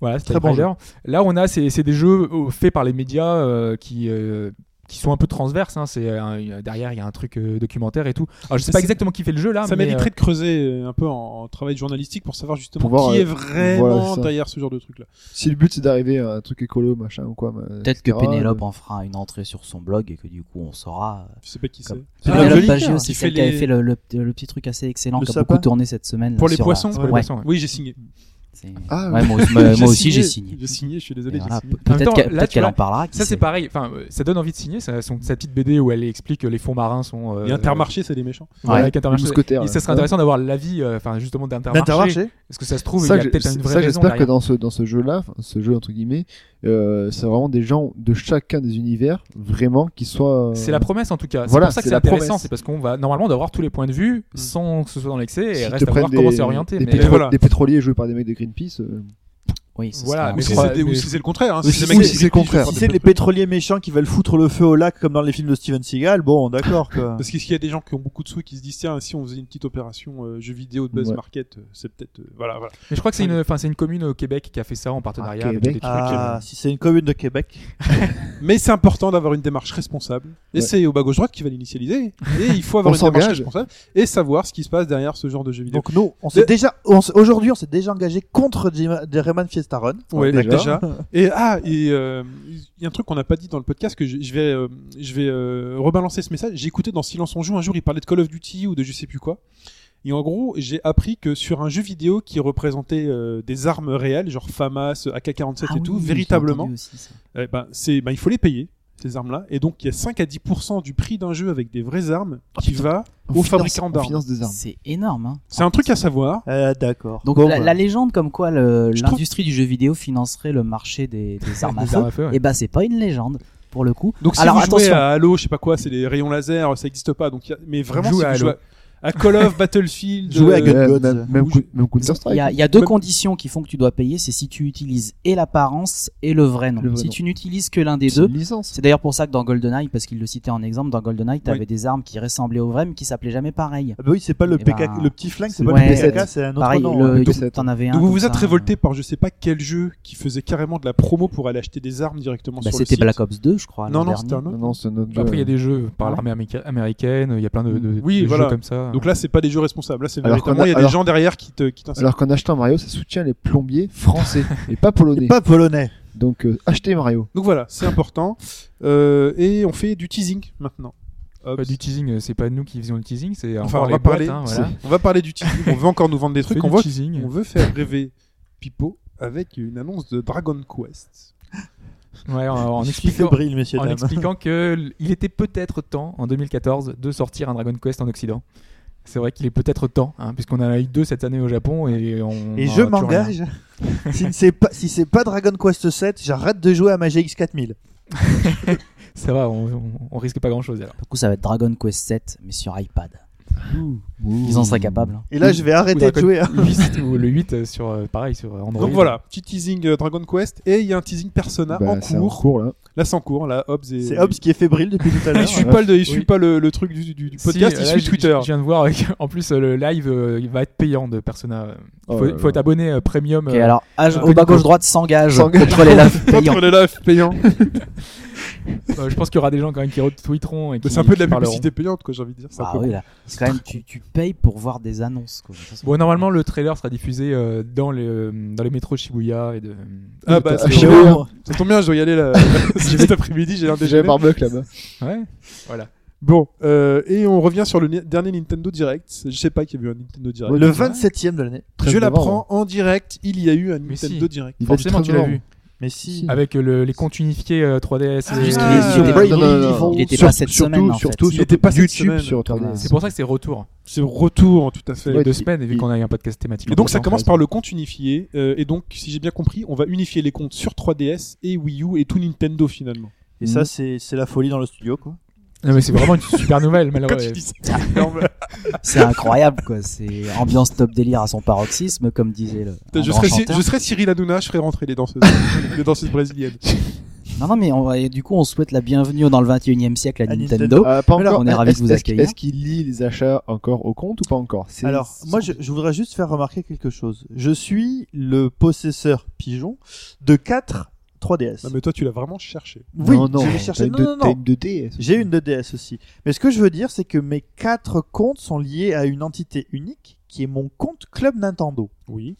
E: Voilà, c'est
F: Très bon
E: Typewriter. Là, on a c'est, c'est des jeux euh, faits par les médias euh, qui euh, qui sont un peu transverses. hein. C'est euh, un- derrière, il y a un truc euh, documentaire et tout. Alors, je sais
C: Ça,
E: pas
C: c'est-
E: exactement qui fait le jeu là,
C: Ça
E: mais
C: mériterait de creuser Ah, euh, un peu en, en travail journalistique pour savoir justement
D: Pour voir,
C: qui
D: euh,
C: est vraiment
D: voilà, ça.
C: derrière ce genre de truc-là.
D: Si le but c'est d'arriver à un truc écolo, machin ou quoi. bah,
G: Peut-être que
D: etc.,
G: Pénélope
D: euh,
G: en fera une entrée sur son blog et que du coup on saura. euh,
C: Je sais pas qui c'est.
G: Comme-
C: C'est Ah,
F: Pénélope
C: la
G: Pénélope
C: Jolicoeur
G: Bagio, c'est
C: qui
G: celle
C: fait
G: qui avait
C: les-
G: fait le, le- le petit truc assez excellent
F: Le
G: qui a
F: sapin.
G: beaucoup tourné cette semaine.
C: Pour
G: là,
C: les
G: sur la-
C: poissons, pour les
G: ouais.
C: poissons, ouais. Oui, j'ai signé.
G: C'est-
D: Ah,
G: Ouais,
D: oui.
G: moi, Bah, moi- moi aussi j'ai signé.
C: J'ai signé, je suis désolé,
G: Et
C: j'ai
G: voilà,
C: signé.
G: pe-
E: En même temps,
G: Peut-être qu'elle
E: là,
G: peut-être
E: tu
G: qu'elle
E: vois,
G: en parlera. qui
E: ça c'est
G: sait.
E: pareil. Enfin, euh, ça donne envie de signer. Ça, son, sa petite BD où elle explique que les fonds marins sont. euh,
C: Et Intermarché, c'est les méchants.
E: voilà,
G: Ouais.
E: avec Intermarché.
D: Les mousquetaires,
E: Et ça
D: là.
E: serait intéressant d'avoir l'avis, euh, enfin justement d'Intermarché.
F: d'Intermarché
E: Parce que ça se trouve,
D: ça,
E: il y a
D: j'ai-
E: peut-être
D: ça,
E: une vraie raison
D: j'espère que
E: derrière.
D: dans ce, dans ce jeu-là, enfin, ce jeu entre guillemets, euh, c'est vraiment des gens de chacun des univers, vraiment, qui soient. euh,
E: C'est la promesse en tout cas.
D: Voilà,
E: c'est pour ça que
D: c'est
E: c'est
D: la
E: intéressant,
D: promesse.
E: c'est parce qu'on va normalement d'avoir tous les points de vue sans que ce soit dans l'excès et
D: s'ils te
E: reste à
D: prennent
E: voir comment
D: des-
E: c'est orienté.
D: Des,
E: mais
D: pétro-
C: voilà.
D: des pétroliers joués par des mecs de Greenpeace. euh,
G: Oui, ce
E: Voilà, mais
G: sera-
C: Ou Ah,
E: je
C: si
E: crois-
C: c'est des- ou
E: mais-
C: si c'est le contraire. hein,
D: Ou
C: si
D: si
C: les
D: c'est-
C: mecs
D: si
C: qui-
D: c'est le
C: qui-
D: contraire.
F: Si c'est les pétroliers méchants qui veulent foutre le feu au lac comme dans les films de Steven Seagal, bon, d'accord. quoi.
C: Parce qu'il y a des gens qui ont beaucoup de sous et qui se disent tiens si on faisait une petite opération euh, jeux vidéo de Buzz
D: Ouais.
C: Market euh, c'est peut-être euh, voilà voilà
E: mais je crois que c'est une, enfin, c'est une commune au Québec qui a fait ça en partenariat
D: Ah,
E: avec
D: Québec.
E: des trucs. euh,
F: Ah, si c'est une commune de Québec.
C: mais c'est important d'avoir une démarche responsable et
D: Ouais.
C: c'est au bas gauche droite qui va l'initialiser et il faut avoir
D: On
C: une démarche
D: s'engage.
C: responsable et savoir ce qui se passe derrière ce genre de jeux vidéo
F: Donc nous, on s'est
C: De-
F: déjà, on s- aujourd'hui, on s'est déjà engagé contre Jim- des Rayman Fiesta Run.
C: Ouais,
D: déjà.
C: Hein, déjà. Et ah, et euh, il y a un truc qu'on n'a pas dit dans le podcast que je, je vais, euh, je vais euh, rebalancer ce message. J'ai écouté dans Silence on joue un jour, il parlait de Call of Duty ou de je sais plus quoi. Et en gros, j'ai appris que sur un jeu vidéo qui représentait euh, des armes réelles, genre FAMAS, AK-47
G: Ah
C: et
G: oui,
C: tout,
G: j'ai
C: véritablement,
G: entendu aussi ça.
C: eh ben, c'est, ben, il faut les payer ces armes-là. Et donc, il y a 5 à 10% du prix d'un jeu avec des vraies armes
G: Oh,
C: qui va
D: on
C: aux
D: finance-
C: fabricants
D: on
C: d'armes.
D: finance des armes.
G: C'est énorme. hein.
C: C'est un truc à savoir.
F: Euh, d'accord.
G: Donc
F: Bon,
G: la,
F: bah.
G: la légende comme quoi le-
C: Je trouve-
G: l'industrie du jeu vidéo financerait le marché des, des armes à
E: Des
G: feu,
E: armes à feu, ouais.
G: et bah c'est pas une légende pour le coup.
C: Donc si
G: Alors
C: vous jouez
G: attention,
C: à Halo, je sais pas quoi, c'est les rayons laser, ça existe pas. Donc, il y a- mais vraiment,
E: Jouez
C: si
E: à
C: vous
E: Halo.
C: jouez à, à Call of, Battlefield,
F: Jouez à
C: euh,
F: Gun
D: Ouais,
F: Gods.
D: même, même,
C: Ou
D: Cou- même Counter
G: il y,
D: Strike.
G: a- il y a deux
C: Même-
G: conditions qui font que tu dois payer, c'est si tu utilises et l'apparence et le vrai nom.
D: Le vrai
G: si
D: nom.
G: tu n'utilises que l'un des
D: C'est
G: deux,
D: une licence.
G: c'est d'ailleurs pour ça que dans GoldenEye, parce qu'il le citait en exemple, dans GoldenEye, t'avais
C: Oui.
G: des armes qui ressemblaient au vrai mais qui s'appelaient jamais pareil.
F: Ah bah oui, c'est pas le
G: Eh
F: PK,
G: ben,
F: le petit flingue, c'est
D: c'est
F: pas
G: ouais,
F: le PKK,
D: c'est-
F: c'est un autre
G: Pareil,
F: nom.
G: le,
D: le
G: tu-
D: PC.
G: t'en avais un.
C: hein, Donc vous
G: comme
C: vous êtes
G: ça,
C: révolté
G: euh,
C: par je sais pas quel jeu qui faisait carrément de la promo pour aller acheter des armes directement
G: bah,
C: sur le
G: C'était
C: site.
G: Black Ops 2, je crois.
C: Non
G: l'an
C: non, c'était
G: dernier.
C: un autre.
D: Non, non, c'est notre
E: Bah, Après, il y a
D: jeu.
E: des jeux par
G: Ah.
E: l'armée améca- américaine, il y a plein de, de-
C: Oui,
E: de jeux
C: voilà.
E: comme ça.
C: Donc là, c'est pas des jeux responsables. Là, c'est
D: Alors
C: véritablement
D: qu'on a-
C: il y a des
D: alors-
C: gens derrière qui te qui t'incitent.
D: Alors qu'en achetant Mario, ça soutient les plombiers français et pas polonais.
F: Pas polonais.
D: Donc euh, achetez Mario.
C: Donc voilà, c'est important. Euh, et on fait du teasing maintenant. Hop.
E: Pas du teasing, euh, c'est pas nous qui faisions le teasing, c'est
C: Enfin,
E: encore
C: on
E: les
C: va parler.
E: boîtes, hein, voilà.
C: On va parler du teasing. on veut encore nous vendre des
E: Fais
C: trucs.
E: du
C: On voit.
E: teasing.
C: On veut faire rêver Pipo avec une annonce de Dragon Quest.
E: Ouais, en- en
F: Je suis
E: expliquant
F: fébrile, messieurs,
E: en
F: dames.
E: expliquant que l- il était peut-être temps en 2014 de sortir un Dragon Quest en Occident. C'est vrai qu'il est peut-être temps, hein, puisqu'on en a eu deux cette année au Japon et on.
F: Et
E: en
F: je
E: a toujours rien.
F: m'engage. si c'est pas, si c'est pas Dragon Quest 7, j'arrête de jouer à ma GX 4000.
E: Ça va, on, on- on risque pas grand-chose alors.
G: Du coup, ça va être Dragon Quest 7, mais sur iPad. Ils en seraient
C: Mmh.
G: capables. hein.
F: Et là, je vais arrêter de
E: Dragon
F: jouer. hein.
E: Huit ou le 8 euh, sur euh, pareil sur Android.
C: Donc voilà, petit teasing euh, Dragon Quest et il y a un teasing Persona
D: Bah,
C: en
D: c'est en
C: cours.
D: cours là.
C: Là, c'est en cours. Là, Hobbs et
F: C'est Hobbs qui est fébrile depuis tout à
C: Il
F: l'heure.
C: suit
D: ouais.
C: pas le, il suit
E: Oui.
C: pas le, le truc du, du- du
E: Si,
C: podcast,
E: là,
C: il suit
E: je-
C: Twitter.
E: Je viens de voir, en plus euh, le live euh, il va être payant de Persona. euh. Il
D: Oh
E: faut,
D: là
E: il faut
D: là.
E: être abonné euh, premium.
G: Ok,
E: euh,
G: alors, âge-
E: euh,
G: au bas
E: Dragon
G: gauche droite s'engage
D: S'engage
G: contre les laves payants.
C: Contre les lives payants.
E: euh, je pense qu'il y aura des gens quand même qui retweeteront et qui.
C: C'est un peu de la
E: qui parleront.
C: publicité payante, quoi, j'ai envie de dire. C'est un
G: Ah
C: peu
G: oui,
C: con.
G: là. C'est quand même, tu, tu payes pour voir des annonces. Quoi. Ça, c'est-
E: Bon, normalement, le trailer sera diffusé euh, dans, les, euh, dans les métros Shibuya et de. euh,
C: Ah bah,
D: Ah,
C: c'est
D: chez
C: tombé
D: eux,
C: bien.
D: hein.
C: Ça tombe bien, je dois y aller là. cet après-midi, j'ai un
D: J'ai un
C: déjeuner.
D: barbecue là-bas.
E: Ouais, voilà.
C: Bon, euh, et on revient sur le ni- dernier Nintendo Direct. Je sais pas qu'il y a eu un Nintendo Direct.
F: Le 27 e de l'année.
C: Je
D: 13 novembre. hein.
C: l'apprends en direct, il y a eu un
E: Mais
C: Nintendo
E: si.
C: Direct.
D: Il va du
E: Forcément, tu l'as
D: 13
E: vu.
F: Mais si.
D: Si.
E: Avec euh, le- les comptes unifiés euh, 3DS.
C: Ah,
E: et-
G: Parce qu'il
C: Ah,
G: est- il était-
C: ouais,
G: il-
C: non, non, non.
G: il était
D: Sur-
G: pas cette
D: surtout,
G: semaine. en
D: Surtout,
G: fait.
C: Il était
D: surtout
C: pas cette
D: YouTube
C: semaine.
D: sur
G: Comme,
D: 3DS.
E: C'est pour ça que c'est retour.
C: C'est retour, tout à fait.
E: Deux
D: Ouais, il-
E: semaines, et vu
D: il-
E: qu'on a eu un podcast thématique.
C: Et
E: en
C: donc ça
E: plus, en
C: commence
E: fait.
C: par le compte unifié. euh, et donc, si j'ai bien compris, on va unifier les comptes sur 3DS et Wii U et tout Nintendo finalement.
F: Et
D: Mm.
F: ça, c'est c'est la folie dans le studio, quoi.
E: Non, mais c'est vraiment une super nouvelle,
C: Quand tu
E: malheureusement.
C: dis ça,
G: C'est incroyable, quoi. C'est ambiance top délire à son paroxysme, comme disait le. un
C: je,
G: grand
C: serais, Cy-
G: chanteur.
C: je serais Cyril Hanouna, je ferais rentrer les danseuses, les danseuses brésiliennes.
G: Non, non, mais on va- et du coup, on souhaite la bienvenue dans le 21 e siècle à,
F: À
G: Nintendo.
F: Nintendo.
D: Ah, pas
G: Mais là,
D: encore.
G: on est ravis
D: Est-ce-
G: de vous
D: est-ce-
G: accueillir.
D: Est-ce qu'il lie les achats encore au compte ou pas encore C'est-
F: Alors, moi, je, je voudrais juste faire remarquer quelque chose. Je suis le possesseur pigeon de 4 3DS.
C: Non, mais toi, tu l'as vraiment cherché.
F: Oui,
D: non, non,
F: je vais
D: t'as
F: chercher.
D: une
F: Non,
D: deux-
F: non, non.
D: t'as une 2DS.
F: J'ai une 2DS aussi. Mais ce que je veux dire, c'est que mes 4 comptes sont liés à une entité unique qui est mon compte Club Nintendo,
C: Oui.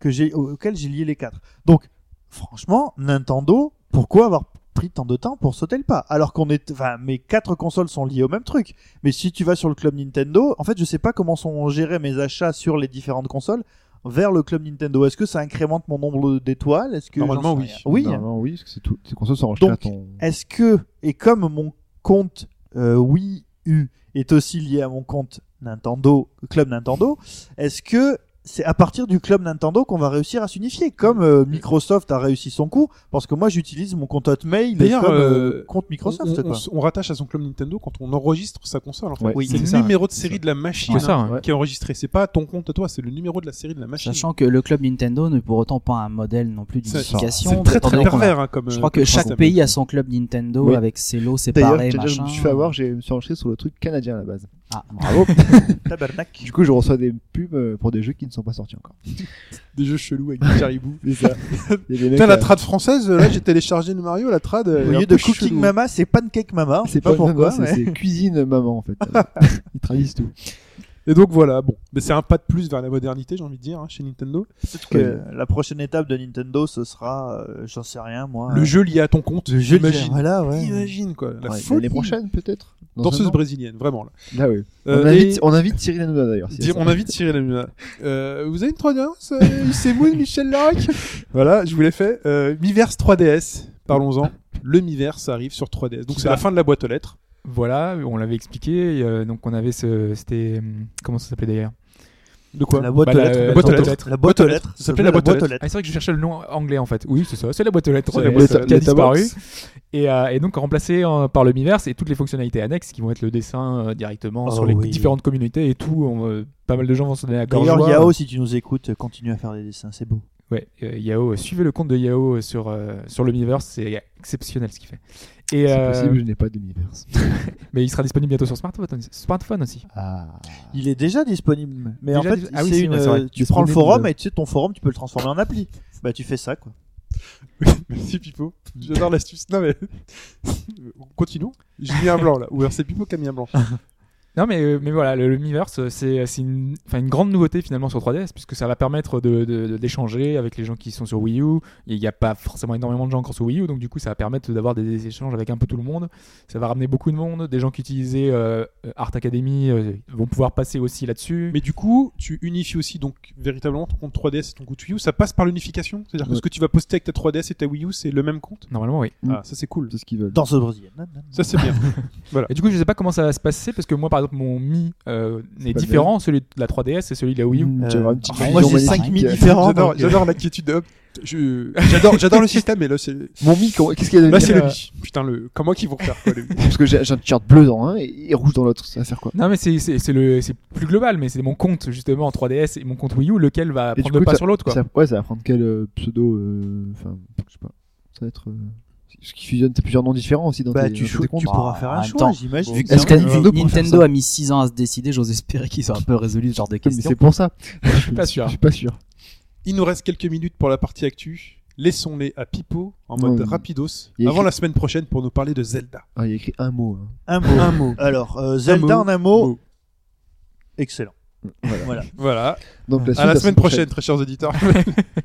F: que j'ai, au- auquel j'ai lié les 4. Donc, franchement, Nintendo, pourquoi avoir pris tant de temps pour sauter le pas Alors qu'on est. Enfin, mes 4 consoles sont liées au même truc. Mais si tu vas sur le Club Nintendo, en fait, je sais pas comment sont gérés mes achats sur les différentes consoles vers le Club Nintendo. Est-ce que ça incrémente mon nombre d'étoiles Est-ce que
C: Normalement,
F: j'en sais
C: oui.
F: rien Oui.
D: Non, non, oui, parce que c'est tout. Ces consoles sont rachetées
F: Donc,
D: à ton.
F: Est-ce que, et comme mon compte euh, Wii U est aussi lié à mon compte Nintendo, Club Nintendo, est-ce que c'est à partir du Club Nintendo qu'on va réussir à s'unifier Comme euh, Microsoft a réussi son coup, parce que moi j'utilise mon compte Hotmail
C: D'ailleurs,
F: comme euh,
C: euh,
F: compte Microsoft.
C: on, on-
F: quoi.
C: on rattache à son club Nintendo quand on enregistre sa console. En fait.
D: Ouais.
C: c'est le
E: c'est ça,
C: numéro de série de la machine
E: C'est ça,
C: hein,
D: ouais.
C: qui est enregistré. C'est pas ton compte à toi, c'est le numéro de la série de la machine.
G: Sachant que le club Nintendo n'est pour autant pas un modèle non plus
C: C'est-
G: d'unification.
C: c'est très
G: étant
C: très
G: donné qu'on a-
C: pervers. hein, comme,
G: Je
C: euh,
G: crois que
C: comme
G: chaque
C: système.
G: pays a son club Nintendo
D: Oui.
G: avec ses lots
D: D'ailleurs,
G: séparés,
D: je
G: machin.
D: je me suis fait avoir, j'ai- je me suis enregistré sur le truc canadien à la base.
G: Ah,
D: Bravo.
F: Tabarnak.
D: du coup, je reçois des pubs euh, pour des jeux qui ne sont pas sortis encore.
C: Des jeux chelous avec des caribous.
D: C'est ça. Il y a des mecs,
C: Putain, la
D: euh,
C: trad française, euh, là j'ai téléchargé le Mario, la trad. euh,
F: Au
C: elle est un
F: lieu
C: peu
F: de Cooking
C: chelou.
F: Mama, c'est Pancake Mama.
D: C'est
F: pas,
D: pas
F: pourquoi.
D: pourquoi,
F: mais-
D: c'est cuisine maman en fait. Ils traduisent tout.
C: Et donc voilà, bon, mais c'est un pas de plus vers la modernité, j'ai envie de dire, hein, chez Nintendo.
F: Peut-être que la prochaine étape de Nintendo, ce sera, euh, j'en sais rien moi.
C: Le jeu lié à ton compte,
F: Le jeu de-
C: imagine,
F: Voilà, ouais.
C: imagine quoi, la
D: Ouais,
C: folie.
D: L'année prochaine peut-être. Dans un
C: Danseuse
D: an
C: brésilienne, vraiment là.
D: Là oui.
C: Euh,
D: on, invite,
C: et-
D: on invite Cyril Hanouna d'ailleurs. si
C: Dire-
D: ça-
C: on invite Cyril Hanouna. Euh, vous avez une 3DS euh, C'est moi, Michel Larocque Voilà, je vous l'ai fait. Euh, Miiverse 3DS, parlons-en. Le Miiverse arrive sur 3DS. Donc c'est la fin de la boîte aux lettres.
E: Voilà, on l'avait expliqué. et, euh, donc on avait ce, c'était hum, comment ça s'appelait d'ailleurs
C: De quoi
F: La boîte
E: Bah,
F: aux
E: la-
F: lettres.
E: la
F: mais
E: boîte aux
F: attends,
E: lettres.
F: La boîte aux lettres.
C: Ça s'appelait la boîte aux lettres.
E: Ah, c'est vrai que je cherchais le nom anglais en fait. Oui, c'est ça, c'est la boîte aux lettres
C: C'est
E: euh,
C: la
E: qui
C: boîte
E: a-
C: aux
E: qui a
D: lettres.
E: disparu. Et, euh, et donc remplacé en- par le Miiverse et toutes les fonctionnalités annexes qui vont être le dessin euh, directement
F: Oh
E: sur les
F: oui.
E: différentes communautés et tout. On, euh, pas mal de gens vont se donner à cœur
F: D'ailleurs,
E: joie.
F: Yao, si tu nous écoutes, continue à faire des dessins, c'est beau.
E: Ouais, euh, Yao, euh, suivez le compte de Yao euh, sur, euh, sur le Miiverse, c'est exceptionnel ce qu'il fait. Et,
D: C'est
E: euh,
D: possible, je n'ai pas d'univers.
E: mais il sera disponible bientôt sur smartphone, smartphone aussi.
D: Ah.
F: Il est déjà disponible, mais
E: Déjà
F: en fait,
E: dis- ah oui,
F: c'est
E: si,
F: une,
E: ouais, c'est vrai.
F: euh, tu prends le
D: Disponible.
F: forum et tu sais, ton forum, tu peux le transformer en appli. Bah, tu fais ça, quoi.
C: Merci Pipo. J'adore l'astuce. Non mais. Continuons. J'ai mis un blanc là. Ou alors c'est Pipo qui a mis un blanc.
E: Non, mais, euh, mais voilà, le, le Miiverse, euh, c'est c'est une, enfin, une grande nouveauté finalement sur 3DS, puisque ça va permettre d'échanger de, de- d'échanger avec les gens qui sont sur Wii U. Il n'y a pas forcément énormément de gens encore sur Wii U, donc du coup, ça va permettre d'avoir des, des échanges avec un peu tout le monde. Ça va ramener beaucoup de monde. Des gens qui utilisaient euh, Art Academy euh, vont pouvoir passer aussi là-dessus.
C: Mais du coup, tu unifies aussi donc véritablement ton compte 3DS et ton compte Wii U. Ça passe par l'unification C'est-à-dire que
D: Ouais.
C: ce que tu vas poster avec ta 3DS et ta Wii U, c'est le même compte
E: Normalement, oui.
D: Mm.
C: Ah, ça c'est cool.
D: C'est ce qu'ils veulent.
F: Dans ce Brésil.
C: Ça c'est bien.
E: Et du coup, je sais pas comment ça va se passer, parce que moi, par exemple, mon Mi euh, est
D: pas
E: différent, celui de la 3DS et celui de la Wii U.
D: Mmh,
F: Euh,
D: tu vas avoir une petite
G: moi,
F: Moi,
D: vision
F: j'ai 5
G: magnifique.
F: mi
D: magnifique.
F: différents.
C: J'adore,
F: donc, euh,
C: j'adore l'inquiétude. Hop, je- J'adore, j'adore le système, mais là c'est
D: Mon mic, on- qu'est-ce qu'il y a de
C: là Bah, c'est
D: dire
C: le mi. Putain le comment qu'ils vont faire quoi le mi
D: Parce que j'ai j'ai un t-shirt bleu dans un et, et rouge dans l'autre. Ça va faire quoi
E: Non mais c'est c'est- c'est le- c'est plus global mais c'est mon compte justement en 3DS et mon compte Wii U lequel va
D: Et du
E: prendre le
D: coup,
E: pas sur l'autre quoi.
D: ça, Ouais, ça va prendre quel euh, pseudo euh, Enfin, je sais pas. Ça va être. euh, Ce qui fusionne, t'as plusieurs noms différents aussi dans
F: Bah,
D: tes,
F: tu,
D: dans tes
F: chou-
D: comptes. Ah,
F: tu pourras
G: Bah,
F: faire
G: en
F: un
G: même
F: choix,
G: temps,
F: j'imagine.
G: Vu que
D: Est-ce que
G: Nintendo,
D: Nintendo pour faire
G: Nintendo
D: ça
G: a mis 6 ans à se décider, j'ose espérer qu'ils ont un peu résolu ce genre de
D: Oui, mais
G: questions.
D: c'est pour ça. je
E: suis pas sûr.
D: Je suis pas sûr.
C: Il nous reste quelques minutes pour la partie actu. Laissons-les à Pipo en mode
D: Ouais.
C: rapidos
D: Il y a
C: avant
D: écrit-
C: la semaine prochaine pour nous parler de Zelda.
D: Ah, il y a écrit un mot. hein.
F: Un mot. Alors, euh, Zelda
C: mot.
F: en un mot, excellent.
C: Voilà.
D: Donc,
C: À la
D: suite,
C: semaine prochaine, très chers auditeurs.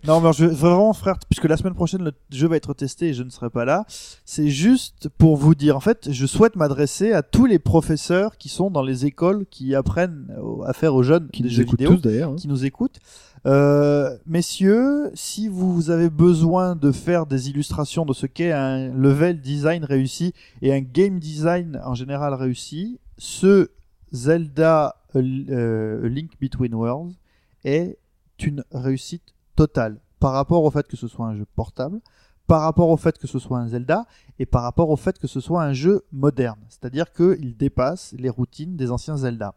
F: Non, mais je vais vraiment, frère, puisque la semaine prochaine, le jeu va être testé et je ne serai pas là. C'est juste pour vous dire, en fait, je souhaite m'adresser à tous les professeurs qui sont dans les écoles, qui apprennent au- à faire aux jeunes
D: Qui
F: des
D: nous
F: jeux
D: écoutent
F: vidéo,
D: tous d'ailleurs. hein.
F: qui nous écoutent. Euh, messieurs, si vous avez besoin de faire des illustrations de ce qu'est un level design réussi et un game design en général réussi, ce Zelda euh, euh, Link Between Worlds est une réussite totale par rapport au fait que ce soit un jeu portable, par rapport au fait que ce soit un Zelda et par rapport au fait que ce soit un jeu moderne. C'est-à-dire qu'il dépasse les routines des anciens Zelda.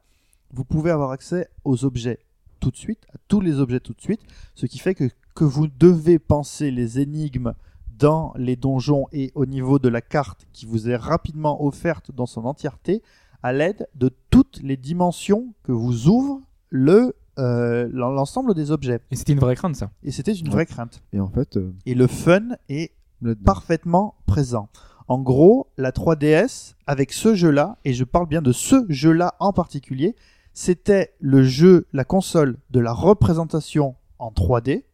F: Vous pouvez avoir accès aux objets tout de suite, à tous les objets tout de suite, ce qui fait que, que vous devez penser les énigmes dans les donjons et au niveau de la carte qui vous est rapidement offerte dans son entièreté à l'aide de toutes les dimensions que vous ouvre le, euh, l'en- l'ensemble des objets.
E: Et c'était une vraie crainte, ça.
F: Et c'était une
D: Ouais.
F: vraie crainte.
D: Et en fait, euh,
F: Et le fun est
D: là-dedans.
F: parfaitement présent. En gros, la 3DS, avec ce jeu-là, et je parle bien de ce jeu-là en particulier, c'était le jeu, la console de la représentation en 3D.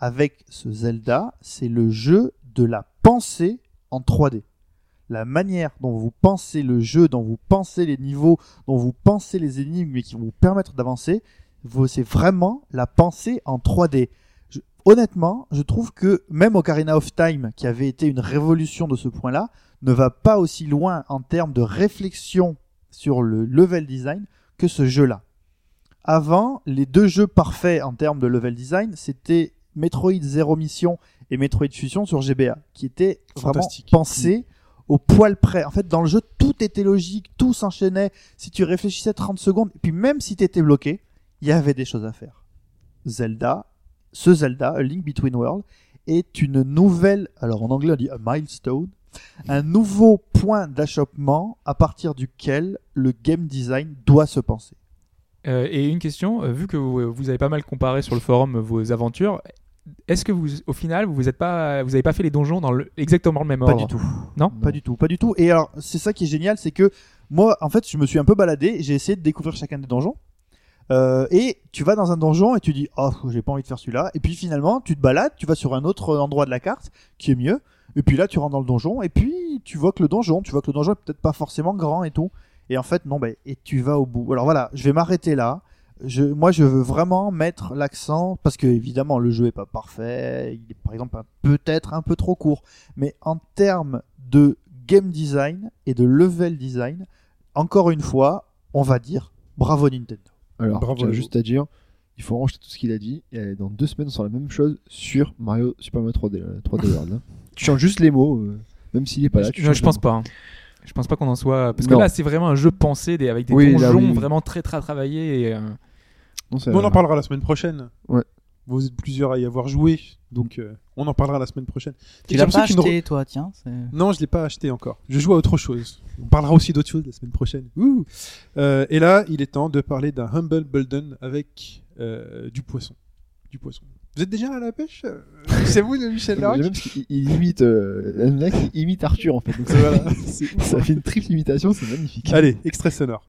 F: Avec ce Zelda, c'est le jeu de la pensée en 3D. La manière dont vous pensez le jeu, dont vous pensez les niveaux, dont vous pensez les énigmes et qui vont vous permettre d'avancer, vous- c'est vraiment la pensée en 3D. Je- honnêtement, je trouve que même Ocarina of Time, qui avait été une révolution de ce point-là, ne va pas aussi loin en termes de réflexion sur le level design que ce jeu-là. Avant, les deux jeux parfaits en termes de level design, c'était Metroid Zero Mission et Metroid Fusion sur GBA, qui étaient vraiment
C: Fantastique.
F: pensés au poil près. En fait, dans le jeu, tout était logique, tout s'enchaînait. Si tu réfléchissais 30 secondes, et puis même si tu étais bloqué, il y avait des choses à faire. Zelda, ce Zelda, A Link Between Worlds, est une nouvelle, alors en anglais on dit a milestone, un nouveau point d'achoppement à partir duquel le game design doit se penser.
E: Euh, et une question, euh, vu que vous, vous avez pas mal comparé sur le forum euh, vos aventures, est-ce que vous, au final, vous êtes pas, vous avez pas fait les donjons dans le- exactement le même
F: Pas
E: ordre
F: du tout.
E: Non
F: Pas du tout, pas du tout. Et alors, c'est ça qui est génial, c'est que moi, en fait, je me suis un peu baladé, j'ai essayé de découvrir chacun des donjons. Euh, et tu vas dans un donjon et tu dis oh j'ai pas envie de faire celui-là et puis finalement tu te balades tu vas sur un autre endroit de la carte qui est mieux et puis là tu rentres dans le donjon et puis tu vois que le donjon tu vois que le donjon est peut-être pas forcément grand et tout et en fait non ben et tu vas au bout alors voilà je vais m'arrêter là je, moi je veux vraiment mettre l'accent parce que évidemment le jeu est pas parfait il est par exemple un- peut-être un peu trop court mais en termes de game design et de level design, encore une fois, on va dire bravo Nintendo.
D: Alors,
C: Bravo à
D: j'ai
C: vous.
D: juste à dire, il faut ranger tout ce qu'il a dit. Et euh, dans deux semaines, on sera la même chose sur Mario Super Mario 3D, euh, 3D World. hein. Tu changes juste les mots, euh, même s'il est pas là. tu
E: je,
D: changes
E: je
D: les
E: pense
D: mots.
E: pas. hein. Je pense pas qu'on en soit. Parce que
D: Non.
E: là, c'est vraiment un jeu pensé des- avec des
D: Oui,
E: donjons
D: là, oui, oui.
E: vraiment très très travaillés. Et, euh,
D: Non, c'est-
C: Bon, on en parlera la semaine prochaine.
D: Ouais.
C: Vous êtes plusieurs à y avoir joué, donc euh, on en parlera la semaine prochaine.
G: Tu
C: J'ai
G: l'as pas
C: l'impression qu'il y a une
G: acheté, toi, tiens. c'est-
C: Non, je l'ai pas acheté encore. Je joue à autre chose. On parlera aussi d'autre chose la semaine prochaine. Ouh. Euh, et là, il est temps de parler d'un humble Bolden avec euh, du poisson. Du poisson. Vous êtes déjà à la pêche Euh, C'est vous, le Michel
D: J'aime
C: Larocque
D: bien parce qu'il- il imite, euh, Anunnaki, il imite Arthur en fait. Donc, c'est-
C: Voilà.
D: ça fait une triple imitation, c'est magnifique.
C: Allez, extrait sonore.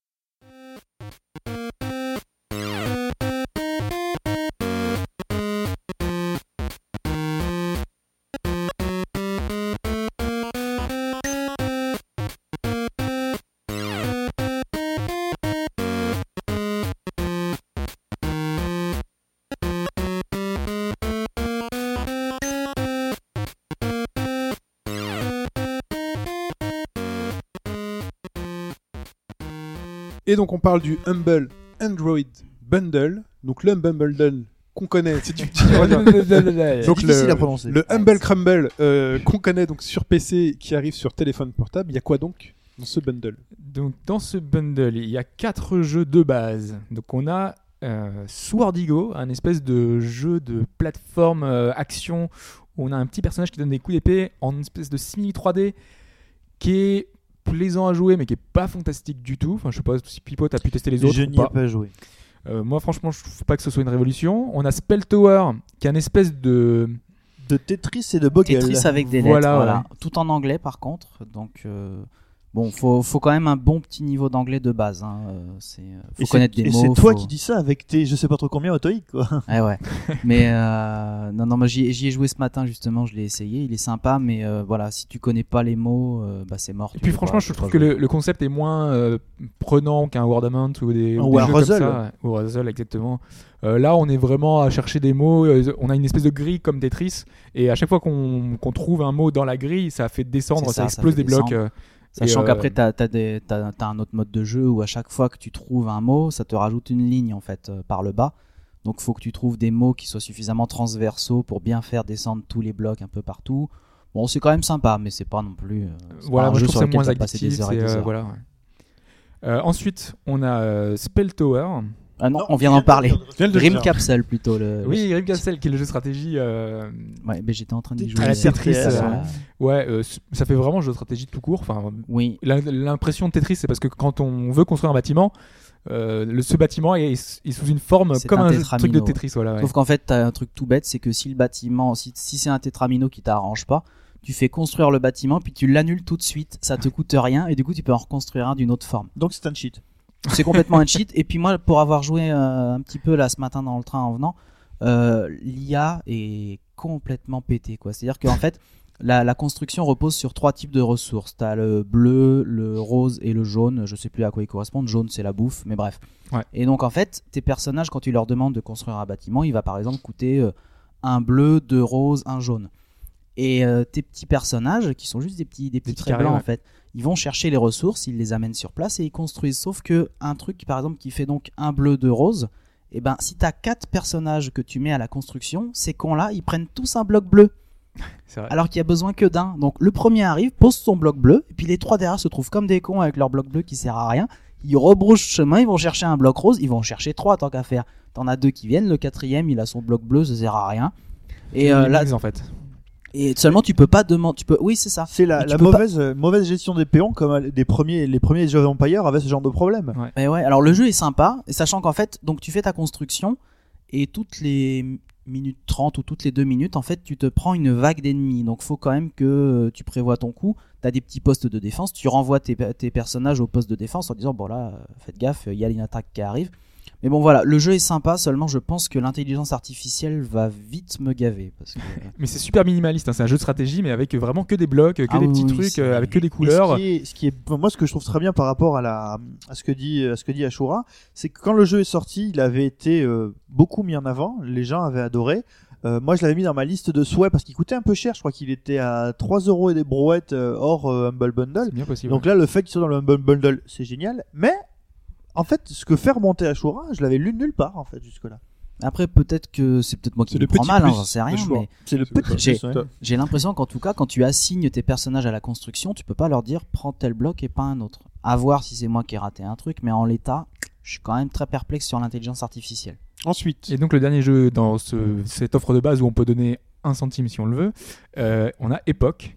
C: Et donc, on parle du humble Android Bundle. Donc, l'humble Bundle qu'on connaît, c'est du petit Donc,
F: difficile
C: le-
F: à prononcer.
C: Le Humble Crumble euh, qu'on connaît donc sur PC qui arrive sur téléphone portable, il y a quoi donc dans ce bundle
E: Donc dans ce bundle, il y a quatre jeux de base. Donc on a euh, Swordigo, un espèce de jeu de plateforme euh, action où on a un petit personnage qui donne des coups d'épée en une espèce de simili 3D qui est plaisant à jouer mais qui est pas fantastique du tout. Enfin je sais pas si Pipo t'as pu tester les autres
F: je
E: ou
F: n'y ai
E: pas.
F: pas joué.
E: Euh, moi franchement je trouve pas que ce soit une révolution. On a Spell Tower qui est un espèce de
F: De Tetris et de Boggle.
G: Tetris avec des lettres,
E: Voilà,
G: voilà.
E: ouais.
G: Tout en anglais, par contre. Donc, euh, Bon, faut, faut quand même un bon petit niveau d'anglais de base. Hein. euh, C'est, euh, faut
F: Et c'est-
G: connaître des
F: et
G: mots.
F: c'est toi
G: faut-
F: qui dis ça avec tes je sais pas trop combien autoïques quoi.
G: Ouais, ouais. mais euh, non, non, moi j'y ai- j'y ai joué ce matin justement, je l'ai essayé, il est sympa, mais euh, voilà, si tu connais pas les mots, euh, bah c'est mort.
E: Et
G: tu
E: puis
G: peux
E: franchement,
G: pas-
E: je
G: tu peux
E: trouve
G: pas
E: que
G: jouer.
E: le, le concept est moins euh, prenant qu'un Word Amount ou des,
F: Ou
E: ou des
F: un
E: jeux
F: Ruzzle.
E: comme ça. Ou un Ruzzle, exactement. Euh, là, on est vraiment à chercher des mots. euh, On a une espèce de grille comme Tetris, et à chaque fois qu'on qu'on trouve un mot dans la grille, ça fait descendre,
G: C'est
E: ça,
G: ça, ça
E: explose
G: fait
E: des blocs.
G: descendre.
E: euh,
G: Sachant
E: et, euh,
G: qu'après, t'as as, un autre mode de jeu où à chaque fois que tu trouves un mot, ça te rajoute une ligne en fait euh, par le bas. Donc faut que tu trouves des mots qui soient suffisamment transversaux pour bien faire descendre tous les blocs un peu partout. Bon, c'est quand même sympa, mais c'est pas non plus. euh, c'est
E: voilà,
G: pas un
E: moi je
G: jeu
E: trouve
G: sur
E: ça
G: lequel
E: moins
G: t'as passé
E: addictif.
G: des heures et
E: c'est,
G: des
E: euh,
G: heures.
E: voilà, ouais. Euh, ensuite, on a euh, Spell Tower.
G: Ah non, on vient d'en parler. Dream Capsule plutôt. Le,
E: Oui, Grim Castle, qui est le jeu de stratégie. euh,
G: Ouais, mais j'étais en train d'y jouer.
E: à la Tetris.
F: RTS,
E: euh,
G: Voilà.
E: ouais, euh, ça fait vraiment jeu de stratégie tout court. Enfin,
G: Oui,
E: La- L'impression de Tetris, c'est parce que quand on veut construire un bâtiment, euh, le, ce bâtiment est, est sous une forme
G: C'est
E: comme
G: un
E: un, jeu-
G: tétramino,
E: truc de
G: ouais.
E: Tetris. Voilà, ouais.
G: Sauf qu'en fait, t'as un truc tout bête, c'est que si le bâtiment, si, si c'est un tétramino qui t'arrange pas, tu fais construire le bâtiment, puis tu l'annules tout de suite, ça te coûte rien, et du coup, tu peux en reconstruire un d'une autre forme.
F: Donc c'est un cheat.
G: C'est complètement un cheat. Et puis moi, pour avoir joué euh, un petit peu là ce matin dans le train en venant, euh, l'IA est complètement pété quoi. C'est-à-dire qu'en fait, la, la construction repose sur trois types de ressources. T'as le bleu, le rose et le jaune. Je sais plus à quoi ils correspondent. Jaune c'est la bouffe, mais bref.
E: Ouais.
G: Et donc en fait, tes personnages quand tu leur demandes de construire un bâtiment, il va par exemple coûter euh, un bleu, deux roses, un jaune. Et euh, tes petits personnages, qui sont juste des petits, des petits
E: petits
G: traits
E: carrés,
G: blancs
E: ouais.
G: en fait, ils vont chercher les ressources, ils les amènent sur place et ils construisent. Sauf que un truc, par exemple, qui fait donc un bleu, deux roses, et ben si t'as quatre personnages que tu mets à la construction, ces cons-là, ils prennent tous un bloc bleu,
E: C'est vrai.
G: alors qu'il y a besoin que d'un. Donc le premier arrive, pose son bloc bleu, et puis les trois derrière se trouvent comme des cons avec leur bloc bleu qui sert à rien. Ils rebroussent chemin, ils vont chercher un bloc rose, ils vont en chercher trois tant qu'à faire. T'en as deux qui viennent, le quatrième il a son bloc bleu, ça sert à rien. Et, euh,
E: Il
G: là,
E: mixe, en fait.
G: et seulement tu peux pas demander, tu peux, oui c'est ça.
F: C'est la,
G: Mais tu
F: la
G: peux pas-
F: mauvaise euh, mauvaise gestion des péons comme les premiers les premiers jeux Empire avaient ce genre de problème.
G: Mais ouais, alors le jeu est sympa, et sachant qu'en fait, donc tu fais ta construction, et toutes les minutes 30 ou toutes les 2 minutes, en fait, tu te prends une vague d'ennemis. Donc faut quand même que euh, tu prévois ton coup. T'as des petits postes de défense, tu renvoies tes, tes personnages au poste de défense en disant, bon là, euh, faites gaffe, il y a une attaque qui arrive. Mais bon voilà, le jeu est sympa, seulement je pense que l'intelligence artificielle va vite me gaver. Parce que, euh,
E: Mais c'est super minimaliste. hein. C'est un jeu de stratégie, mais avec vraiment que des blocs, que
G: Ah
E: des
G: oui,
E: petits
G: oui,
E: trucs,
G: c'est-
E: euh, avec que des
F: Et
E: couleurs.
F: Ce qui est, ce qui est- moi, ce que je trouve très bien par rapport à, la, à ce que dit, à ce que dit Ashura, c'est que quand le jeu est sorti, il avait été euh, beaucoup mis en avant. Les gens avaient adoré. Euh, moi, je l'avais mis dans ma liste de souhaits parce qu'il coûtait un peu cher. Je crois qu'il était à 3 euros et des brouettes euh, hors euh, Humble Bundle.
E: C'est bien possible.
F: Donc là, le fait qu'il soit dans le Humble Bundle, c'est génial. Mais en fait, ce que fait remonter Ashura, je l'avais lu nulle part en fait jusque-là.
G: Après, peut-être que c'est peut-être moi
C: C'est
G: qui me
C: le
G: prends
C: petit
G: mal, hein,
C: plus
G: j'en sais
C: de
G: rien,
C: choix.
G: mais
F: C'est le
C: C'est
F: petit.
G: J'ai-
F: plus, ouais.
G: J'ai l'impression qu'en tout cas, quand tu assignes tes personnages à la construction, tu peux pas leur dire prends tel bloc et pas un autre. À voir si c'est moi qui ai raté un truc, mais en l'état, je suis quand même très perplexe sur l'intelligence artificielle.
C: Ensuite,
E: Et donc le dernier jeu dans ce- cette offre de base où on peut donner un centime si on le veut, euh, on a Epoch.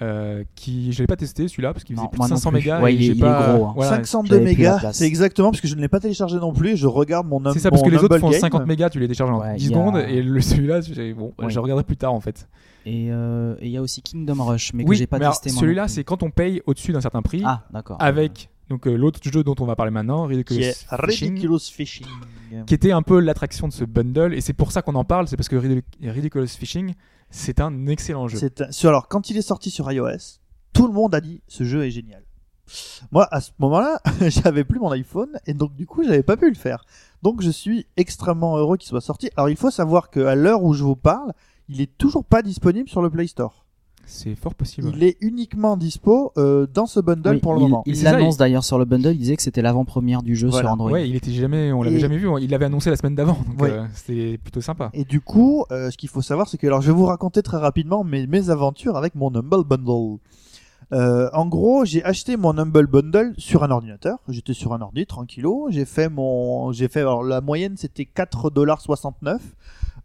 E: euh, qui je l'ai pas testé celui-là parce qu'il faisait
G: Non,
E: plus de
G: moi non
E: 500
G: plus.
E: mégas
G: Ouais,
E: et
G: il est-
E: j'ai
G: il est
E: pas
G: gros, hein.
E: voilà,
F: 502
G: j'avais plus la
F: mégas,
G: place.
F: c'est exactement parce que je ne l'ai pas téléchargé non plus. et Je regarde mon hum-
E: c'est ça parce
F: mon
E: que les autres
F: Humble
E: font
F: Game.
E: 50 mégas tu les décharges en
G: Ouais,
E: 10
G: il y a-
E: secondes et le- celui-là j'ai- bon
G: Ouais.
E: je regarderai plus tard en fait
G: Et euh, et il y a aussi Kingdom Rush, mais que
E: oui,
G: j'ai pas
E: mais alors,
G: testé. moi non
E: Celui-là,
G: plus.
E: c'est quand on paye au-dessus d'un certain prix
G: ah d'accord.
E: avec donc euh, l'autre jeu dont on va parler maintenant, Ridiculous
F: qui est
E: Fishing,
F: Ridiculous Fishing.
G: Euh,
E: qui était un peu l'attraction de ce bundle et c'est pour ça qu'on en parle, c'est parce que Ridic- Ridiculous Fishing, c'est un excellent jeu.
F: C'est un- sur- Alors, quand il est sorti sur iOS, tout le monde a dit ce jeu est génial. Moi, à ce moment-là, j'avais plus mon iPhone et donc du coup, j'avais pas pu le faire. Donc, je suis extrêmement heureux qu'il soit sorti. Alors, il faut savoir qu'à l'heure où je vous parle, il est toujours pas disponible sur le Play Store.
E: C'est fort possible.
F: Il est uniquement dispo euh, dans ce bundle
G: Oui,
F: pour le
G: il-
F: moment.
E: Mais
G: Il
E: c'est ça,
G: l'annonce d'ailleurs sur le bundle, il disait que c'était l'avant-première du jeu
F: Voilà.
G: sur Android.
E: Ouais, il était jamais, on l'avait
F: Et-
E: jamais vu. hein. Il l'avait annoncé la semaine d'avant, donc
F: Ouais.
E: euh, c'était plutôt sympa.
F: Et du coup, euh, ce qu'il faut savoir, c'est que alors je vais vous raconter très rapidement mes, mes aventures avec mon Humble Bundle. Euh, en gros, j'ai acheté mon Humble Bundle sur un ordinateur. J'étais sur un ordi tranquillo. J'ai fait mon, j'ai fait alors la moyenne c'était 4,69$.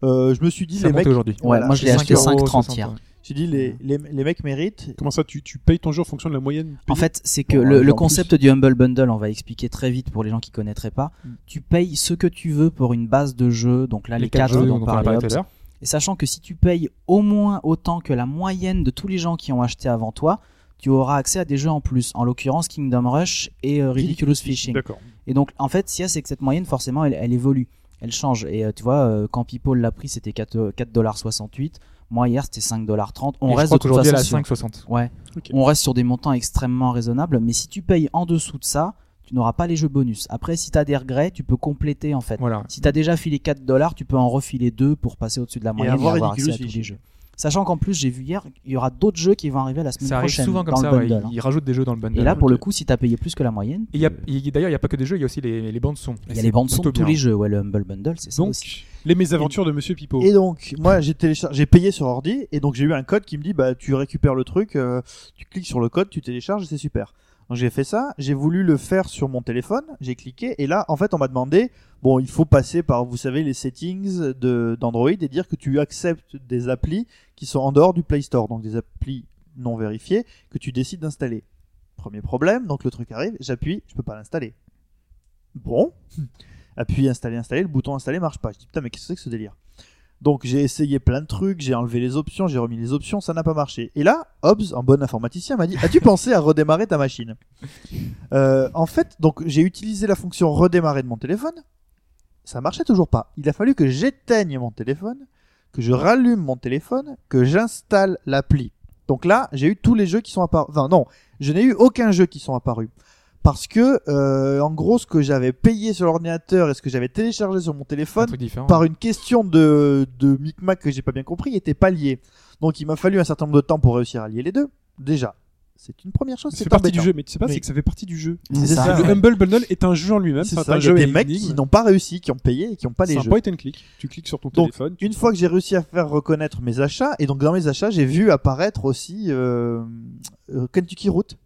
F: Euh, je me suis dit
E: Ça
F: les
E: monte
F: mecs,
E: aujourd'hui.
F: Voilà,
G: moi je l'ai acheté
E: 5,60
G: 5,30 hier.
F: j'ai dit les, les, les mecs méritent.
C: comment ça, tu, tu payes ton jeu en fonction de la moyenne
G: En
C: payée
G: fait, c'est que
C: Bon,
G: le,
C: euh,
G: le
C: en
G: concept du Humble Bundle, on va expliquer très vite pour les gens qui connaîtraient pas.
E: Mm.
G: Tu payes ce que tu veux pour une base de jeu, donc là les,
E: quatre
G: quatre
E: jeux
G: dont
E: on a
G: parlait
E: parlé tout à
G: Hobbs,
E: l'heure.
G: Et sachant que si tu payes au moins autant que la moyenne de tous les gens qui ont acheté avant toi, tu auras accès à des jeux en plus. En l'occurrence, Kingdom Rush et euh, Ridiculous Fishing.
C: D'accord.
G: Et donc, en fait, si c'est que cette moyenne, forcément, elle, elle évolue. Elle change. Et euh, tu vois, euh, quand People l'a pris, c'était euh, 4 4,68$. Moi, hier, c'était 5,30$. On
E: Et je crois
G: reste de toute
E: qu'aujourd'hui, elle est à
G: façon sur-
E: 5,60.
G: Ouais.
C: Ok.
G: On reste sur des montants extrêmement raisonnables, mais si tu payes en dessous de ça, tu n'auras pas les jeux bonus. Après, si tu as des regrets, tu peux compléter en fait.
E: Voilà.
G: Si tu as déjà filé 4 dollars, tu peux en refiler 2 pour passer au-dessus de la moyenne et
F: avoir
G: avoir, accès
F: Ridiculous
G: à tous les
F: Fishing.
G: jeux. Sachant qu'en plus, j'ai vu hier, il y aura d'autres jeux qui vont arriver la semaine
E: Ça arrive
G: prochaine
E: souvent comme
G: dans
E: ça,
G: le
E: ouais,
G: bundle. hein.
E: ils, ils rajoutent des jeux dans le bundle.
G: Et là, pour
C: Ok.
G: le coup, si tu as payé plus que la moyenne,
E: Et il y a- il- d'ailleurs, il n'y a pas que des jeux, il y a aussi les, les bandes son. Et
G: il y a
E: c'est
G: les bandes son de
E: plutôt
G: tous
E: bien.
G: les jeux. Ouais, le Humble Bundle, c'est ça aussi.
C: Donc, les mésaventures de Monsieur Pipo.
F: Et donc, moi, j'ai téléchar- j'ai payé sur ordi, et donc j'ai eu un code qui me dit, bah, tu récupères le truc, euh, tu cliques sur le code, tu télécharges, et c'est super. Donc j'ai fait ça, j'ai voulu le faire sur mon téléphone, j'ai cliqué, et là, en fait, on m'a demandé, bon, il faut passer par, vous savez, les settings de- d'Android et dire que tu acceptes des applis qui sont en dehors du Play Store, donc des applis non vérifiées que tu décides d'installer. Premier problème, donc le truc arrive, j'appuie, je peux pas l'installer. Bon, appuie, installer, installer, le bouton installer marche pas. Je dis putain, mais qu'est-ce que c'est que ce délire donc j'ai essayé plein de trucs, j'ai enlevé les options, j'ai remis les options, ça n'a pas marché. Et là, Hobbs, un bon informaticien, m'a dit As-tu pensé à redémarrer ta machine Euh, En fait, donc j'ai utilisé la fonction redémarrer de mon téléphone, ça marchait toujours pas. Il a fallu que j'éteigne mon téléphone, que je rallume mon téléphone, que j'installe l'appli. Donc là, j'ai eu tous les jeux qui sont apparus. Enfin non, je n'ai eu aucun jeu qui sont apparus. Parce que, euh, en gros, ce que j'avais payé sur l'ordinateur et ce que j'avais téléchargé sur mon
E: Un
F: téléphone
E: truc différent.
F: par une question de, de micmac que j'ai pas bien compris, était pas lié. Donc il m'a fallu un certain nombre de temps pour réussir à lier les deux. Déjà, c'est une première chose.
C: C'est partie du
F: embêtant.
C: jeu, mais tu sais pas,
F: Oui. Ah
C: c'est que ça fait partie du jeu.
G: C'est ça.
C: Le Humble Bundle est un jeu en lui-même.
F: C'est
C: enfin,
F: ça,
C: un
F: il y a
C: jeu
F: des
C: avec
F: mecs
C: une
F: qui
C: énigme.
F: n'ont pas réussi, qui ont payé et qui n'ont pas
C: C'est
F: les
C: un
F: jeux.
C: point and click. Tu cliques sur ton
F: Donc,
C: téléphone. tu-
F: Une fois que j'ai réussi à faire reconnaître mes achats, et donc dans mes achats, j'ai vu apparaître aussi euh, euh, Kentucky Route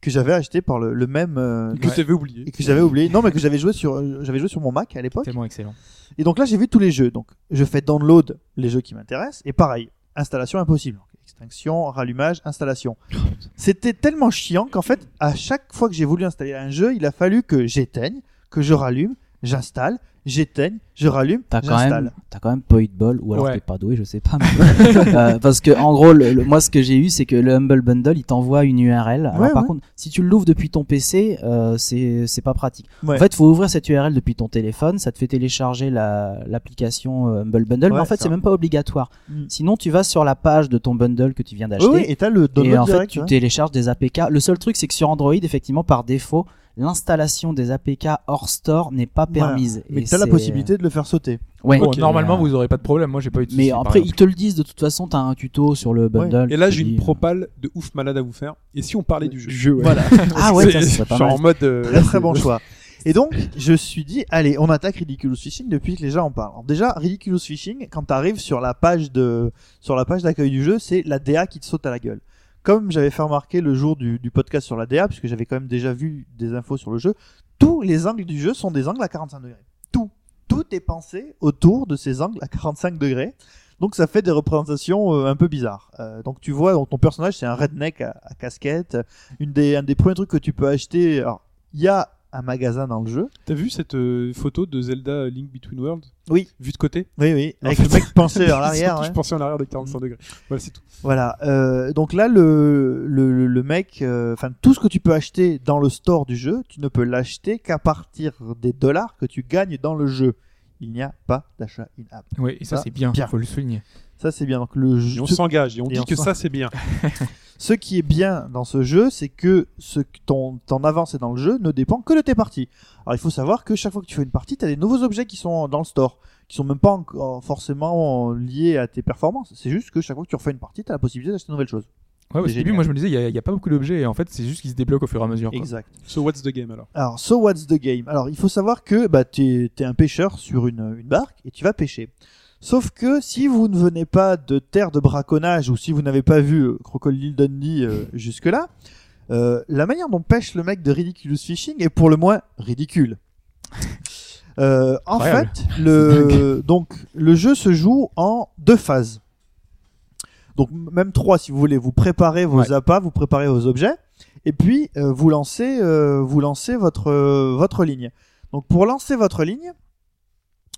F: que j'avais acheté par le, le même euh,
C: Que
E: Ouais.
C: t'avais oublié.
F: et que j'avais oublié. Non, mais que j'avais joué sur euh, j'avais joué sur mon Mac à l'époque.
E: Tellement excellent.
F: Et donc là, j'ai vu tous les jeux. Donc, je fais download les jeux qui m'intéressent. Et pareil, installation impossible. Donc, Extinction, rallumage, installation.
G: Oh,
F: C'était tellement chiant qu'en fait, à chaque fois que j'ai voulu installer un jeu, il a fallu que j'éteigne, que je rallume, j'installe, j'éteigne, je rallume,
G: T'as quand
F: j'installe.
G: même, t'as quand même pas eu de bol, ou alors
E: Ouais.
G: t'es pas doué, je sais pas. mais- Euh, parce que en gros, le- le- moi ce que j'ai eu, c'est que le Humble Bundle, il t'envoie une URL. Alors,
F: Ouais,
G: par
F: ouais.
G: contre, si tu l'ouvres depuis ton PC, euh, c'est c'est pas pratique.
F: Ouais.
G: En fait, faut ouvrir cette URL depuis ton téléphone, ça te fait télécharger la- l'application euh, Humble Bundle, mais
F: Ouais,
G: en fait
F: ça.
G: c'est même pas obligatoire.
F: Mm.
G: Sinon, tu vas sur la page de ton bundle que tu viens
F: Oui,
G: d'acheter.
F: oui, et t'as le download
G: Et en fait,
F: direct. hein.
G: tu
F: ouais.
G: télécharges des APK. Le seul truc, c'est que sur Android, effectivement, par défaut, l'installation des APK hors store n'est pas
F: Voilà.
G: permise.
F: Mais
G: Et
F: t'as la
G: c'est-
F: possibilité de le faire sauter.
G: Ouais.
E: Bon,
C: Ok.
E: Oh, normalement,
G: Mais,
E: vous n'aurez pas de problème. Moi, j'ai pas eu de
G: Mais
E: soucis, par
G: après,
E: exemple.
G: ils te le disent de toute façon. T'as un tuto sur le bundle.
C: Et là,
G: qui
C: j'ai
G: te
C: une
G: dit,
C: propale de ouf malade à vous faire. Et si on parlait du jeu
F: Voilà.
G: euh, Ah ouais, ça, ça
C: C'est
G: serait pas
C: genre
G: mal.
C: en mode. euh,
F: Très très bon choix. Et donc, je me suis dit, allez, on attaque Ridiculous Fishing depuis que les gens en parlent. Alors déjà, Ridiculous Fishing, quand t'arrives sur la page de, sur la page d'accueil du jeu, c'est la DA qui te saute à la gueule. Comme j'avais fait remarquer le jour du, du podcast sur la DA, puisque j'avais quand même déjà vu des infos sur le jeu, tous les angles du jeu sont des angles à 45 degrés. Tout. Tout est pensé autour de ces angles à 45 degrés. Donc ça fait des représentations euh, un peu bizarres. Euh, donc tu vois, donc, ton personnage c'est un redneck à, à casquette. Une des, un des premiers trucs que tu peux acheter, alors il y a un magasin dans le jeu.
C: T'as vu cette euh, photo de Zelda Link Between Worlds
F: Oui.
C: Vue de côté
F: Oui, oui. Avec
C: En
F: le
C: fait,
F: mec penché en arrière.
C: Je pensais en arrière de 45 degrés. Voilà, c'est tout.
F: Voilà. euh, donc là, le, le, le mec, euh, enfin, tout ce que tu peux acheter dans le store du jeu, tu ne peux l'acheter qu'à partir des dollars que tu gagnes dans le jeu. Il n'y a pas d'achat in-app.
E: Oui, et ça,
F: Ah,
E: c'est bien.
F: bien.
E: Faut le souligner.
F: Ça, c'est bien. Donc le
C: Et
F: jeu,
C: on s'engage et on
F: et
C: dit
F: on
C: que
F: s'en-
C: ça, c'est bien.
F: Ce qui est bien dans ce jeu, c'est que ce que ton, ton avancée dans le jeu ne dépend que de tes parties. Alors il faut savoir que chaque fois que tu fais une partie, tu as des nouveaux objets qui sont dans le store, qui sont même pas encore forcément liés à tes performances. C'est juste que chaque fois que tu refais une partie, tu as la possibilité d'acheter de nouvelles choses.
E: Ouais, au
F: C'est
E: début,
F: génial.
E: moi, je me disais, il n'y a, pas beaucoup d'objets. Et en fait, c'est juste qu'ils se débloquent au fur et à mesure. quoi.
F: Exact.
C: So what's the game alors
F: Alors, so what's the game Alors, il faut savoir que bah, tu es, un pêcheur sur une, une barque et tu vas pêcher. Sauf que si vous ne venez pas de terre de braconnage ou si vous n'avez pas vu euh, Crocodile Dundee euh, jusque-là, euh, la manière dont pêche le mec de Ridiculous Fishing est pour le moins ridicule. Euh, en
E: Incroyable.
F: fait, le, donc, le jeu se joue en deux phases. Donc m- même trois si vous voulez, vous préparez vos
E: Ouais.
F: appâts, vous préparez vos objets, et puis euh, vous lancez, euh, vous lancez votre euh, votre ligne. Donc pour lancer votre ligne,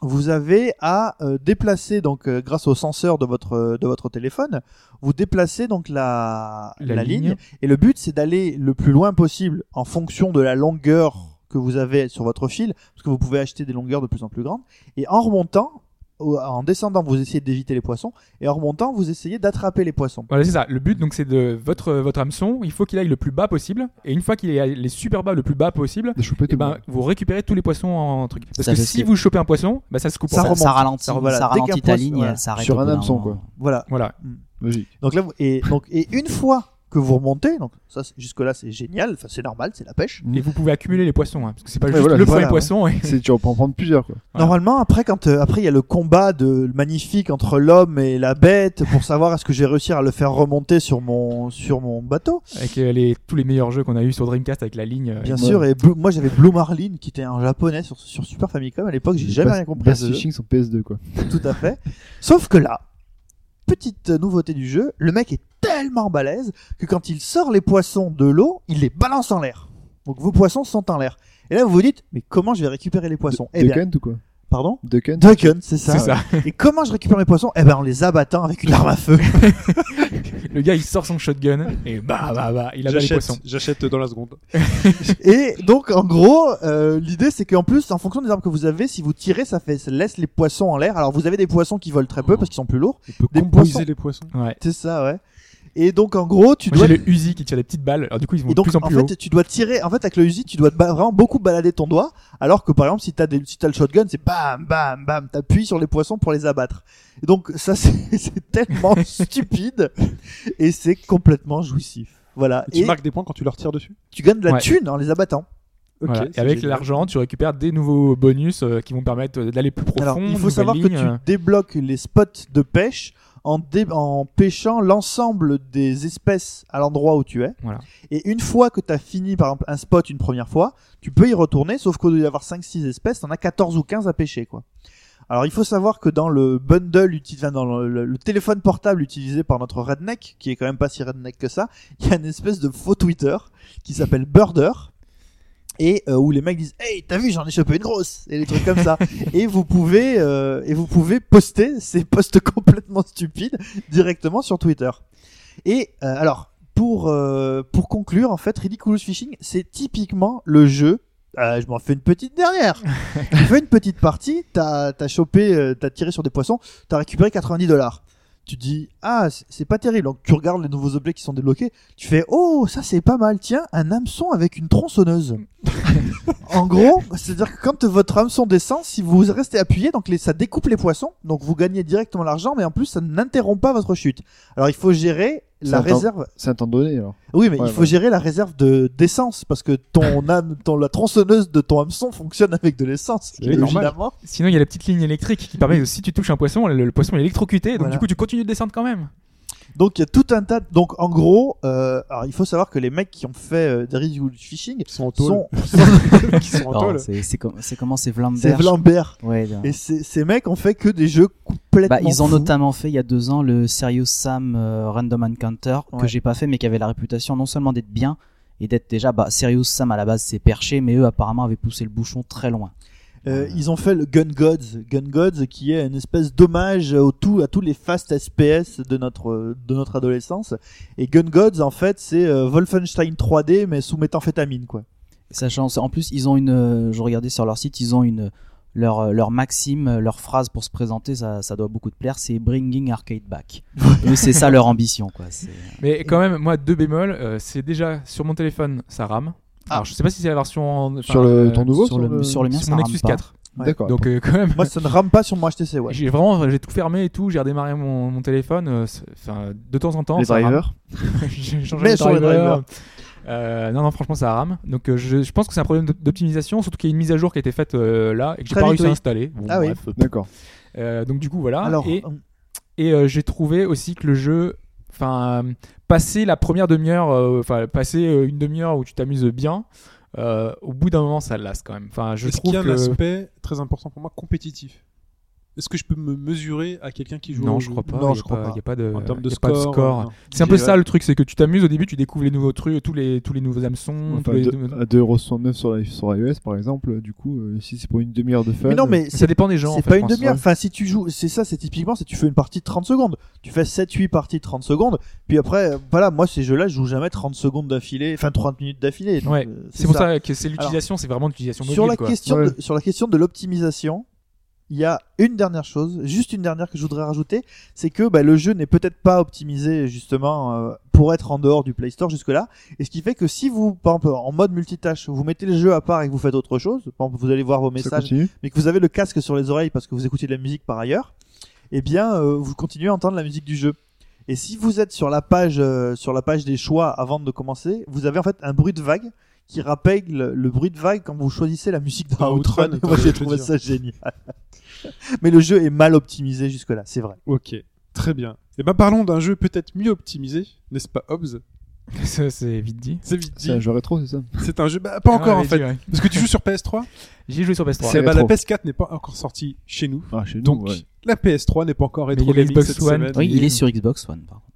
F: vous avez à euh, déplacer donc euh, grâce au senseur de votre euh, de votre téléphone, vous déplacez donc la
E: La
F: la ligne.
E: ligne.
F: et le but c'est d'aller le plus loin possible en fonction de la longueur que vous avez sur votre fil parce que vous pouvez acheter des longueurs de plus en plus grandes et en remontant au- en descendant vous essayez d'éviter les poissons et en remontant vous essayez d'attraper les poissons.
E: Voilà, c'est ça. Le but, donc, c'est de votre, votre hameçon. Il faut qu'il aille le plus bas possible. Et une fois qu'il est, allé- il est super bas, le plus bas possible,
D: De choper
E: eh
D: tout le
E: ben,
D: monde.
E: vous récupérez tous les poissons en truc. Parce
G: Ça
E: que
G: fait
E: si
G: skip.
E: vous chopez un poisson, bah, ça se coupe. en
F: Ça
E: fait.
F: remonte.
G: ralentit,
F: ça remonte.
G: ça
F: Dès
G: ralentit
F: qu'un
G: ta
F: poisson-
G: ligne,
F: voilà.
G: elle s'arrête.
D: Sur
G: au
D: un
G: bout d'un
D: hameçon,
G: moment.
D: quoi.
F: Voilà.
E: Voilà.
D: Logique.
F: Donc là vous- et donc et une fois que vous remontez donc ça jusque là c'est génial, enfin c'est normal, c'est la pêche.
E: Et vous pouvez accumuler les poissons, hein, parce que c'est pas juste
D: voilà,
E: le premier
F: voilà, ouais.
E: poisson. et-
D: C'est- Tu vas en prendre plusieurs, quoi.
E: Voilà.
F: Normalement, après, quand euh, après il y a le combat de le magnifique entre l'homme et la bête pour savoir est-ce que j'ai réussi à le faire remonter sur mon sur mon bateau.
E: avec euh, les, tous les meilleurs jeux qu'on a eu sur Dreamcast avec la ligne. euh,
F: Bien sûr, et Blue- moi j'avais Blue Marlin qui était un japonais sur, sur Super Famicom à l'époque, j'ai jamais
D: Bass-
F: rien compris à
D: Bass
F: ce jeu.
D: Fishing sur PS2, quoi.
F: tout à fait. Sauf que là, petite nouveauté du jeu, le mec est tellement balèze que quand il sort les poissons de l'eau, il les balance en l'air. Donc vos poissons sont en l'air. Et là vous vous dites mais comment je vais récupérer les poissons Eh
D: Duck
F: bien,
D: Hunt ou quoi
F: pardon.
D: Duck Hunt
F: Duck Hunt, c'est ça.
E: C'est ça.
F: Et comment je récupère mes poissons Eh ben en les abattant avec une arme à feu.
E: Le gars, il sort son shotgun et bah, bah, bah, il abat les
C: J'achète-
E: poissons.
C: J'achète dans la seconde.
F: Et donc, en gros, euh, l'idée c'est qu'en plus, en fonction des armes que vous avez, si vous tirez, ça fait ça laisse les poissons en l'air. Alors, vous avez des poissons qui volent très
E: Oh.
F: peu parce qu'ils sont plus lourds.
C: On peut
F: Des
C: composer
F: poissons.
C: les poissons.
E: Ouais.
F: C'est ça, ouais. Et donc, en gros, tu
E: Moi,
F: dois.
E: j'ai le Uzi qui tire des petites balles. Alors, du coup, ils vont
F: Et donc,
E: de plus en plus haut.
F: fait, tu dois tirer. En fait, avec le Uzi, tu dois ba- vraiment beaucoup balader ton doigt. Alors que, par exemple, si t'as des... si t'as le shotgun, c'est bam, bam, bam. T'appuies sur les poissons pour les abattre. Et donc, ça, c'est c'est tellement stupide et c'est complètement jouissif. Voilà.
C: Et
F: Et,
C: tu marques des points quand tu leur tires dessus
F: tu gagnes de la
E: Ouais.
F: thune en les abattant.
C: Ok,
E: Voilà.
C: c'est
E: Et avec
C: génial.
E: l'argent, tu récupères des nouveaux bonus euh, qui vont permettre euh, d'aller plus profond.
F: Alors, il faut
E: nouvelles
F: savoir que
E: lignes,
F: tu
E: euh,
F: débloques les spots de pêche en, dé- en pêchant l'ensemble des espèces à l'endroit où tu es.
E: Voilà.
F: Et une fois que tu as fini, par exemple, un spot une première fois, tu peux y retourner, sauf qu'au lieu d'avoir 5-6 espèces, t'en as 14 ou 15 à pêcher, quoi. Alors, il faut savoir que dans le bundle, uti- enfin, dans le, le- le téléphone portable utilisé par notre redneck, qui est quand même pas si redneck que ça, il y a une espèce de faux Twitter qui s'appelle Birder. Et euh, où les mecs disent Hey, t'as vu, j'en ai chopé une grosse! Et des trucs comme ça. et vous pouvez, euh, et vous pouvez poster ces posts complètement stupides directement sur Twitter. Et euh, alors, pour, euh, pour conclure, en fait, Ridiculous Fishing, c'est typiquement le jeu. euh, je m'en fais une petite dernière. tu fais une petite partie, t'as as chopé, euh, t'as tiré sur des poissons, t'as récupéré 90 dollars. Tu dis ah c'est- c'est pas terrible. Donc tu regardes les nouveaux objets qui sont débloqués. Tu fais oh ça c'est pas mal. Tiens un hameçon avec une tronçonneuse. en gros c'est à dire que quand votre hameçon descend, si vous restez appuyé donc les, ça découpe les poissons. Donc vous gagnez directement l'argent, mais en plus ça n'interrompt pas votre chute. Alors il faut gérer la
D: Ça interrompt-
F: réserve.
D: C'est un temps donné, alors.
F: Oui, mais
D: Ouais,
F: il faut
D: ouais.
F: gérer la réserve de d'essence parce que ton âme, ton la tronçonneuse de ton hameçon fonctionne avec de l'essence.
C: Oui, normal.
F: évidemment.
E: Sinon, il y a la petite ligne électrique qui permet, de- si tu touches un poisson, le, le poisson est électrocuté, donc
F: Voilà.
E: du coup, tu continues de descendre quand même.
F: Donc il y a tout un tas. de- Donc en gros, euh, alors il faut savoir que les mecs qui ont fait euh, des reviews du fishing
C: Ils sont en tôle.
F: sont
C: Ils sont en
G: Non,
C: tôle.
G: c'est c'est comme- c'est comment c'est
F: c'est
G: Vlamberg.
F: Vlambert
G: Ouais, là.
F: et ces ces mecs ont fait que des jeux complètement.
G: Bah, ils ont
F: fous.
G: notamment fait il y a deux ans le Serious Sam euh, Random Encounter
F: Ouais.
G: que j'ai pas fait mais qui avait la réputation non seulement d'être bien et d'être déjà bah Serious Sam à la base c'est perché mais eux apparemment avaient poussé le bouchon très loin.
F: Euh, ils ont fait le Gun Gods, Gun Gods qui est une espèce d'hommage au tout à tous les fast SPS de notre euh, de notre adolescence. Et Gun Gods en fait c'est euh, Wolfenstein 3D mais sous méthamphétamine quoi.
G: Sachant en plus ils ont une euh, je regardais sur leur site ils ont une leur, euh, leur maxime, euh, leur phrase pour se présenter, ça, ça doit beaucoup de plaire, c'est Bringing Arcade Back. Eux, c'est ça leur ambition. quoi. c'est-
E: Mais quand même, moi, deux bémols, euh, c'est déjà sur mon téléphone, ça rame.
F: Ah.
E: Alors, je sais pas si c'est la version. enfin,
D: Sur le,
E: euh,
D: ton nouveau
G: sur, le, sur le mien,
E: sur
G: ça
E: mon
G: rame
E: Nexus
G: pas.
E: 4.
F: Ouais.
D: D'accord.
E: Donc, euh, quand même.
F: Moi ça ne rame pas sur mon HTC ouais.
E: J'ai vraiment, j'ai tout fermé et tout, j'ai redémarré mon, mon téléphone, euh, c'est- enfin, de temps en temps.
D: les
E: ça rame.
D: drivers.
E: j'ai changé
F: Mais
E: les
F: sur les
E: drivers. Euh, non, non, franchement, ça rame. Donc, euh, je, je pense que c'est un problème d'op- d'optimisation, surtout qu'il y a une mise à jour qui a été faite euh, là et que j'ai
F: Très
E: pas
F: vite,
E: réussi à
F: oui.
E: installer. Bon,
F: Ah oui.
E: bref.
D: D'accord.
E: Euh, donc, du coup, voilà.
F: Alors
E: et
F: euh,
E: et, euh, j'ai trouvé aussi que le jeu, enfin, euh, passer la première demi-heure, euh, enfin, passer euh, une demi-heure où tu t'amuses bien, euh, au bout d'un moment, ça lasse quand même. Enfin, je
C: Est-ce qu'il
E: trouve
C: y a un
E: que.
C: aspect très important pour moi compétitif Est-ce que je peux me mesurer à quelqu'un qui joue
E: Non,
C: au
E: je
C: jeu
E: crois pas.
D: Non,
E: il y a
D: je crois
E: pas-
D: pas.
E: Il n'y a pas de,
C: En termes
E: il
C: de
E: y a pas
C: score. hein.
E: de score.
C: non.
E: C'est un peu
D: J'ai-
E: ça le truc, c'est que tu t'amuses au début, tu découvres les nouveaux trucs, tous les, tous les nouveaux hameçons.
D: Enfin,
E: tous les-
D: de- à 2,69€ sur, la- sur iOS par exemple, euh, du coup, euh, si c'est pour une demi-heure de fun.
F: Mais non, mais
E: Ça
F: c'est
E: dépend des gens. en
F: c'est
E: fait,
F: pas
E: je
F: une
E: pense.
F: demi-heure. Enfin, si tu joues, c'est ça, c'est typiquement, c'est tu fais une partie de 30 secondes. Tu fais 7-8 parties de 30 secondes. Puis après, euh, voilà, moi, ces jeux-là, je joue jamais 30 secondes d'affilée, enfin 30 minutes d'affilée. donc,
E: Ouais,
F: euh,
E: C'est pour ça que c'est l'utilisation, c'est vraiment l'utilisation mobile.
F: Sur la,
E: quoi.
F: question
D: Ouais.
F: de, sur la question de l'optimisation, il y a une dernière chose, juste une dernière que je voudrais rajouter, c'est que bah, le jeu n'est peut-être pas optimisé justement euh, pour être en dehors du Play Store jusque-là, et ce qui fait que si vous, par exemple, en mode multitâche, vous mettez le jeu à part et que vous faites autre chose, par exemple, vous allez voir vos
D: ça
F: messages,
D: continue.
F: mais que vous avez le casque sur les oreilles parce que vous écoutez de la musique par ailleurs, eh bien, euh, vous continuez à entendre la musique du jeu. Et si vous êtes sur la page, euh, sur la page des choix avant de commencer, vous avez en fait un bruit de vague qui rappelle le, le bruit de vague quand vous choisissez la musique d'un
C: Dans Outrun,
F: Outrun.
C: attends,
F: Moi,
C: je
F: j'ai
C: vais te
F: trouvé
C: dire.
F: ça génial. Mais le jeu est mal optimisé jusque-là, c'est vrai.
C: Ok, très bien. Et ben parlons d'un jeu peut-être mieux optimisé, n'est-ce pas Hobbs
E: Ça, c'est vite dit.
C: C'est vite dit.
D: C'est un jeu rétro, c'est ça
C: C'est un jeu, bah, pas
E: Ah,
C: encore en
E: allez-y,
C: fait,
E: ouais.
C: parce que tu joues sur PS3.
E: J'y ai joué sur PS3.
D: C'est
C: Eh ben, la
D: rétro.
C: PS4 n'est pas encore sortie chez nous,
D: Ah, chez nous,
C: donc
D: ouais.
C: la PS3 n'est pas encore
E: Mais il y
C: rétro
E: a la
C: gaming
E: Xbox
C: cette
E: One.
C: semaine.
G: Oui, il est sur Xbox One, par contre.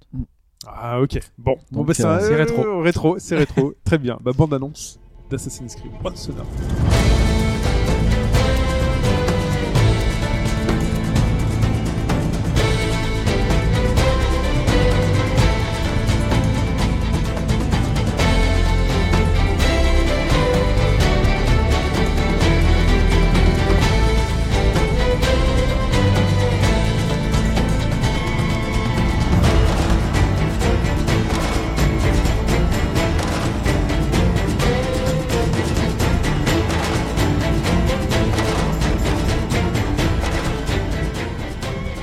C: Ah ok. Bon, bon
E: Donc,
C: bah, c'est
E: euh,
C: un-
E: c'est rétro.
C: euh, rétro, c'est rétro. Très bien. Bah bande annonce d'Assassin's Creed. Bande sonore.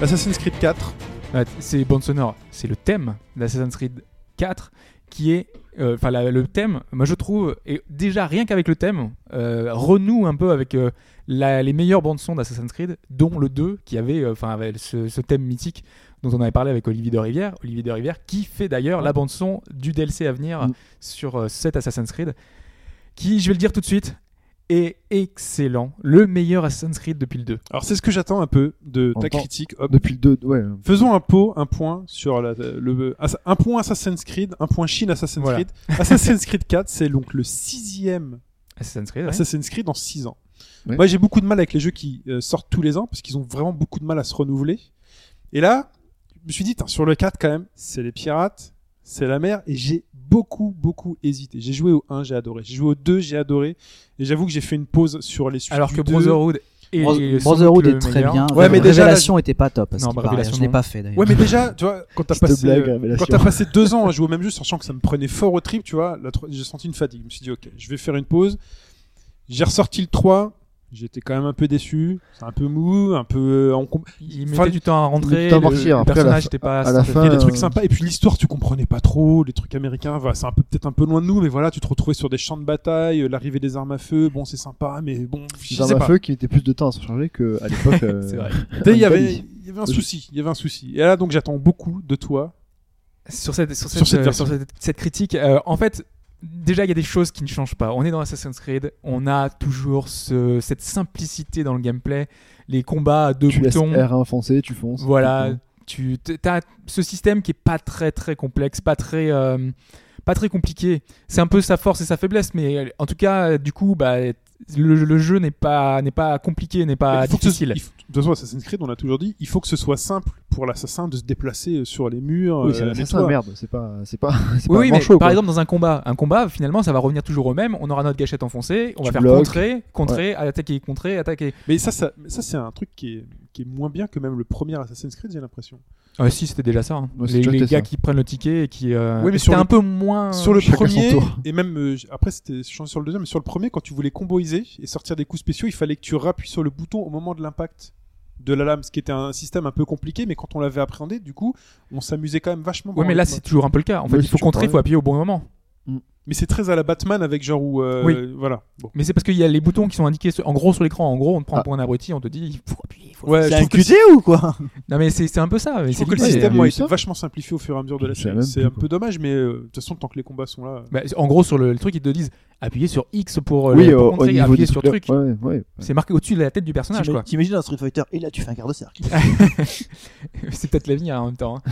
C: Assassin's Creed 4.
E: Ouais, Bah, c'est bande sonore, c'est le thème d'Assassin's Creed 4 qui est euh, enfin la- le thème moi je trouve et déjà rien qu'avec le thème euh, renoue un peu avec euh, la- les meilleures bandes son d'Assassin's Creed dont le 2 qui avait euh, enfin avait ce, ce thème mythique dont on avait parlé avec Olivier de Rivière Olivier de Rivière qui fait d'ailleurs la bande son du DLC à venir
D: Mm.
E: sur euh, cet Assassin's Creed qui je vais le dire tout de suite est excellent le meilleur Assassin's Creed depuis le 2
C: Alors c'est ce que j'attends un peu de ta
D: Entends.
C: critique. Hop.
D: Depuis le 2, ouais. euh,
C: Faisons un pot, un point sur la, le Assa- un point Assassin's Creed, un point Chine Assassin's
E: Voilà.
C: Creed. Assassin's Creed 4, c'est donc le sixième
E: Assassin's Creed ouais.
C: Assassin's Creed en 6 ans.
D: Ouais.
C: Moi, j'ai beaucoup de mal avec les jeux qui euh, sortent tous les ans parce qu'ils ont vraiment beaucoup de mal à se renouveler. Et là, je me suis dit, Tain, sur le 4 quand même, c'est les pirates, c'est la mer, et j'ai beaucoup, beaucoup hésité. J'ai joué au 1, j'ai adoré. J'ai joué au 2, j'ai adoré. Et j'avoue que j'ai fait une pause sur les suites.
E: alors
C: du
E: que
C: 2.
E: Brotherhood est
G: Bros-
E: sans doute
G: Brotherhood
E: le
G: est très
E: meilleur.
G: bien.
C: Ouais, mais déjà, là,
G: Révélation était pas top.
E: Non,
G: Non,
E: bah,
G: Révélation,
E: Révélation,
G: je l'ai
E: non.
G: pas fait d'ailleurs.
C: Ouais, mais déjà, tu vois, quand t'as
D: Petite
C: passé,
D: blague,
C: euh,
D: révélation.
C: quand t'as passé deux ans à jouer au même jeu, sachant que ça me prenait fort au trip, tu vois, la tro- j'ai senti une fatigue. Je me suis dit, ok, je vais faire une pause. J'ai ressorti le 3. J'étais quand même un peu déçu. C'est un peu mou, un peu. euh, On comp-
E: il mettait
C: Enfin,
E: du temps à rentrer.
D: du temps à
E: le-
D: partir.
E: Le
D: hein, Après, à la
E: personnage
D: fin-
E: n'était pas.
D: à la
E: assez-
D: fin,
C: Il y a des trucs
D: Euh,
C: sympas. Et puis l'histoire, tu comprenais pas trop. Les trucs américains, voilà, c'est un peu peut-être un peu loin de nous, mais voilà, tu te retrouvais sur des champs de bataille, euh, l'arrivée des armes à feu. Bon, c'est sympa, mais bon, je
D: J'ai
C: sais
D: un
C: pas.
D: feu qui mettait plus de temps à se charger qu'à l'époque. euh,
E: C'est vrai.
D: en
C: Tu sais, Il y
D: Italie.
C: avait, il y avait un souci. Il y avait un souci. Et là, donc, j'attends beaucoup de toi.
E: Sur cette, sur cette,
C: Sur cette
E: euh,
C: version.
E: sur cette- cette critique, euh, en fait, déjà, il y a des choses qui ne changent pas. On est dans Assassin's Creed, on a toujours ce- cette simplicité dans le gameplay, les combats à deux
D: Tu laisses
E: boutons.
D: R1 foncer, tu fonces.
E: Voilà,
D: Exactement.
E: tu as ce système qui est pas très très complexe, pas très euh, pas très compliqué. C'est un peu sa force et sa faiblesse, mais euh, en tout cas, euh, du coup, bah, le, le jeu n'est pas n'est pas compliqué, n'est pas
C: Il faut que ce-
E: Ah, difficile.
C: il faut- de toute façon, Assassin's Creed, on a toujours dit, il faut que ce soit simple pour l'assassin de se déplacer sur les murs.
D: Oui,
C: euh,
D: c'est un
C: les
D: assassin,
C: toits.
D: merde. C'est pas, c'est pas, c'est
E: Oui,
D: pas
E: oui,
D: vraiment
E: mais
D: chaud.
E: par
D: quoi.
E: exemple dans un combat, un combat finalement ça va revenir toujours au même. On aura notre gâchette enfoncée, on
D: Tu
E: va faire
D: bloques.
E: contrer, contrer, attaquer, contrer, attaquer.
C: Mais ça, ça, ça, c'est un truc qui est, qui est moins bien que même le premier Assassin's Creed, j'ai l'impression.
E: Ah si c'était déjà ça. hein.
D: Ouais, c'est
E: les
D: déjà
E: les
D: que
E: gars
D: ça.
E: qui prennent le ticket et qui. euh,
C: Oui, mais
E: et
C: sur
E: c'était
C: le-
E: un peu moins.
C: sur le
D: chacun son
C: premier,
D: tour.
C: et même euh, j- après, c'était je change sur le deuxième, mais sur le premier, quand tu voulais comboiser et sortir des coups spéciaux, il fallait que tu rappuies sur le bouton au moment de l'impact de la lame, ce qui était un système un peu compliqué, mais quand on l'avait appréhendé, du coup, on s'amusait quand même vachement.
E: Ouais, mais là c'est toujours un peu le cas. En fait,
D: Oui,
E: il faut
D: c'est
E: contrer, il
D: toujours
E: faut appuyer au bon moment.
D: Mm.
C: Mais c'est très à la Batman avec genre où. euh,
E: Oui.
C: Voilà. Bon.
E: Mais c'est parce qu'il y a les boutons qui sont indiqués sur- en gros sur l'écran. En gros, on te prend
D: Ah.
E: pour un abruti, on te dit. Faut appuyer, faut-
C: Ouais,
F: C'est
C: Euh, je
F: un
C: trouve que
F: QT ou quoi
E: Non, mais c'est c'est un peu ça. mais
C: Je
E: c'est
C: trouve que le
E: limité.
C: système
D: il y a
C: a
D: eu
C: été
D: ça
C: vachement simplifié au fur et à mesure de la
D: Je sais
C: série.
D: même
C: C'est
D: plus,
C: un
D: quoi.
C: peu dommage, mais euh, de toute façon, tant que les combats sont là. euh.
E: Bah, en gros, sur le, le truc, ils te disent appuyer sur X pour euh,
D: oui,
E: le-
D: au,
E: pour
D: au
E: contrer,
D: niveau
E: appuyer
D: du
E: sur
D: truc.
E: truc.
D: Ouais, ouais, ouais.
E: C'est marqué au-dessus de la tête du personnage, quoi.
F: T'imagines- T'imagines un Street Fighter et là tu fais un quart de cercle.
E: c'est peut-être l'avenir hein, en même temps. hein.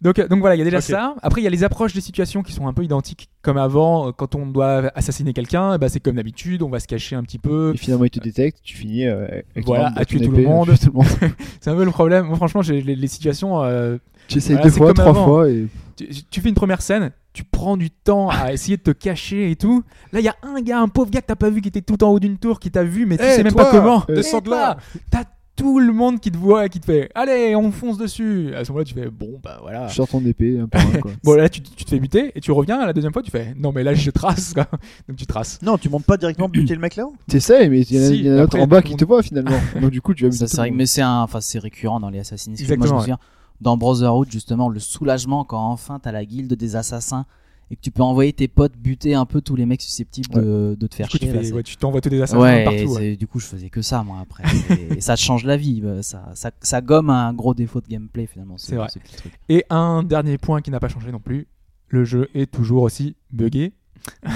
E: donc, euh, donc voilà, il y a déjà
C: Ok.
E: ça. Après, il y a les approches des situations qui sont un peu identiques comme avant. Euh, Quand on doit assassiner quelqu'un, eh ben, c'est comme d'habitude, on va se cacher un petit peu.
D: Et finalement, il te détecte, tu finis euh, avec
E: ah. Voilà,
D: ton arme,
E: à tuer
D: ton
E: tout le
D: épée,
E: monde.
D: à tuer tout le monde.
E: C'est un peu le problème. Moi, franchement, j'ai- les, les situations, euh,
D: Tu essayes
E: Voilà,
D: deux
E: c'est
D: fois,
E: comme
D: trois
E: avant.
D: fois et
E: tu, tu fais une première scène, tu prends du temps
C: Ah.
E: à essayer de te cacher et tout. Là, il y a un gars, un pauvre gars que t'as pas vu, qui était tout en haut d'une tour, qui t'a vu, mais tu
C: Eh,
E: sais même
C: toi,
E: pas comment.
C: euh, descends
E: Eh,
C: de là.
E: toi, T'as tout le monde qui te voit et qui te fait Allez, on fonce dessus. À ce moment-là, tu fais Bon, bah voilà.
D: tu sors ton épée un par un, quoi.
E: Bon, là, tu, tu te fais buter et tu reviens. La deuxième fois, tu fais Non, mais là, je trace. quoi. Donc, tu traces.
F: Non, tu montes pas directement buter le mec là-haut.
D: T'essayes, mais il y en a,
E: Si,
D: il y en a un autre
E: après,
D: en
E: tout
D: bas
E: le
D: qui
E: monde-
D: te voit finalement. Donc du coup, tu vas buter
G: Ça,
D: tout
G: c'est
D: le
G: vrai, que-
D: monde.
G: mais c'est un- enfin, c'est récurrent dans les Assassin's Creed. Moi, je
E: Exactement,
G: me
E: ouais.
G: souviens, dans Brotherhood, justement, le soulagement quand enfin t'as la guilde des assassins et que tu peux envoyer tes potes buter un peu tous les mecs susceptibles de, de te faire
E: Du coup, tu
G: chier. là,
E: fais-
G: c'est-
E: ouais, tu t'envoies tous des assassins
G: Ouais, et
E: partout. hein.
G: c'est-
E: ouais.
G: du coup, je faisais que ça, moi, après. Et- et ça te change la vie. bah, Ça, ça, ça gomme un gros défaut de gameplay, finalement. ce-
E: C'est vrai.
G: ce petit truc.
E: Et un dernier point qui n'a pas changé non plus, le jeu est toujours aussi buggé.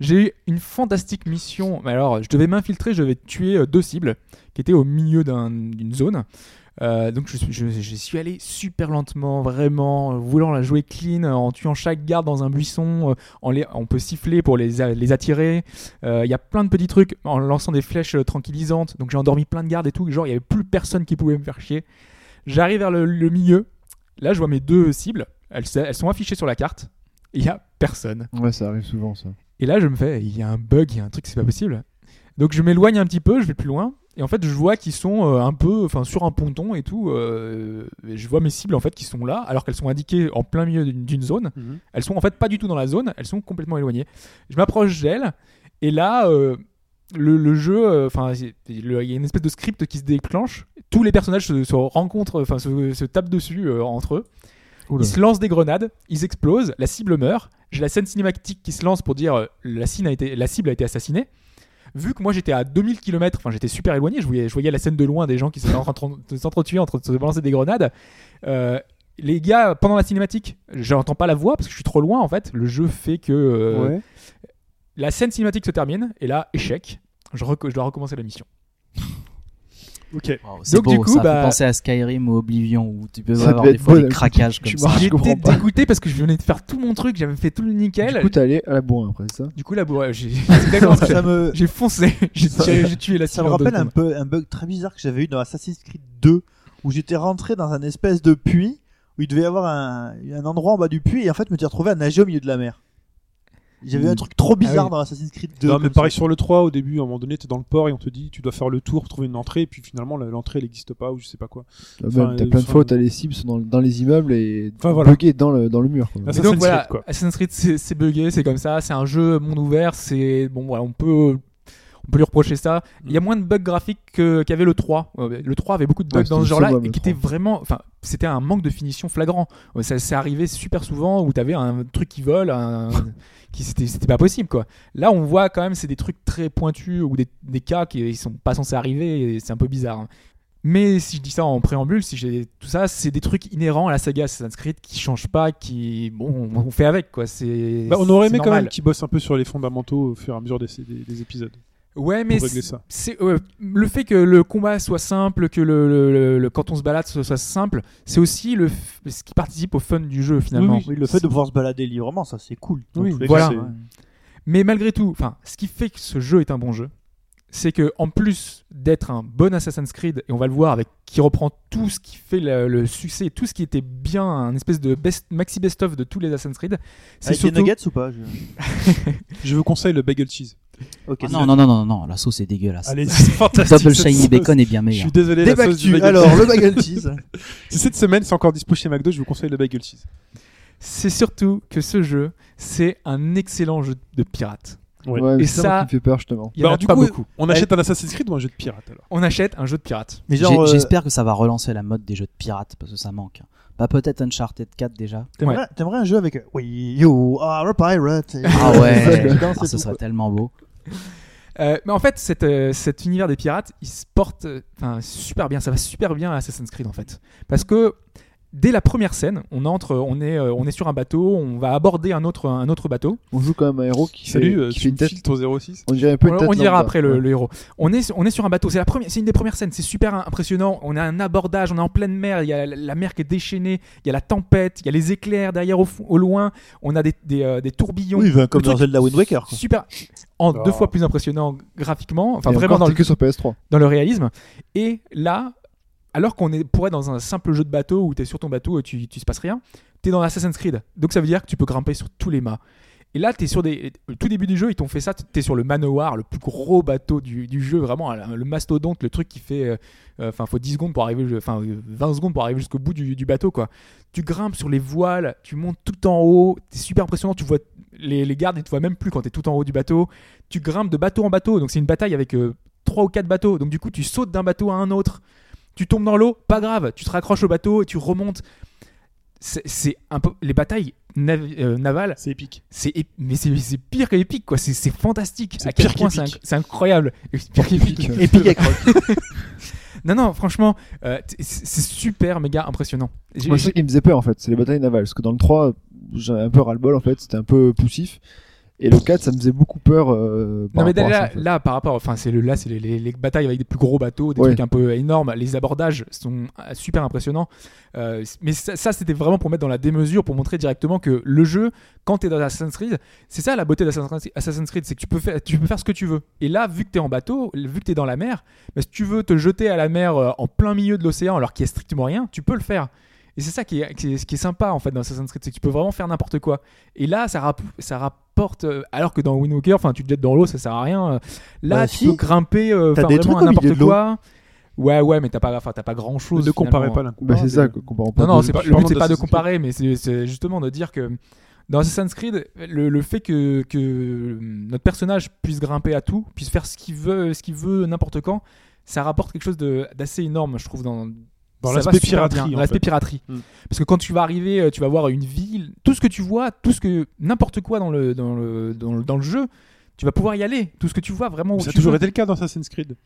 E: J'ai eu une fantastique mission. Mais Alors, je devais m'infiltrer, je devais tuer euh, deux cibles qui étaient au milieu d'un- d'une zone. Euh, donc, je, suis- je- je suis allé super lentement, vraiment, euh, voulant la jouer clean, euh, en tuant chaque garde dans un buisson. euh, en les- on peut siffler pour les, a- les attirer. Euh, Il y a plein de petits trucs en lançant des flèches euh, tranquillisantes. Donc, j'ai endormi plein de gardes et tout. Genre, il n'y avait plus personne qui pouvait me faire chier. J'arrive vers le, le milieu. Là, je vois mes deux cibles. Elles, se- elles sont affichées sur la carte. Il n'y a personne.
D: Ouais, ça arrive souvent ça.
E: Et là, je me fais, il y a un bug, il y a un truc, c'est pas possible. Donc, je m'éloigne un petit peu, je vais plus loin. Et en fait, je vois qu'ils sont euh, un peu, enfin, sur un ponton et tout. euh, et je vois mes cibles, en fait, qui sont là, alors qu'elles sont indiquées en plein milieu d'une d'une zone.
C: Mhm.
E: Elles sont en fait pas du tout dans la zone, elles sont complètement éloignées. Je m'approche d'elles, et là, euh, le, le jeu, euh, enfin, c'est- le- il y a une espèce de script qui se déclenche. Tous les personnages se, se rencontrent, enfin, se, se tapent dessus euh, entre eux. Ils se lancent des grenades, ils explosent, la cible meurt. J'ai la scène cinématique qui se lance pour dire euh, la, cible a été, la cible a été assassinée. Vu que moi j'étais à 2000 km, enfin j'étais super éloigné, je voyais, je voyais la scène de loin des gens qui s'étaient en train de s'entretuer, en train de se balancer des grenades. Euh, les gars, pendant la cinématique, j'entends pas la voix parce que je suis trop loin en fait. Le jeu fait que euh,
D: Ouais.
E: la scène cinématique se termine et là, échec. Je, reco- je dois recommencer la mission.
C: Ok.
G: Wow, c'est
E: Donc,
G: beau,
E: du coup,
G: ça
E: bah-
G: fait penser à Skyrim ou Oblivion où tu peux
D: Ça
G: avoir
D: devait
G: des
D: être
G: fois
D: bon,
G: des
D: je-
G: craquages
D: je marche.
G: comme ça. Ah
E: J'étais
D: comprends pas.
E: dégoûté parce que je venais de faire tout mon truc, j'avais fait tout le nickel.
D: Du coup, t'es allé à la bourre après c'est ça.
E: Du coup, là, bon, ouais, j'ai c'est exactement ce que
F: Ça me,
E: J'ai foncé, j'ai tiré- j'ai tué la
F: ça
E: cible
F: me
E: en
F: rappelle
E: deux
F: un
E: secondes.
F: peu un bug très bizarre que j'avais eu dans Assassin's Creed 2 où j'étais rentré dans un espèce de puits où il devait y avoir un, un endroit en bas du puits et en fait je me suis retrouvé à nager au milieu de la mer. J'avais eu un truc trop
E: Ah
F: bizarre
E: oui.
F: dans Assassin's Creed 2.
C: Non, mais
F: comme
C: pareil
F: ça.
C: sur le 3, au début, à un moment donné, t'es dans le port et on te dit, tu dois faire le tour, trouver une entrée, et puis finalement, la- l'entrée, elle n'existe pas, ou je sais pas quoi.
D: T'as
C: Enfin,
D: même- t'as
C: euh,
D: plein de
C: enfin,
D: fois où t'as les cibles sont dans, dans les immeubles et
C: Enfin, voilà.
D: bloquées dans le, dans le mur. Quoi.
C: Ah,
E: Mais
C: Assassin's
E: donc voilà,
C: Creed, quoi.
E: Assassin's Creed c'est c'est bugué, c'est comme ça, c'est un jeu monde ouvert, c'est bon voilà, on peut on peut lui reprocher ça. Il y a moins de bugs graphiques que- qu'avait le 3. Euh, Le 3 avait beaucoup de bugs
D: Ouais,
E: dans ce
D: c'était
E: genre-là
D: somme,
E: et
D: le
E: qui était
D: 3.
E: vraiment enfin, c'était un manque de finition flagrant. Euh, Ça s'est arrivé super souvent où t'avais un truc qui vole, un- qui c'était c'était pas possible quoi. Là, on voit quand même c'est des trucs très pointus ou des, des cas qui ils sont pas censés arriver et c'est un peu bizarre. hein. Mais si je dis ça en préambule, si j'ai tout ça, c'est des trucs inhérents à la saga Assassin's Creed qui changent pas, qui bon, on fait avec quoi. C'est
C: Bah, on aurait aimé
E: c'est
C: quand
E: normal.
C: même qu'ils bossent un peu sur les fondamentaux au fur et à mesure des, des- des épisodes.
E: Ouais, mais
C: pour régler
E: c'est-
C: ça.
E: c'est ouais, le fait que le combat soit simple, que le, le- le- le- quand on se balade ce soit simple, c'est aussi le f- ce qui participe au fun du jeu finalement.
F: Oui, le fait de pouvoir se balader librement, ça c'est cool.
C: Oui,
F: Dans tous les
E: voilà.
F: cas, c'est-
E: Mais malgré tout, enfin, ce qui fait que ce jeu est un bon jeu, c'est que en plus d'être un bon Assassin's Creed, et on va le voir avec qui reprend tout ce qui fait le, le succès, tout ce qui était bien, un espèce de best, maxi best-of de tous les Assassin's Creed, c'est
F: Avec des
E: surtout
F: nuggets ou pas je-
C: Je vous conseille le bagel cheese.
F: Ok.
G: Ah non, non, non, non, non, la sauce est dégueulasse.
C: Allez, c'est fantastique.
G: Double
C: cette
G: shiny
C: sauce.
G: bacon est bien
C: Je
G: meilleur.
C: suis désolé, la
F: Des
C: sauce du
F: Bactus.
C: bagel
F: Alors le bagel cheese.
C: Si cette semaine, c'est encore dispo chez McDo, je vous conseille le bagel cheese.
E: c'est surtout que ce jeu, c'est un excellent jeu de pirate.
C: Ouais.
D: Ouais,
E: Et
D: c'est ça, moi,
E: ça-
D: qui me fait peur justement.
E: Il y en
C: Bah,
E: a
C: du
E: pas
C: coup,
E: beaucoup.
C: On achète un Assassin's Creed ou un jeu de pirate alors
E: On achète un jeu de pirate.
F: Mais
G: J'ai-
F: genre, euh,
G: J'espère que ça va relancer la mode des jeux de pirates parce que ça manque. Bah peut-être Uncharted 4 déjà.
F: t'aimerais t'aimerais un jeu avec euh, We You Are a Pirate.
G: Ah ouais,
F: Dedans,
G: Ah,
F: c'est
G: ce
F: tout,
G: serait
F: quoi.
G: tellement beau.
E: Euh, mais en fait, cette, euh, cet univers des pirates, il se porte euh, enfin, super bien. Ça va super bien à Assassin's Creed en fait. Parce que dès la première scène, on entre, on est, euh, on est sur un bateau, on va aborder un autre, un autre bateau.
D: On joue quand même un héros qui
C: Salut,
D: fait,
C: euh,
D: qui
C: tu
D: fait une
C: me
D: tête.
C: files ton 06
D: On dirait un peu une
E: On,
D: tête.
E: on dira
D: lambda.
E: après le,
D: Ouais.
E: le héros. On est, on est sur un bateau. C'est la première, c'est une des premières scènes. C'est super impressionnant. On a un abordage. On est en pleine mer. Il y a la, la mer qui est déchaînée. Il y a la tempête. Il y a les éclairs derrière au, fond- au loin. On a des, des, euh, des tourbillons.
F: Oui, ben, comme
E: Le
F: dans
E: truc-
F: Zelda Wind Waker. quoi.
E: Super. En
C: Oh.
E: deux fois plus impressionnant graphiquement. Enfin
D: Ah. Et
E: vraiment
D: encore,
E: dans
D: c'est
E: le,
D: que sur PS3.
E: dans le réalisme. Et là, alors qu'on est, pourrait être dans un simple jeu de bateau où tu es sur ton bateau et tu, tu se passe rien, tu es dans Assassin's Creed. Donc ça veut dire que tu peux grimper sur tous les mâts. Et là, t'es sur des. Au tout début du jeu, ils t'ont fait ça. Tu es sur le manoir, le plus gros bateau du, du jeu, vraiment hein, le le mastodonte, le truc qui fait. euh, euh, Enfin, faut 10 secondes pour arriver. Enfin, euh, 20 secondes pour arriver jusqu'au bout du, du bateau, quoi. Tu grimpes sur les voiles, tu montes tout en haut. C'est super impressionnant. Tu vois les, les gardes, ils te voient même plus quand tu es tout en haut du bateau. Tu grimpes de bateau en bateau. Donc, c'est une bataille avec euh, trois ou quatre bateaux. Donc du coup, tu sautes d'un bateau à un autre. Tu tombes dans l'eau, pas grave. Tu te raccroches au bateau et tu remontes. C'est- C'est un peu les batailles navi- euh, navales.
C: C'est épique.
E: C'est ép- mais c'est c'est pire que épique quoi. C'est c'est fantastique.
C: C'est
E: à quel
C: pire
E: point c'est
C: qu'épique.
E: inc- c'est incroyable. Et c'est Pire qu'épique.
D: euh.
F: Epic à croire.
E: Non non, franchement, euh, t- c'est c'est super méga impressionnant. J'ai-
D: Moi, c'est ça qui me faisait peur en fait, c'est les batailles navales. Parce que dans le 3, j'avais un peu ras-le-bol en fait, c'était un peu poussif. Et le 4, ça me faisait beaucoup peur. euh, par
E: Non mais
D: rapport à ça,
E: là,
D: en fait.
E: là par rapport, enfin c'est le là c'est les, les- les batailles avec des plus gros bateaux, des
D: Ouais.
E: trucs un peu énormes, les abordages sont euh, super impressionnants. Euh, mais ça, ça, c'était vraiment pour mettre dans la démesure, pour montrer directement que le jeu, quand t'es dans Assassin's Creed, c'est ça la beauté d'Assassin's Assassin's Creed, c'est que tu peux faire tu peux faire ce que tu veux. Et là vu que t'es en bateau, vu que t'es dans la mer, bah, si tu veux te jeter à la mer euh, en plein milieu de l'océan alors qu'il y a strictement rien, tu peux le faire. Et c'est ça qui est, qui, est, ce qui est sympa en fait dans Assassin's Creed, c'est que tu peux vraiment faire n'importe quoi. Et là, ça, rap- ça rapporte. euh, alors que dans Wind Walker, enfin, tu te jettes dans l'eau, ça sert à rien. euh, Là,
F: Bah,
E: tu
F: si.
E: peux grimper, euh,
F: T'as
E: enfin,
F: des
E: vraiment
F: trucs
E: à
F: au milieu
E: n'importe
F: de l'eau.
E: quoi. Ouais, ouais, mais t'as pas, enfin, t'as pas grand chose.
C: Ne comparez pas l'un.
D: Bah, c'est
C: Ah,
D: ça,
C: mais-
D: quoi, comparant pas
E: Non, non,
D: aux
E: c'est
D: autres.
E: pas, le
C: Parlons
E: but c'est pas de
C: d'Assassin's Creed.
E: comparer, mais c'est- c'est justement de dire que dans Assassin's Creed, le, le fait que, que euh, notre personnage puisse grimper à tout, puisse faire ce qu'il veut, ce qu'il veut n'importe quand, ça rapporte quelque chose de- d'assez énorme, je trouve, dans,
C: Dans
E: ça va
C: l'aspect
E: super
C: piraterie,
E: bien, dans
C: en
E: l'aspect
C: fait.
E: piraterie.
F: Hmm.
C: Mm.
E: Parce que quand tu vas arriver, euh, tu vas voir une ville, tout ce que tu vois, tout ce que n'importe quoi dans le dans le, dans le dans le jeu, tu vas pouvoir y aller. Tout ce que tu vois vraiment. Où
C: Ça a
E: tu
C: toujours
E: veux.
C: été le cas dans Assassin's Creed.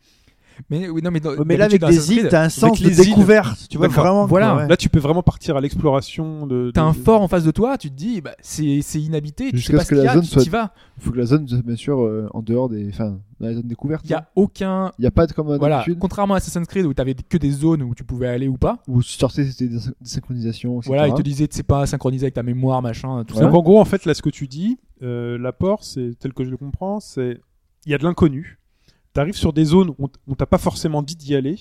E: Mais oui, non, mais, dans-
F: Mais là, avec
E: Euh, d'habitude, dans Assassin's
F: des îles,
E: Creed,
F: t'as un sens
C: Avec
F: de
C: les îles.
F: découverte. Tu vois,
C: D'accord.
F: vraiment.
E: Voilà. Bah,
F: quoi, ouais.
C: Là, tu peux vraiment partir à l'exploration de.
E: T'as
C: de-
E: un fort en face de toi, tu te dis, bah, c'est c'est inhabité, tu sais
D: Mmh. Jusqu'à
E: pas
D: ce
E: ce
D: que
E: qu'il y
D: la
E: a,
D: zone
E: tu
D: soit-
E: y vas.
D: Faut que la zone, soit, bien sûr, euh, en dehors des. Enfin, dans la zone découverte.
E: Il y
D: Il
E: a aucun.
D: n'y a... pas de comme
E: Voilà,
D: d'habitude
E: contrairement à Assassin's Creed où t'avais que des zones où tu pouvais aller ou pas.
D: où sortir, c'était des, syn- des synchronisations. Etc.
E: Voilà, ils te disaient, c'est pas synchronisé avec ta mémoire, machin, tout
C: Donc,
E: ça.
C: en gros, en fait, là, ce que tu dis, euh, l'apport, c'est tel que je le comprends, c'est il y a de l'inconnu. T'arrives sur des zones où on t'a pas forcément dit d'y aller,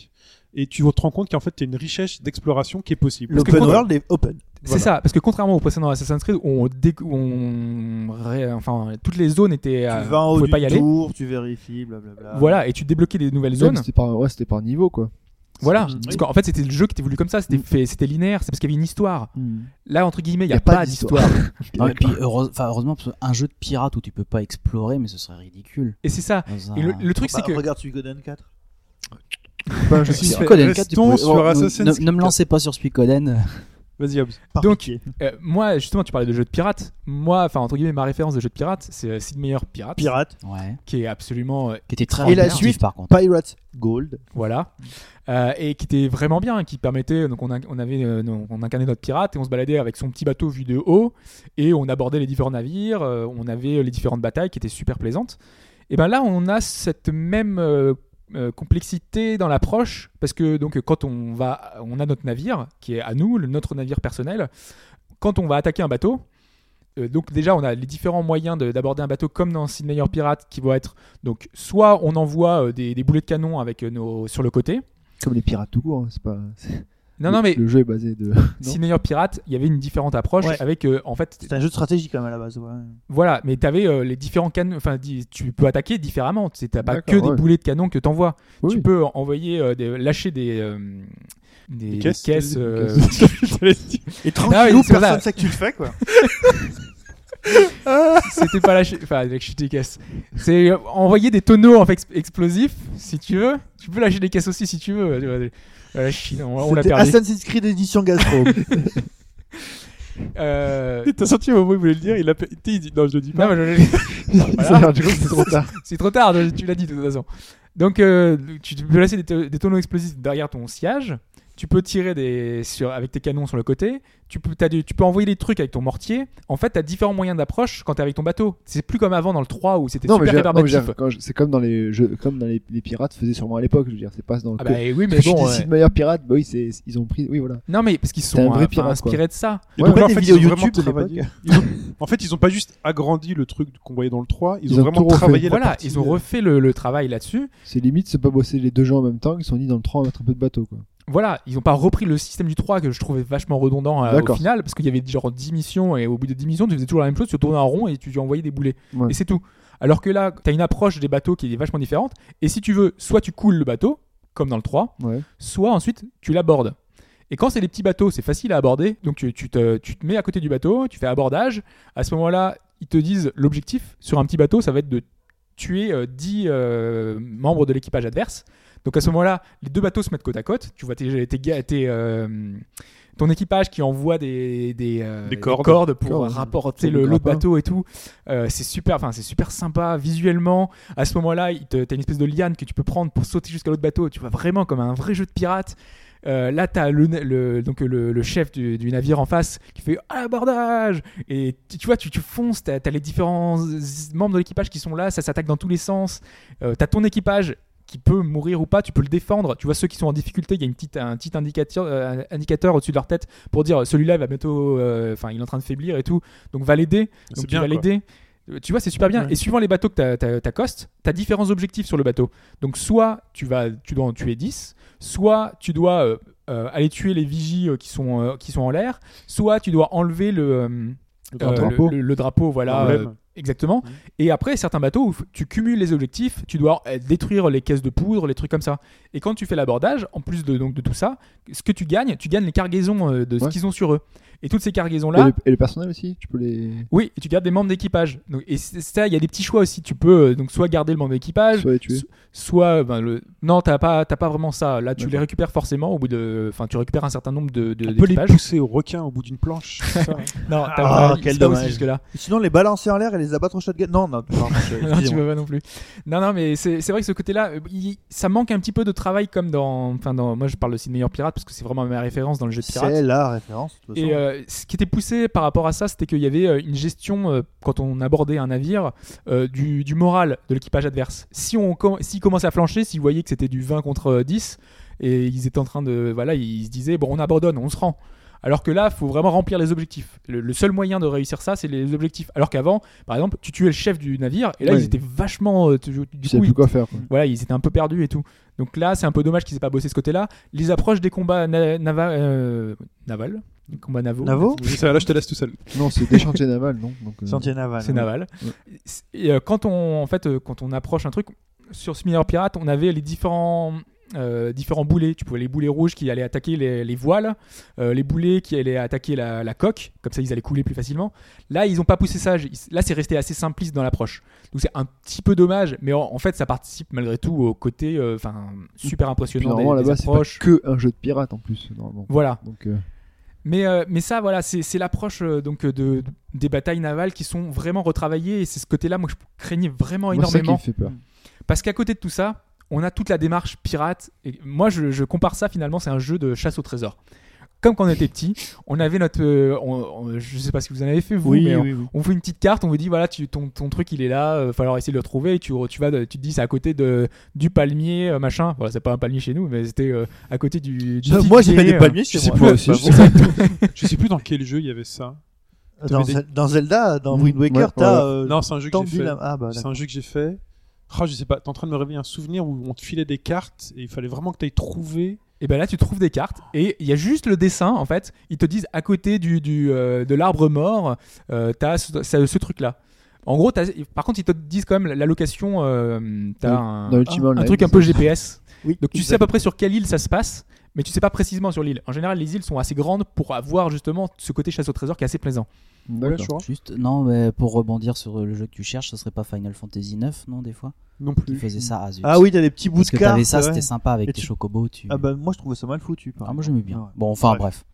C: et tu te rends compte qu'en fait, t'as une richesse d'exploration qui est possible.
E: Parce que
F: L'open
E: quand-
F: world est open.
E: C'est ça, parce que contrairement au précédent Assassin's Creed, où on, déc- où on ré- enfin toutes les zones étaient, euh,
F: Tu vas en
E: on
F: haut
E: pouvait
F: du
E: pas y aller.
F: tour, tu vérifies, blablabla.
E: Voilà, et tu débloquais des nouvelles
D: Ouais, mais
E: zones.
D: C'était par... ouais, c'était par niveau, quoi.
E: Voilà,
D: C'est-
E: parce qu'en fait c'était le jeu qui était voulu comme ça, c'était fait, c'était linéaire, c'est parce qu'il y avait une histoire.
D: Hmm.
E: Là entre guillemets, il y
D: Mmh. Y
E: a, pas d'histoire.
G: Non, et puis heureux- enfin, heureusement, parce qu'un jeu de pirate où tu peux pas explorer, mais ce serait ridicule.
E: Et c'est ça.
G: Dans
E: Et le,
G: un-
E: le truc c'est
F: Bah,
E: que
F: Regarde Suikoden 4.
D: Pas un jeu
C: Je
D: de
C: suis
D: pirate.
C: fait-
G: Suikoden 4, tu
C: Restons
G: pouvais-
C: sur
G: oh, ne-
C: Assassin's
G: ne, ne me
C: Creed.
G: lancez pas sur Suikoden.
C: Vas-y, Hobbs.
F: Par
E: Donc,
F: pitié.
E: euh, moi justement tu parlais de jeux de pirates. Moi, enfin entre guillemets ma référence de jeu de pirates, c'est euh, Sid Meier Pirate,
F: Pirate.
G: Ouais.
E: qui est absolument euh,
G: Qui était très
F: Et la
G: répétitif,
F: suite
G: par contre.
F: Pirate Gold.
E: Voilà. Euh, et qui était vraiment bien, qui permettait. Donc, on, inc- on avait, euh, non, on incarnait notre pirate et on se baladait avec son petit bateau vu de haut et on abordait les différents navires. euh, on avait les différentes batailles qui étaient super plaisantes. Et ben là, on a cette même euh, euh, complexité dans l'approche parce que donc quand on va, on a notre navire qui est à nous, le- notre navire personnel. Quand on va attaquer un bateau. euh, Donc déjà, on a les différents moyens de- d'aborder un bateau comme dans Sydney Pirate qui vont être donc soit on envoie euh, des, des boulets de canon avec euh, nos sur le côté.
D: Comme les pirates tout court, hein, c'est pas. c'est-
E: Non non mais
D: Le jeu est basé de. non
E: Sydney Pirate, il y avait une différente approche
F: Ouais.
E: avec euh, en fait
F: C'est un jeu de stratégie quand même à la base. Ouais.
E: voilà, mais tu avais les différents canons enfin di- tu peux attaquer différemment, tu sais, t'as pas
D: D'accord,
E: que des
D: ouais.
E: boulets de canon que t'envoies.
D: Oui,
E: Tu
D: oui.
E: peux envoyer euh, des- lâcher des euh, des, des caisses, euh,
C: Je te laisse dire.
F: Et
E: Ah ouais,
F: tranquillou,
E: c'est vrai.
F: personne sait que tu le fais quoi.
E: C'était pas la chute. Enfin, avec chute des caisses. C'est euh, envoyer des tonneaux en fait, ex- explosifs, si tu veux. Tu peux lâcher des caisses aussi, si tu veux. Tu vois, euh, la Chine, on, on l'a
F: C'était
E: perdu.
F: Assassin's Creed édition Gazprom.
E: Euh,
C: T'as senti au moment où il voulait le dire, il a pe- tu sais, il dit non, je le dis
E: non,
C: pas.
E: mais je-
D: Ça, du coup, c'est trop tard.
E: C'est trop tard, tu l'as dit de toute façon. Donc, euh, tu tu peux laisser des, to- des tonneaux explosifs derrière ton sillage. Tu peux tirer des, sur, avec tes canons sur le côté. Tu peux, t'as du- tu peux envoyer des trucs avec ton mortier. En fait, tu as différents moyens d'approche quand tu avec ton bateau. C'est plus comme avant dans le 3 où c'était
D: Non, mais
E: super
D: j'ai- non, mais j'ai-
E: rébarbatif.
D: quand je- c'est comme dans les jeux, comme dans les, les pirates faisaient sûrement à l'époque. Je veux dire, c'est pas dans le.
E: Ah
D: que-
E: bah oui, mais
D: que tu
E: bon.
D: décides
E: ouais.
D: meilleur pirate, bah oui, c'est- ils ont pris. Oui, voilà.
E: Non, mais parce qu'ils
D: un
E: sont
D: vrai
E: euh,
D: pirate, quoi.
E: inspirés de ça.
D: Ouais,
C: Donc
D: ouais,
C: là, en
F: des
C: fait,
F: vidéos
C: ils ont vraiment
F: YouTube de
C: travaillé. Ils ont- En fait, ils ont pas juste agrandi le truc qu'on voyait dans le 3, ils,
D: Ils
C: ont,
D: ont
C: vraiment
D: tout refait.
C: travaillé la
E: Voilà,
C: partie.
E: ils ont refait le, le travail là-dessus.
D: C'est limite, c'est pas bosser les deux gens en même temps. Ils se sont dit dans le train, on va mettre un peu de bateau, quoi.
E: Voilà, ils ont pas repris le système du 3 que je trouvais vachement redondant euh, au
D: D'accord.
E: final parce qu'il y avait genre 10 missions et au bout de 10 missions, tu faisais toujours la même chose, tu tournais en rond et tu envoyais des boulets.
D: Ouais.
E: Et c'est tout. Alors que là, tu as une approche des bateaux qui est vachement différente et si tu veux, soit tu coules le bateau comme dans le 3,
D: Ouais.
E: soit ensuite tu l'abordes. Et quand c'est des petits bateaux, c'est facile à aborder. Donc tu, tu te, tu te mets à côté du bateau, tu fais abordage. À ce moment-là, ils te disent l'objectif sur un petit bateau, ça va être de tuer euh, 10 euh, membres de l'équipage adverse. Donc à ce moment-là, les deux bateaux se mettent côte à côte. Tu vois tes, tes, gars- tes, euh, ton équipage qui envoie des, des, euh,
C: Des cordes.
E: pour
D: Cordes.
E: rapporter
D: Sur
E: le-
D: le
E: l'autre
D: grappin.
E: bateau et tout. Euh, c'est super, enfin c'est super sympa visuellement. À ce moment-là, il te- t'as une espèce de liane que tu peux prendre pour sauter jusqu'à l'autre bateau. Tu vois vraiment comme un vrai jeu de pirate. Euh, là, t'as le, na- le- donc le, le chef du, du navire en face qui fait à l'abordage et tu, tu vois, tu, tu fonces. T'as as les différents z- membres de l'équipage qui sont là, ça s'attaque dans tous les sens. Euh, t'as ton équipage qui peut mourir ou pas, tu peux le défendre. Tu vois ceux qui sont en difficulté, il y a une petite, un petit indicateur, euh, indicateur au-dessus de leur tête pour dire celui-là il va bientôt, euh, enfin il est en train de faiblir et tout, donc va l'aider.
C: C'est
E: Donc tu
C: bien,
E: vas
C: quoi.
E: l'aider. Euh, Tu vois, c'est super bien.
C: Ouais.
E: Et suivant les bateaux que t'as- t'as- t'accostes, tu as différents objectifs sur le bateau. Donc soit tu, vas, tu dois en tuer 10, soit tu dois euh, euh, aller tuer les vigies euh, qui, sont, euh, qui sont en l'air, soit tu dois enlever le, euh, euh, le-
D: drapeau. Mm.
E: le- le drapeau, voilà,
C: L'emblème.
E: euh, exactement. Et après, certains bateaux, où f- tu cumules les objectifs, tu dois euh, détruire les caisses de poudre, les trucs comme ça. Et quand tu fais l'abordage, en plus de, donc, de tout ça, ce que tu gagnes, tu gagnes les cargaisons euh, de ce
D: Ouais.
E: qu'ils ont sur eux. Et toutes ces
D: Et
E: cargaisons-là,
D: le, et le personnel aussi, tu peux les.
E: oui, et tu gardes des membres d'équipage. Donc, et c- ça, il y a des petits choix aussi. Tu peux euh, donc soit garder le membre d'équipage,
D: Soit les tuer.
E: soit euh, ben, le. Non, t'as pas, t'as pas vraiment ça. Là, tu les
D: D'accord. Ah,
E: récupères forcément au bout de. Enfin, tu récupères un certain nombre de. de
C: On peut les
E: d'équipages.
C: pousser au requin au bout d'une planche. c'est ça
E: Non, t'as
F: Ah,
E: pas-
F: quel
E: c'est pas aussi
F: dommage.
E: jusque-là.
F: Sinon, les balancer en l'air et les abattre au shotgun. Non, non, non,
E: Non, tu
F: excusez-moi.
E: peux pas non plus. Non, non, mais c'est c'est vrai que ce côté-là, euh, il- ça manque un petit peu de travail comme dans. Enfin, dans. Moi, je parle aussi de meilleur pirate parce que c'est vraiment ma référence dans le jeu de pirate.
F: C'est la référence. de toute façon.
E: Et euh, ce qui était poussé par rapport à ça, c'était qu'il y avait euh, une gestion, euh, quand on abordait un navire, euh, du, du moral de l'équipage adverse. Si on com- S'ils commençaient à flancher, s'ils voyaient que c'était du 20 contre euh, 10, et ils étaient en train de. Voilà, ils se disaient, bon, on abandonne, on se rend. Alors que là, il faut vraiment remplir les objectifs. Le, le seul moyen de réussir ça, c'est les objectifs. Alors qu'avant, par exemple, tu tuais le chef du navire, et là,
D: Ouais.
E: ils étaient vachement. euh, tu- du
D: Tu sais
E: coup,
D: plus
E: ils-
D: quoi faire. quoi.
E: Mm. voilà, ils étaient un peu perdus et tout. Donc là, c'est un peu dommage qu'ils aient pas bossé ce côté-là. Les approches des combats na- nava- euh, naval, les combats navaux,
F: Navo
C: Oui, ça, là, je te laisse tout seul.
D: Non, c'est des chantiers navals, non Donc, euh,
F: Sentier naval.
E: c'est naval. Et euh, quand on, en fait, euh, quand on approche un truc sur ce meilleur pirate, on avait les différents euh, différents boulets. Tu pouvais les boulets rouges qui allaient attaquer les, les voiles, euh, les boulets qui allaient attaquer la, la coque, comme ça ils allaient couler plus facilement. Là, ils n'ont pas poussé ça. Ils- Là, c'est resté assez simpliste dans l'approche. Donc c'est un petit peu dommage, mais en, en fait, ça participe malgré tout au côté, euh, enfin, super
D: Puis
E: impressionnant des,
D: normalement
E: des
D: là-bas, c'est pas
E: approches.
D: que un jeu de pirate en plus, normalement.
E: Voilà.
D: Donc, euh,
E: Mais, euh, mais ça, voilà, c'est c'est l'approche euh, donc euh, de, des batailles navales qui sont vraiment retravaillées et c'est ce côté-là, moi, que je craignais vraiment
D: moi, c'est ça qui me
E: énormément.
D: fait peur.
E: Parce qu'à côté de tout ça, on a toute la démarche pirate. Et moi, je, je compare ça finalement, c'est un jeu de chasse au trésor. Comme quand on était petit, on avait notre. euh, on- on- je sais pas si vous en avez fait, vous, mais euh, on- on fait une petite carte, on vous dit voilà, tu, ton, ton truc il est là, euh, falloir essayer de le trouver. Et tu, re- tu vas, de- tu te dis c'est à côté de, du palmier, euh, machin. Voilà, c'est pas un palmier chez nous, mais c'était euh, à côté du. du
F: Ah, Moi, j'ai pas
E: figuier,
F: des
E: euh.
F: palmiers chez
C: sais
F: moi.
C: pas,
F: Ouais,
C: c'est
F: bah,
C: juste- Je sais plus dans quel jeu il y avait ça.
F: Dans,
C: T'avais
F: Zel- dans Zelda, dans Wind
D: Mm, ouais,
F: Waker, t'as. euh,
C: Non, c'est un jeu que j'ai
F: tendu
C: fait.
F: la- Ah, bah,
C: C'est un jeu que j'ai fait. Oh, je sais pas, t'es en train de me réveiller un souvenir où on te filait des cartes et il fallait vraiment que t'ailles trouver.
E: Et ben là, tu trouves des cartes et il y a juste le dessin en fait. Ils te disent à côté du, du, euh, de l'arbre mort, euh, t'as ce, ce- ce truc-là. En gros, t'as- par contre, ils te disent quand même l'allocation. Euh, t'as
D: Dans
E: un,
D: Ultima
E: un
D: Online,
E: truc un
D: ça.
E: peu GPS.
F: Oui,
E: Donc tu sais à peu près sur quelle île ça se passe, mais tu sais pas précisément sur l'île. En général, les îles sont assez grandes pour avoir justement ce côté chasse au trésor qui est assez plaisant.
D: D'accord.
G: Juste, non, mais pour rebondir sur euh, le jeu que tu cherches, ce serait pas Final Fantasy 9, non, des fois
C: Non
G: Qui
C: plus.
G: faisait ça à zut.
F: Ah oui, t'as des petits bouts
G: Parce
F: de
G: que
F: cartes.
G: t'avais ça,
F: ouais.
G: c'était sympa avec
F: Et
G: tes
F: tu-
G: chocobos. Tu...
F: Ah bah moi je trouvais ça mal foutu. par
G: Ah, moi
F: exemple.
G: j'aimais bien.
F: Ouais.
G: Bon, enfin
F: Bref.
G: bref.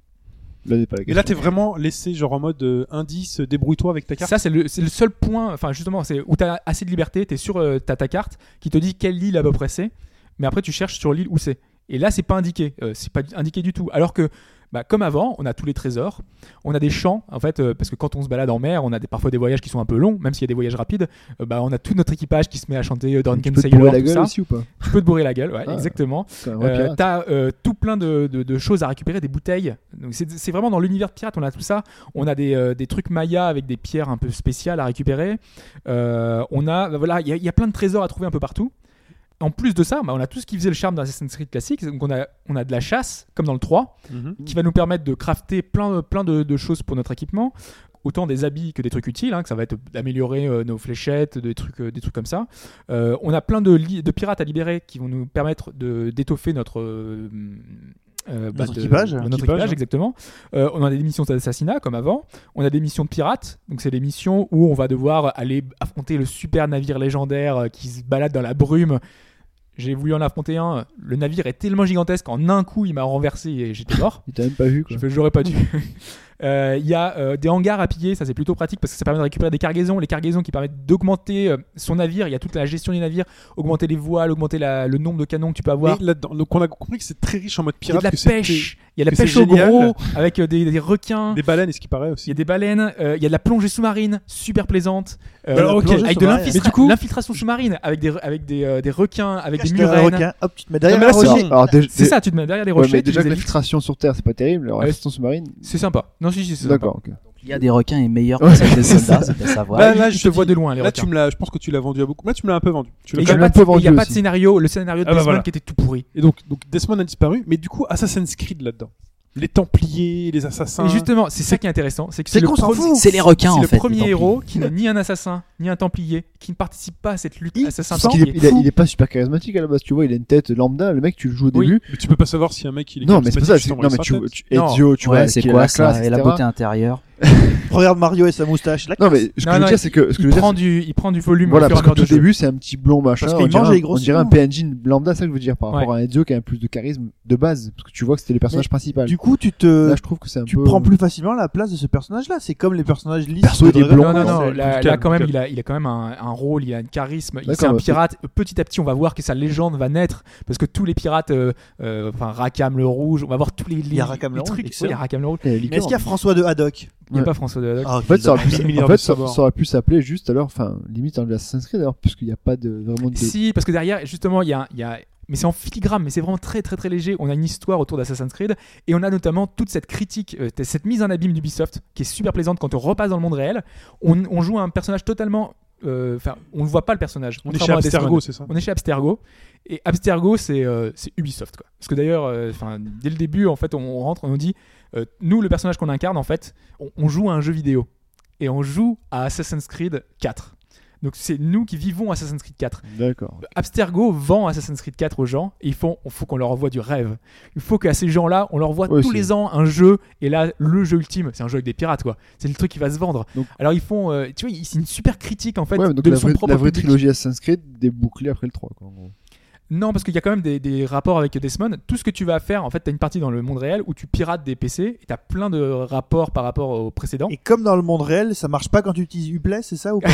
D: Là, n'est pas la
C: Et là,
D: question.
C: t'es vraiment laissé genre en mode euh, indice, euh, débrouille-toi avec ta carte.
E: Ça, c'est le, c'est le seul point, enfin justement, c'est où t'as assez de liberté, t'es sûr, euh, t'as ta carte qui te dit quelle île à peu près c'est, mais après tu cherches sur l'île où c'est. Et là, c'est pas indiqué, euh, c'est pas du- indiqué du tout. Alors que, bah, comme avant, on a tous les trésors, on a des champs, en fait, euh, parce que quand on se balade en mer, on a des, parfois des voyages qui sont un peu longs, même s'il y a des voyages rapides, euh, bah, on a tout notre équipage qui se met à chanter euh,
D: Tu
E: Drunken
D: peux te bourrer
E: Sailor,
D: la
E: tout
D: gueule
E: ça.
D: aussi ou pas
E: Tu peux te bourrer la gueule, ouais,
D: Ah.
E: exactement.
D: C'est un vrai
E: Euh,
D: pirate.
E: T'as euh, tout plein de, de- de choses à récupérer, des bouteilles. Donc, C'est c'est vraiment dans l'univers de pirate, on a tout ça. On a des, euh, des trucs mayas avec des pierres un peu spéciales à récupérer. Euh, on a, bah, voilà, il y, a- il y a plein de trésors à trouver un peu partout. En plus de ça, bah, on a tout ce qui faisait le charme d'un Assassin's Creed classique. Donc on a, on a de la chasse, comme dans le 3,
C: Mhm.
E: qui va nous permettre de crafter plein, plein de, de choses pour notre équipement. Autant des habits que des trucs utiles, hein, que ça va être d'améliorer euh, nos fléchettes, des trucs, euh, des trucs comme ça. Euh, on a plein de, li- de pirates à libérer qui vont nous permettre de- d'étoffer notre, euh, euh, bah,
F: Notre
E: de-
F: équipage.
E: notre
C: Équipage,
E: équipage,
C: hein.
E: exactement. Euh, on a des missions d'assassinat comme avant. On a des missions de pirates. Donc c'est des missions où on va devoir aller affronter le super navire légendaire euh, qui se balade dans la brume. J'ai voulu en affronter un. Le navire est tellement gigantesque en un coup, il m'a renversé et j'étais mort.
D: Il t'a même pas vu quoi.
E: J'ai fait, J'aurais pas dû. Euh, Il y a euh, des hangars à piller, ça c'est plutôt pratique parce que ça permet de récupérer des cargaisons, les cargaisons qui permettent d'augmenter euh, son navire, il y a toute la gestion du navire, augmenter les voiles, augmenter la- le nombre de canons que tu peux avoir.
C: Et là-dedans, donc on a compris que c'est très riche en mode
E: Il y a
C: pirate.
E: de la
C: que c'est-
E: pêche, il y a de
C: que
E: la
C: c'est
E: pêche au
C: génial.
E: gros avec euh, des, des requins,
C: Des baleines, et ce qui paraît
E: il y
C: aussi.
E: a des baleines, euh, il y a de la plongée sous-marine super plaisante, euh,
C: Alors, ok,
E: avec de
F: sous-marine.
E: l'infiltra-
C: Mais du coup-
E: l'infiltration sous-marine avec des, avec des, euh, des requins, avec des
F: Cache ta
E: murènes.
F: requin, Hop, tu te mets derrière
C: Non, mais là,
F: un
C: c'est
F: rocher.
C: bon.
D: Alors, déjà-
E: C'est ça, tu te mets derrière les
D: Ouais,
E: rochers,
D: mais
E: tu
D: déjà
E: les
D: que
E: évites.
D: l'infiltration sur Terre, c'est pas terrible. Alors,
E: Ouais.
D: l'infiltration sous-marine,
E: c'est sympa. Non, si, si, c'est sympa.
D: d'accord. ok.
G: Il y a des requins et meilleurs que celle des soldats, c'est à savoir.
C: Bah,
E: Ouais,
C: là,
E: je
C: je
E: te
C: te
E: vois
C: dis-
E: de loin, les
C: Là,
E: requins.
C: tu me l'as, je pense que tu l'as vendu à beaucoup. Là, tu me l'as un peu vendu. Tu l'as
E: Et
C: quand
E: Il n'y a,
C: même-
E: pas
D: même
E: de,
D: pas
E: et il y a
D: vendu
E: pas de
D: aussi.
E: scénario. Le scénario de
C: Ah bah
E: Desmond
C: voilà.
E: qui était tout pourri.
C: Et donc, donc Desmond a disparu, mais du coup, Assassin's Creed là-dedans. Les Templiers, les assassins.
E: Et justement, c'est ça qui est intéressant. C'est que
F: C'est
E: le,
F: qu'on s'en
E: premier-
F: fout.
G: C'est les requins
E: c'est
G: en
E: le
G: fait.
E: premier
G: tant pis.
E: héros qui n'est ni un assassin, ni un templier, qui ne participe pas à cette lutte
F: Il-
E: assassin
D: Parce qu'il est,
E: templier.
D: il, a- il est pas super charismatique à la base, tu vois, il a une tête lambda, le mec tu le joues au
E: Oui.
D: début.
C: Mais tu peux pas savoir si un mec il est.
D: non, mais c'est pas ça,
C: charismatique
D: c'est-
C: juste en
D: non, mais
C: voyant sa
D: tu,
C: tête.
D: tu Ezio, tu vois,
G: Ouais, c'est
D: qu'il a
G: quoi
D: la classe,
G: ça Et la
D: etc.
G: beauté intérieure.
F: Regarde Mario et sa moustache. Là,
D: Non, mais ce que je
E: Non,
D: veux
E: non,
D: dire, c'est que, ce que je
E: Il
D: veux dire,
E: prend, du, il prend du volume
D: Voilà,
E: au fur et
D: parce
E: à
D: que
E: mesure
D: tout au
E: de jeu.
D: début, c'est un petit blond machin.
F: Parce qu'il
D: on dirait,
F: mange
D: un-
F: et il
D: on
F: grossit
D: dirait un
F: pas.
D: PNJ lambda, ça que je veux dire, par rapport
E: Ouais.
D: à un Ezio qui a un plus de charisme de base, parce que tu vois que c'était le personnage principal.
F: du coup, tu te,
D: Là, je trouve que c'est un
F: tu
D: peu.
F: prends plus facilement la place de ce personnage-là. C'est comme les personnages lisses.
D: Perso,
F: de
D: il est
F: Dragon
D: blanc,
E: Non,
F: Ball.
E: non, non,
F: C'est-
E: là,
C: calme,
E: là, quand même,
C: calme.
E: il a, il a quand même un, un rôle, il a un charisme, il- c'est
D: D'accord,
E: un
D: bah,
E: pirate. Petit à petit, on va voir que sa légende va naître, parce que tous les pirates, euh, euh, enfin Rakam le Rouge, on va voir tous les, les,
F: y a Rakam le
E: les
F: Rouge,
E: trucs. Oui, il y a
F: excellent.
E: Rakam le Rouge.
D: Eh,
F: Mais est-ce
D: licorne.
F: qu'il y a François de Haddock
E: Il n'y a
D: Ouais.
E: pas François de Haddock.
F: Ah,
D: En fait, ça aurait pu,
C: Milliard
D: en
C: de
D: fait, ça-
C: savoir.
D: ça aurait pu s'appeler juste alors, enfin, limite un Assassin's Creed alors, puisqu'il n'y a pas de, vraiment de.
E: Si, parce que derrière, justement, il y a, il y a- Mais c'est en filigrane, mais c'est vraiment très très très léger. On a une histoire autour d'Assassin's Creed et on a notamment toute cette critique, euh, cette mise en abîme d'Ubisoft qui est super plaisante quand on repasse dans le monde réel. On, on joue un personnage totalement. euh, Enfin, on ne voit pas le personnage.
C: On est chez
E: contrairement à Death
C: Abstergo,
E: Stranding.
C: c'est ça
E: On est chez Abstergo. Et Abstergo, c'est euh, c'est Ubisoft. Quoi. Parce que d'ailleurs, euh, enfin, dès le début, en fait, on, on rentre, on nous dit euh, nous, le personnage qu'on incarne, en fait, on, on joue à un jeu vidéo. Et on joue à Assassin's Creed 4. Donc c'est nous qui vivons Assassin's Creed 4.
D: D'accord.
E: Abstergo vend Assassin's Creed 4 aux gens et il faut, faut qu'on leur envoie du rêve. Il faut qu'à ces gens-là, on leur voit
D: Ouais,
E: tous
D: c'est-
E: les ans un jeu et là, le jeu ultime, c'est un jeu avec des pirates quoi. C'est le truc qui va se vendre.
D: Donc-
E: Alors ils font, euh, tu vois, ils- c'est une super critique en fait
D: Ouais, donc
E: de
D: la
E: son
D: vraie,
E: propre
D: la vraie
E: public.
D: trilogie Assassin's Creed débouclée après le 3, quoi, en gros.
E: Non, parce qu'il y a quand même des, des rapports avec Desmond. Tout ce que tu vas faire, en fait, t'as une partie dans le monde réel où tu pirates des PC et t'as plein de rapports par rapport au précédent.
F: Et comme dans le monde réel, ça marche pas quand tu utilises Uplay, c'est ça ou pas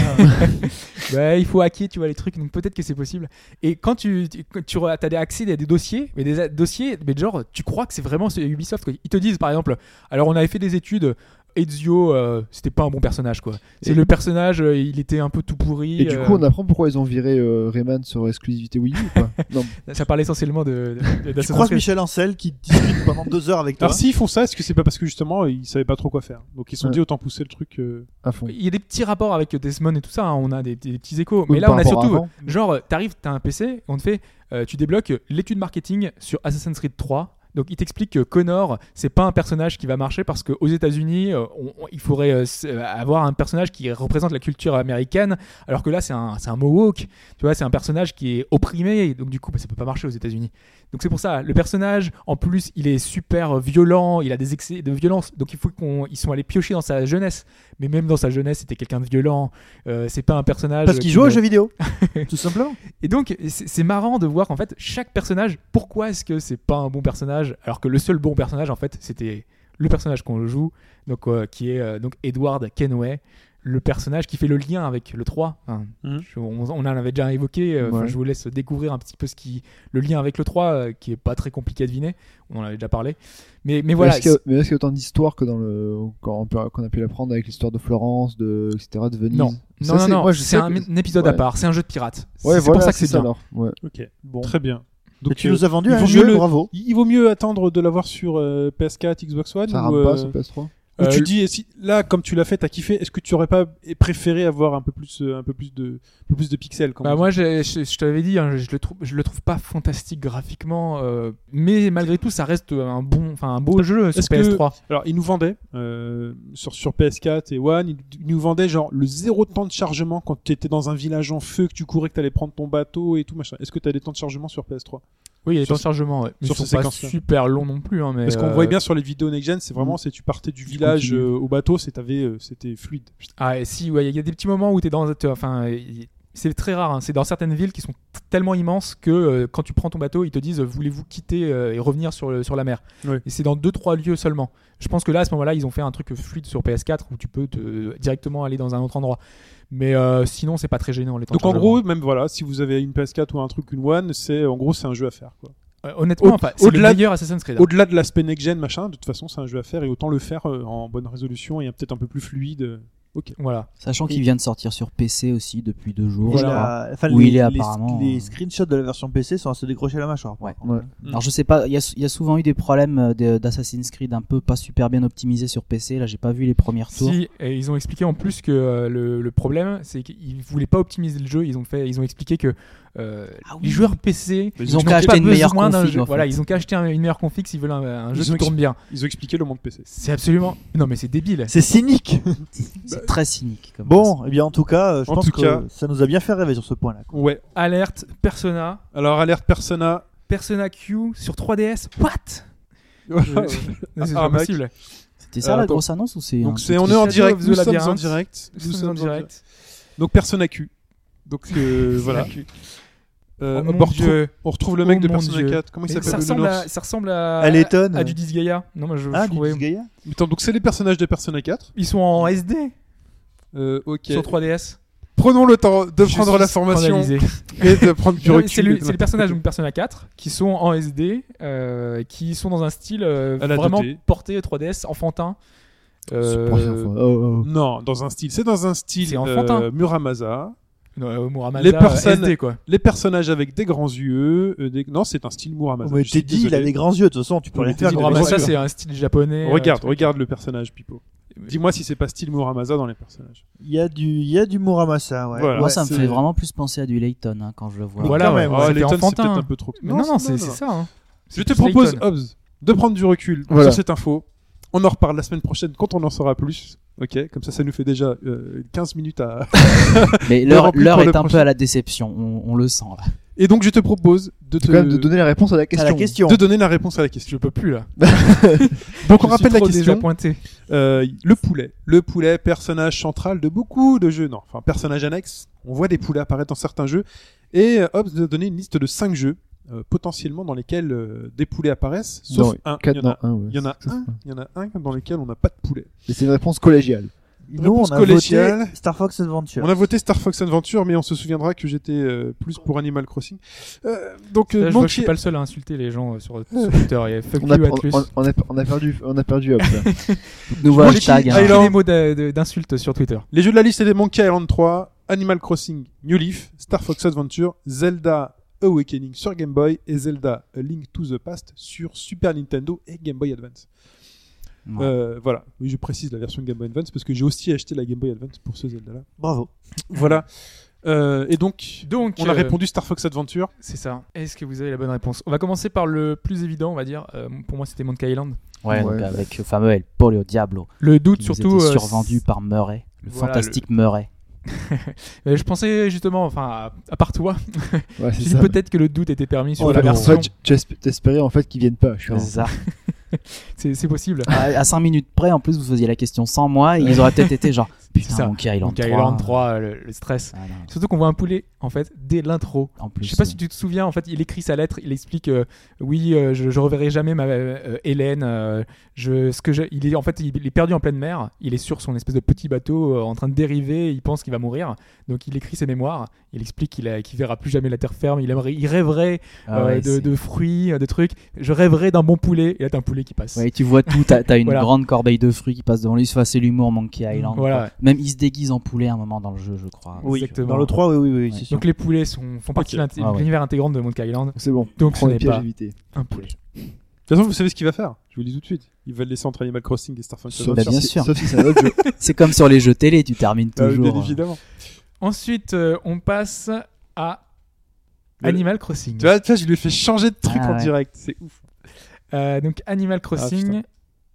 E: Ouais, il faut hacker, tu vois, les trucs, donc peut-être que c'est possible. Et quand tu, tu, quand tu as des accès à des dossiers, mais des a- dossiers, mais genre, tu crois que c'est vraiment ce Ubisoft. quoi. Ils te disent, par exemple, alors on avait fait des études, Ezio, euh, c'était pas un bon personnage, quoi. C'est
D: Et-
E: le personnage, euh, il était un peu tout pourri.
D: Et du
E: euh,
D: coup, on apprend pourquoi ils ont viré euh, Rayman sur exclusivité Wii U ou pas Non,
E: Ça parle essentiellement de. de- de-
F: Tu
E: d'Assassin's
F: croises
E: Creed.
F: Michel Ancel qui discute pendant deux heures avec toi.
C: Alors s'ils font ça, est-ce que c'est pas parce que justement ils savaient pas trop quoi faire Donc ils se sont
D: Ouais.
C: dit autant pousser le truc. euh,
D: à fond.
E: Il y a des petits rapports avec Desmond et tout ça, hein, on a des, des petits échos.
D: Oui,
E: mais là,
D: par
E: on a
D: rapport à
E: surtout.
D: avant.
E: Genre, euh, t'arrives, t'as un PC, on te fait, euh, tu débloques euh, l'étude marketing sur Assassin's Creed 3 Donc il t'explique que Connor, c'est pas un personnage qui va marcher parce qu'aux États-Unis, euh, on- on- il faudrait euh, s- euh, avoir un personnage qui représente la culture américaine, alors que là c'est un, c'est un Mohawk, tu vois, c'est un personnage qui est opprimé, et donc du coup bah, ça peut pas marcher aux États-Unis. Donc c'est pour ça, le personnage, en plus, il est super euh, violent, il a des excès de violence, donc il faut qu'on, ils sont allés piocher dans sa jeunesse, mais même dans sa jeunesse, c'était quelqu'un de violent, euh, c'est pas un personnage.
F: Parce
E: euh,
F: qu'il
E: qui
F: joue aux
E: ne-
F: jeux vidéo, tout simplement.
E: et donc, c'est c'est marrant de voir qu'en fait, chaque personnage, pourquoi est-ce que c'est pas un bon personnage Alors que le seul bon personnage, en fait, c'était le personnage qu'on joue, donc, euh, qui est euh, donc Edward Kenway, le personnage qui fait le lien avec le 3. Enfin,
C: Mhm.
E: je- on, on en avait déjà évoqué, euh, enfin,
D: Ouais.
E: je vous laisse découvrir un petit peu ce qui, le lien avec le 3, euh, qui est pas très compliqué à deviner, on en avait déjà parlé. Mais, mais voilà,
D: Est-ce qu'il y a- mais est-ce qu'il y a autant d'histoires que dans le qu'on peut- qu'on a pu l'apprendre avec l'histoire de Florence, de etc. de Venise
E: non,
D: Ça,
E: non, non,
D: c'est-
E: non,
D: moi, je
E: c'est
D: sais
E: un,
D: que-
E: épisode à
D: Ouais.
E: part, c'est un jeu de pirate. c'est
D: Ouais,
E: c'est
D: voilà,
E: pour ça que c'est bien.
D: alors. Ouais.
C: Ok,
F: Bon.
C: très bien.
F: Mais
C: Donc,
F: tu
C: euh,
F: nous as vendu
C: il vaut
F: un
C: mieux
F: jeu,
C: le-
F: bravo.
C: il vaut mieux attendre de l'avoir sur euh, PS4, Xbox One
D: Ça
C: ou,
D: rame pas
C: euh,
D: sur PS3.
C: ou
E: Euh,
C: tu dis, et si- là, comme tu l'as fait, t'as kiffé. Est-ce que tu aurais pas préféré avoir un peu plus, euh, un peu plus de, un peu plus de pixels comme
E: Bah
C: on
E: moi, j'ai- je, je t'avais dit, hein, je, le trouve, je le trouve pas fantastique graphiquement, euh, mais malgré tout, ça reste un bon, enfin un beau jeu sur
C: Est-ce que-
E: PS3.
C: Alors, ils nous vendaient euh, sur, sur PS4 et One, ils, ils nous vendaient genre le zéro de temps de chargement quand tu étais dans un village en feu, que tu courais, que tu allais prendre ton bateau et tout machin. Est-ce que tu as des temps de chargement sur PS3
E: Oui, il y a des
C: sur
E: temps de chargement, ouais. mais
C: sur
E: ils
C: ces
E: sont pas
C: séquences-là.
E: super longs non plus. Hein, mais
C: Parce qu'on
E: euh, Mm.
C: voyait bien sur les vidéos next gen, c'est vraiment c'est tu partais du village
D: continue.
C: euh, au bateau, c'est t'avais, euh, c'était fluide.
E: Ah, et si, ouais, il y a des petits moments où t'es dans, t'es- enfin, y- c'est très rare. hein, C'est dans certaines villes qui sont t- tellement immenses que euh, quand tu prends ton bateau, ils te disent euh, voulez-vous quitter euh, et revenir sur le- sur la mer.
C: Oui.
E: Et c'est dans deux trois lieux seulement. Je pense que là, à ce moment-là, ils ont fait un truc fluide sur PS4 où tu peux te- directement aller dans un autre endroit. Mais euh, sinon, c'est pas très gênant les temps
C: Donc
E: de
C: en
E: chargement.
C: gros, même voilà, si vous avez une PS4 ou un truc une One, c'est en gros c'est un jeu à faire quoi.
E: Euh, honnêtement,
C: Au-
E: enfin, c'est le
C: au-delà-
E: meilleur Assassin's Creed. hein.
C: Au-delà de l'aspect next gen machin, de toute façon c'est un jeu à faire et autant le faire euh, en bonne résolution et euh, peut-être un peu plus fluide.
E: Voilà.
G: Sachant qu'il vient de sortir sur PC aussi depuis deux jours. je
F: Et
G: crois.
F: la- enfin,
G: Où
F: les,
G: il est
F: les-
G: apparemment,
F: les
G: euh.
F: screenshots de la version PC sont à se décrocher la mâchoire.
G: Ouais.
E: euh,
D: Ouais.
E: Mm.
G: Alors je sais pas, il y, a sou- il y a souvent eu des problèmes euh, de- d'Assassin's Creed un peu pas super bien optimisés sur PC. Là, j'ai pas vu les premiers
C: Ah,
G: tours.
E: Si, et ils ont expliqué en plus que euh, le, le problème, c'est qu'ils voulaient pas optimiser le jeu. Ils ont fait, ils ont expliqué que euh,
G: Ah oui.
E: les joueurs PC,
G: Ils ont
E: n'ont
G: qu'à acheter
E: pas
G: une meilleure
E: besoin d'un
G: config,
E: jeu.
G: en fait.
E: Voilà, ils ont qu'à acheter un- une meilleure config s'ils veulent un, un jeu
C: Ils ont
E: qui tourne bien.
C: Ils ont expliqué le monde PC.
E: C'est absolument. Non, mais c'est débile.
F: C'est cynique.
G: C'est très cynique. Comme
F: Bon, eh bien en tout cas, euh, je
C: En
F: pense
C: tout
F: que
C: cas-
F: ça nous a bien fait rêver sur ce point-là. quoi.
C: Ouais.
E: Alerte Persona,
C: Alors alerte Persona.
E: Persona Q sur 3DS. What Euh,
C: Voilà.
E: Non, C'est
C: Ah,
E: pas
C: mec.
E: possible.
G: ça. C'était ça la
C: Attends.
G: grosse annonce ou euh, c'est un
C: Donc c'est
G: petit-
C: on est en
E: Shadow
C: direct,
E: of the
C: nous sommes en
E: Labyrinthe.
C: direct, nous
E: Nous
C: sommes en direct.
E: direct.
C: Donc Persona Q. Donc euh, voilà. Euh,
E: Oh
C: on,
E: mon
C: retrouve,
E: Dieu.
C: on retrouve le mec
E: Oh
C: de
E: mon
C: Persona
E: Dieu.
C: 4. Comment il
E: Mais
C: s'appelle
E: Ça
C: le
E: ressemble,
C: nounours
E: à, ça ressemble à,
F: Elle étonne.
E: à du Disgaea. Non, moi je, je
F: Ah, du
E: trouvais-
F: Disgaea
C: Attends, donc c'est les personnages de Persona 4.
E: Ils sont en SD
C: Euh, ok.
E: sur 3DS.
C: Prenons le temps de
E: Je
C: prendre
E: suis
C: la formation
E: scandalisé.
C: et de prendre du
E: Non, mais C'est
C: recul.
E: le- c'est les personnages donc Persona 4 qui sont en SD, euh, qui sont dans un style euh,
C: À la
E: vraiment
C: dotée.
E: porté 3DS enfantin.
D: C'est
E: Euh,
D: pour rien, enfin, oh, oh.
C: Non, dans un style. C'est dans un
E: C'est
C: style
E: enfantin.
C: euh, Muramasa.
E: non, euh, Muramasa,
C: Les personnes-
E: euh, SD quoi.
C: Les personnages avec des grands yeux. euh, des- Non, c'est un style Muramasa.
F: Oh, Mais
C: Je suis
F: t'es dit, il a
C: désolé.
F: des grands yeux, de toute façon, tu peux
C: Oui,
F: rien
C: mais
F: faire.
C: t'es dit,
F: quoi.
C: Muramasa,
E: Muramasa
C: sûr.
E: c'est un style japonais. euh,
C: Regarde,
E: truc.
C: regarde le personnage, Pipo. Dis-moi si c'est pas style Muramasa dans les personnages.
F: Il y a du, il y a du Muramasa, ouais.
C: Voilà.
G: Moi,
F: Ouais.
G: ça me
C: c'est-
G: fait vraiment plus penser à du Layton hein, quand je le vois.
E: Voilà,
F: quand
E: ouais,
F: même,
E: ouais,
C: Ah,
E: c'était
C: Layton, c'est peut-être
E: enfantin.
C: un peu trop.
E: Mais Non, non, c'est c'est ça. hein.
C: Je
E: C'est
C: te
E: plus
C: propose, euh,
E: Layton.
C: Hobbs, de prendre du recul
D: Voilà.
C: sur cette info. On en reparle la semaine prochaine quand on en saura plus. Ok, comme ça, ça nous fait déjà euh, 15 minutes à.
G: Mais
C: L'heure
G: l'heure
C: en plus
G: l'heure
C: pour le
G: est un peu
C: prochain.
G: à la déception, on, on le sent là.
C: Et donc, je te propose de te
D: Quand
E: euh,
D: même de donner la réponse à la
F: C'est
D: question.
F: la question.
C: de donner la réponse à la question.
E: Je peux plus là.
C: Donc, on
E: Je suis
C: rappelle la
E: trop déjà
C: question.
E: pointé.
C: Euh, le poulet. Le poulet, personnage central de beaucoup de jeux. Non, enfin, personnage annexe. On voit des poulets apparaître dans certains jeux. Et euh, Hobbs nous a donné une liste de 5 jeux, euh, potentiellement dans lesquels euh, des poulets apparaissent. Sauf
D: Non,
C: un. Il
D: Quatre,
C: y en
D: non,
C: a,
D: un, ouais.
C: il y en a
D: C'est ça.
C: un. Il y en a un dans lequel on n'a pas de poulet.
D: Et c'est une réponse collégiale.
C: Une
F: Nous, on
C: réponse
F: a
C: collégiale.
F: voté Star Fox Adventure.
C: On a voté Star Fox Adventure, mais on se souviendra que j'étais euh, plus pour Animal Crossing. Euh, donc, euh,
E: Là, je vois que je suis
C: manquez-
E: pas le seul à insulter les gens euh, sur euh, sur Twitter. Et fuck
D: On a,
E: you,
D: on,
E: Atlus.
D: on- on a, on a perdu, on a perdu. hop, là.
G: Nouveau
C: Monkey
G: hashtag. hein.
E: J'ai
C: Island.
E: des mots d'a- de- d'insultes sur Twitter.
C: Les jeux de la liste, c'est des Monkey Island 3, Animal Crossing New Leaf, Star Fox Adventure, Zelda Awakening sur Game Boy et Zelda A Link to the Past sur Super Nintendo et Game Boy Advance.
G: Ouais.
C: Euh, voilà, oui, je précise la version Game Boy Advance parce que j'ai aussi acheté la Game Boy Advance pour ce Zelda-là.
F: Bravo.
C: Voilà. Euh, et donc,
E: Donc,
C: on a
E: euh,
C: répondu Star Fox Adventure.
E: C'est ça. Est-ce que vous avez la bonne réponse On va commencer par le plus évident, on va dire. Euh, pour moi, c'était Monkey Island.
G: Ouais, donc euh,
D: Ouais.
G: avec le fameux El Pollo Diablo.
E: Le doute
G: Qui
E: surtout.
G: nous était
E: euh,
G: survendu par Murray, le
E: Voilà,
G: fantastique Murray.
E: Euh, je pensais justement, enfin, à, à part toi,
D: Ouais,
E: je
D: c'est
E: dis
D: ça.
E: peut-être que le doute était permis sur
D: Oh
E: la
D: là là, en
E: version.
D: fait, j'esp- T'espérais en fait qu'ils viennent pas. Je suis un-
G: C'est ça.
E: C'est c'est possible.
G: à, 5 minutes près, en plus, vous faisiez la question sans moi, et ils auraient peut-être été genre
E: C'est ça.
G: putain, Monkey Island
E: Monkey
G: 3.
E: Island 3, le, le stress.
G: Ah, non.
E: Surtout qu'on voit un poulet, en fait, dès l'intro.
G: En plus, euh.
E: Je sais pas si tu te souviens, en fait, il écrit sa lettre, il explique euh, oui, euh, je, je reverrai jamais ma euh, Hélène. euh, je, ce que je- il est en fait, il est perdu en pleine mer. Il est sur son espèce de petit bateau euh, en train de dériver. Il pense qu'il va mourir, donc il écrit ses mémoires. Il explique qu'il a- qu'il verra plus jamais la terre ferme. Il aimerait, il rêverait
G: Ah
E: euh,
G: ouais,
E: de,
G: c'est-
E: de fruits, euh, de trucs. Je rêverais d'un bon poulet. Et là, t'as un poulet qui passe.
G: Ouais, tu vois tout, t'as t'as une
E: Voilà.
G: grande corbeille de fruits qui passe devant lui. Enfin, c'est l'humour Monkey Island.
E: Voilà,
G: quoi.
E: ouais.
G: Même il se déguise en poulet à un moment dans le jeu, je crois.
E: Oui.
G: Donc, euh,
E: Exactement.
F: Dans le 3, oui, oui, oui,
G: Ouais.
F: c'est sûr.
E: Donc les poulets sont, font partie de l'int-
G: Ah ouais.
E: l'univers intégrant de Monkey Island.
D: C'est bon.
E: Donc
D: Prends
E: ce
D: les
E: n'est
D: pièges
E: pas Bah,
D: évités.
E: un poulet.
C: De toute façon, vous savez ce qu'il va faire. Je vous le dis tout de suite. Il va le laisser entre Animal Crossing et Star Fox
D: Sauf
G: Bah,
C: Adventure.
G: bien
D: si-
G: sûr.
D: Sauf si c'est un autre jeu.
G: C'est comme sur les jeux télé, tu termines
C: Ah oui,
G: toujours.
C: bien
G: euh,
C: évidemment.
E: Ensuite, euh, on passe à
C: Le-
E: Animal Crossing.
C: Tu vois, tu vois, je lui ai fait changer de truc
G: Ah
C: en
G: ouais.
C: direct. C'est ouf.
E: Euh, donc Animal Crossing.
C: Ah, putain.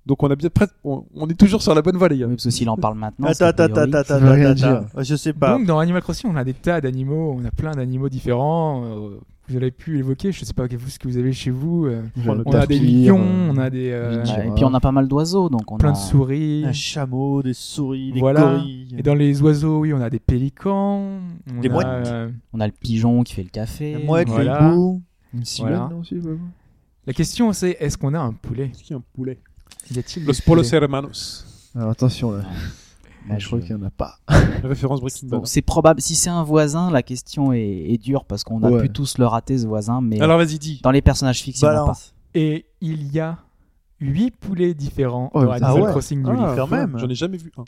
C: Donc on a bien prêt. On, on est toujours sur la bonne voie, les gars.
G: Oui, parce que s'il en parle maintenant. c'est
F: Attends,
G: a
F: attends,
G: priori-
F: attends,
D: ça veut rien
F: attends,
D: dire.
F: attends. Je sais pas.
E: donc dans Animal Crossing, on a des tas d'animaux, on a plein d'animaux différents. euh, vous avez pu l'évoquer, je sais pas vous, ce que vous avez chez vous. euh,
C: On
E: on a des
D: Tapir,
E: lions,
D: euh,
E: on a des euh,
D: Michi.
G: Ouais, et puis on a pas mal d'oiseaux, donc on
E: plein
G: a
C: Ah.
E: de souris.
F: Un chameau, des souris, des
E: Voilà.
F: gorilles.
E: Et dans les oiseaux, oui, on a des pélicans. on
F: Des
E: a,
F: mouettes.
E: euh,
G: on a le pigeon qui fait le café.
F: La mouette,
E: Voilà.
F: le hibou.
D: Une cigale,
E: Voilà.
D: non, aussi, ouais.
E: La question c'est est-ce qu'on a un poulet
C: Est-ce qu'il y a un poulet
E: Y a-t-il
C: Los
E: des
C: Polos
E: poulets
C: Hermanos.
D: Alors attention là.
E: Ah,
G: Moi,
D: je crois qu'il y en a pas.
C: Référence Breaking Bad.
G: Donc c'est probable. Si c'est un voisin, la question est, est dure parce qu'on a
D: Ouais.
G: pu tous le rater ce voisin, mais
C: Alors vas-y, dis.
G: dans les personnages fixes, il y en a pas.
F: Balance.
E: Et il y a huit poulets différents
D: Oh,
E: dans
D: putain.
E: Animal
F: Ah ouais.
E: Crossing du
F: Ah.
E: livre.
F: quand même.
C: J'en ai jamais vu un.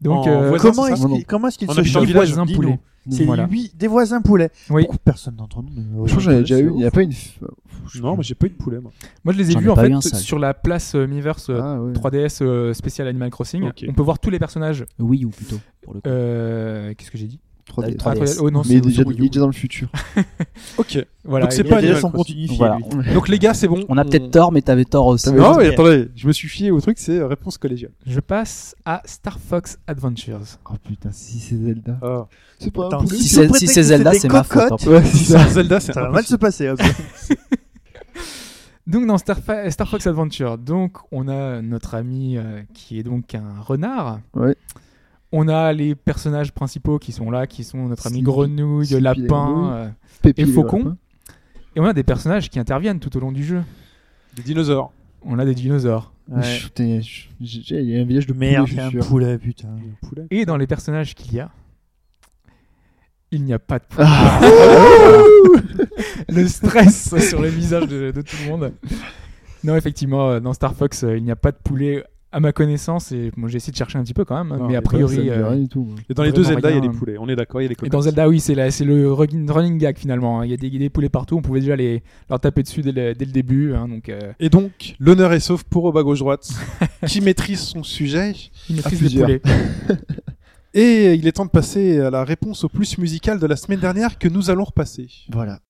E: Donc
C: En
E: euh,
C: voisin,
F: Comment
C: c'est
F: est-ce
C: ça
F: qu'il- comment est-ce qu'ils
C: On
F: se
C: habite dans
F: changent
C: le village,
F: voisins
E: poulet.
F: poulet C'est
E: Voilà.
F: lui, des voisins poulets.
E: oui,
F: Beaucoup de personnes d'entre nous. ne-
D: Je crois que j'en ai déjà
F: C'est
D: eu.
F: ouf.
D: Il n'y a pas une. f-
C: Non, moi j'ai pas eu de poulet. Moi.
E: moi je les ai
G: J'en ai
E: vus en
G: pas
E: fait
G: eu un seul.
E: sur la place euh, Miiverse euh,
D: Ah ouais.
E: 3DS euh, spécial Animal Crossing.
C: Ok.
E: On peut voir tous les personnages.
G: Oui ou plutôt pour le coup.
E: Euh, Qu'est-ce que j'ai dit
D: 3D.
E: Ah, 3DS. Oh non,
D: Mais
E: c'est
D: déjà,
E: sur Wii
D: il
E: U.
D: est déjà dans le futur.
C: Ok.
E: Voilà.
C: Donc, c'est
E: et-
F: Il y
C: pas
F: a déjà
C: Animal
F: son
C: Crossing.
F: continuifié.
G: Voilà.
F: lui.
C: Donc les gars, c'est bon.
G: On a peut-être tort, mais t'avais tort aussi.
D: T'avais
C: Non,
D: Ok.
C: mais attendez, je me suis fié au truc, c'est euh, réponse collégiale.
E: Je passe à Star Fox Adventures.
D: Oh putain, si c'est Zelda.
C: Ah.
D: C'est pas
F: Attends,
D: un poulet.
G: Si
F: Sous
G: c'est
F: prétexte
G: si
F: que
G: c'est Zelda,
F: c'était
G: c'est ma faute.
F: cocotte.
G: hein.
D: Ouais, c'est ça.
C: Zelda, c'est
F: Ça va
C: un
F: mal se passer. hop.
E: Donc dans Star, Fa- Star Fox Adventure, donc on a notre ami euh, qui est donc un renard.
D: Ouais.
E: On a les personnages principaux qui sont là, qui sont notre ami
D: Sleepy-
E: grenouille,
D: Sleepy la
E: lapin,
D: grenouille.
E: euh,
D: Pépi,
E: et
D: les
E: faucon.
D: lapins.
E: Et on a des personnages qui interviennent tout au long du jeu.
C: des dinosaures.
E: On a des dinosaures.
D: Mais
F: Ouais.
D: je- putain, je- j'ai- j'ai- Il y a un village de poulet,
F: Merde, c'est
D: je
F: un
D: suis sûr.
F: poulet, putain.
C: Poulet.
E: Et dans les personnages qu'il y a, il n'y a pas de poulet.
D: Ah,
E: le stress sur les visages de, de tout le monde. Non, effectivement, euh, dans Star Fox, euh, il n'y a pas de poulet à ma connaissance. Et bon, j'ai essayé de chercher un petit peu quand même, hein,
C: Non,
E: mais
C: mais
E: a
C: pas,
D: ça me
E: priori.
D: dit
E: euh,
D: rien du tout. moi.
C: Et dans les
E: Vraiment
C: deux Zelda, il y a
E: rien.
C: des poulets. On est d'accord, il y a des
E: et dans
C: cocottes.
E: Zelda, oui, c'est la- c'est le rugin- running gag finalement. hein. Il y a des, des poulets partout. On pouvait déjà les, leur taper dessus dès le, dès le début. hein, donc, euh,
C: Et donc, l'honneur est sauf pour au bas gauche droite, qui maîtrise son sujet.
E: une maîtrise des
D: plusieurs.
E: poulets.
C: Et il est temps de passer à la réponse au plus musical de la semaine dernière que nous allons repasser.
D: Voilà.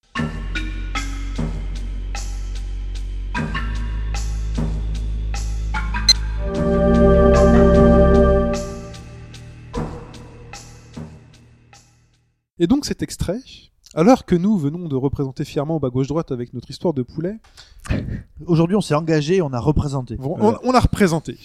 C: Et donc cet extrait, alors que nous venons de représenter fièrement au bas gauche droite avec notre histoire de poulet,
F: Aujourd'hui, on s'est engagé, on a représenté.
C: on,
F: Voilà.
C: on a représenté.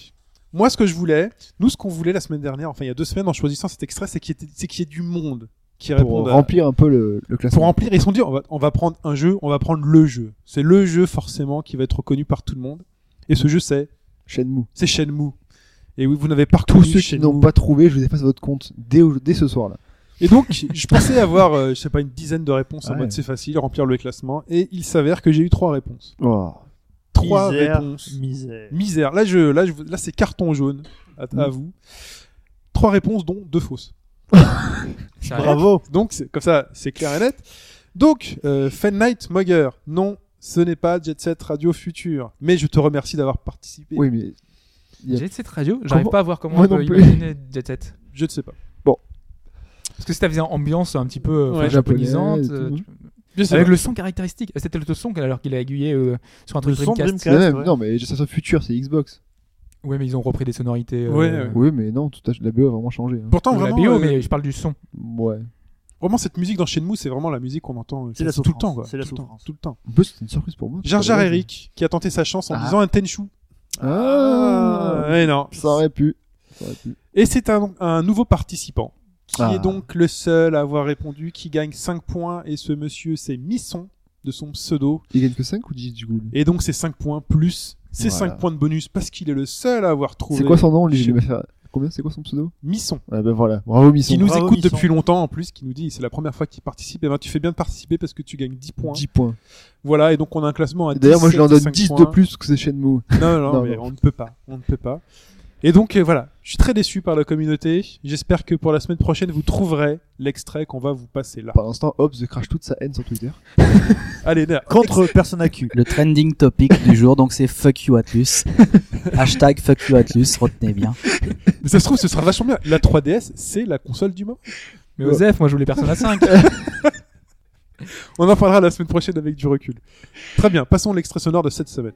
C: Moi, ce que je voulais, nous, ce qu'on voulait la semaine dernière, enfin il y a deux semaines, en choisissant cet extrait, c'est qu'il y, ait- c'est qu'il y ait du monde qui
D: Pour
C: réponde.
E: euh,
C: à-
D: remplir un peu le le
C: euh, Pour
D: classement.
C: remplir, ils se sont dit, on va, on va prendre un jeu, on va prendre le jeu. C'est le jeu forcément qui va être reconnu par tout le monde. Et ce jeu, c'est
D: Shenmue.
C: c'est Shenmue. Et oui, vous n'avez pas
D: Tous
C: reconnu
D: ceux qui
C: Shenmue.
D: n'ont pas trouvé, je vous efface votre compte dès au- dès ce soir là.
C: Et donc, je pensais avoir, euh, je sais pas, une dizaine de réponses en
D: Ouais.
C: mode c'est facile, remplir le classement. Et il s'avère que j'ai eu trois réponses.
D: Oh.
C: Trois
F: Misère,
C: réponses.
F: Misère.
C: Misère. Là, je, là, je, là, c'est carton jaune à, à vous. Trois réponses, dont deux fausses.
F: Bravo.
C: Donc, c'est- comme ça, c'est clair et net. Donc, euh, Fan Night Mogger, non, ce n'est pas Jet Set Radio Future. Mais je te remercie d'avoir participé.
D: Oui, mais
E: J'ai cette radio, j'arrive
D: Comment-
E: pas à voir comment
D: Moi
E: on peut
D: non plus.
E: imaginer Jet Set.
C: Je ne sais pas.
D: Bon.
E: Parce que si t'avais une ambiance un petit peu euh,
C: Ouais,
E: japonisante,
D: japonais et
E: euh,
D: tout,
E: tu-
C: Bien sûr.
E: avec le son caractéristique. C'était le son alors qu'il a aiguillé euh, sur un
F: Le
E: truc
F: son
E: Dreamcast.
F: Dreamcast.
D: Mais même,
F: ouais.
D: Non, mais ça soit futur, c'est Xbox.
E: Ouais, mais ils ont repris des sonorités. euh,
C: Ouais, ouais.
D: Oui, mais non, tout a- la BO a vraiment changé. hein.
C: Pourtant,
E: de la
C: vraiment,
E: BO,
C: euh,
E: mais je parle du son.
D: Ouais.
C: vraiment, cette musique dans Shenmue, c'est vraiment la musique qu'on entend euh,
F: C'est la
C: tout le
F: souffrance.
C: temps. quoi.
F: C'est la
C: Tout le temps,
F: souffrance.
C: Tout le temps.
D: En plus, c'était une surprise pour moi.
C: Jar Jar Eric, qui a tenté sa chance en
D: Ah.
C: disant un Tenchu.
D: Ah
C: ouais, non.
D: Ça aurait pu. Ça aurait pu.
C: Et c'est un, un nouveau participant, qui
D: Ah.
C: est donc le seul à avoir répondu, qui gagne 5 points, et ce monsieur, c'est Misson, de son pseudo.
D: Il gagne que 5 ou 10 du coup lui
C: Et donc, c'est 5 points plus ces
D: Voilà.
C: 5 points de bonus, parce qu'il est le seul à avoir trouvé
D: C'est quoi son nom lui Je vais faire- Combien c'est quoi son pseudo
C: Misson,
D: Ah ben voilà, bravo Misson.
C: qui nous
F: bravo,
C: écoute
F: Misson.
C: depuis longtemps en plus, qui nous dit c'est la première fois qu'il participe, et ben tu fais bien de participer parce que tu gagnes 10 points. Ah,
D: 10 points.
C: Voilà, et donc on a un classement à
D: Et D'ailleurs, moi je
C: 17,
D: leur donne
C: 5
D: 10 de
C: points.
D: plus parce que c'est Shenmue.
C: Non, non,
D: Non,
C: mais
D: non.
C: on ne peut pas. On ne peut pas. Et donc euh, voilà, je suis très déçu par la communauté. J'espère que pour la semaine prochaine, vous trouverez l'extrait qu'on va vous passer là.
D: Par l'instant, Hobbs crache toute sa haine sur Twitter.
C: Allez, là.
F: Contre Persona Q.
G: Le trending topic du jour, donc c'est fuck you Atlus. Hashtag fuck you Atlus, retenez bien.
C: Mais ça se trouve, ce sera vachement bien. La 3DS, c'est la console du moment.
E: Mais
D: Ouais.
E: Osef, moi je voulais Persona 5.
C: On en parlera la semaine prochaine avec du recul. Très bien, passons à l'extrait sonore de cette semaine.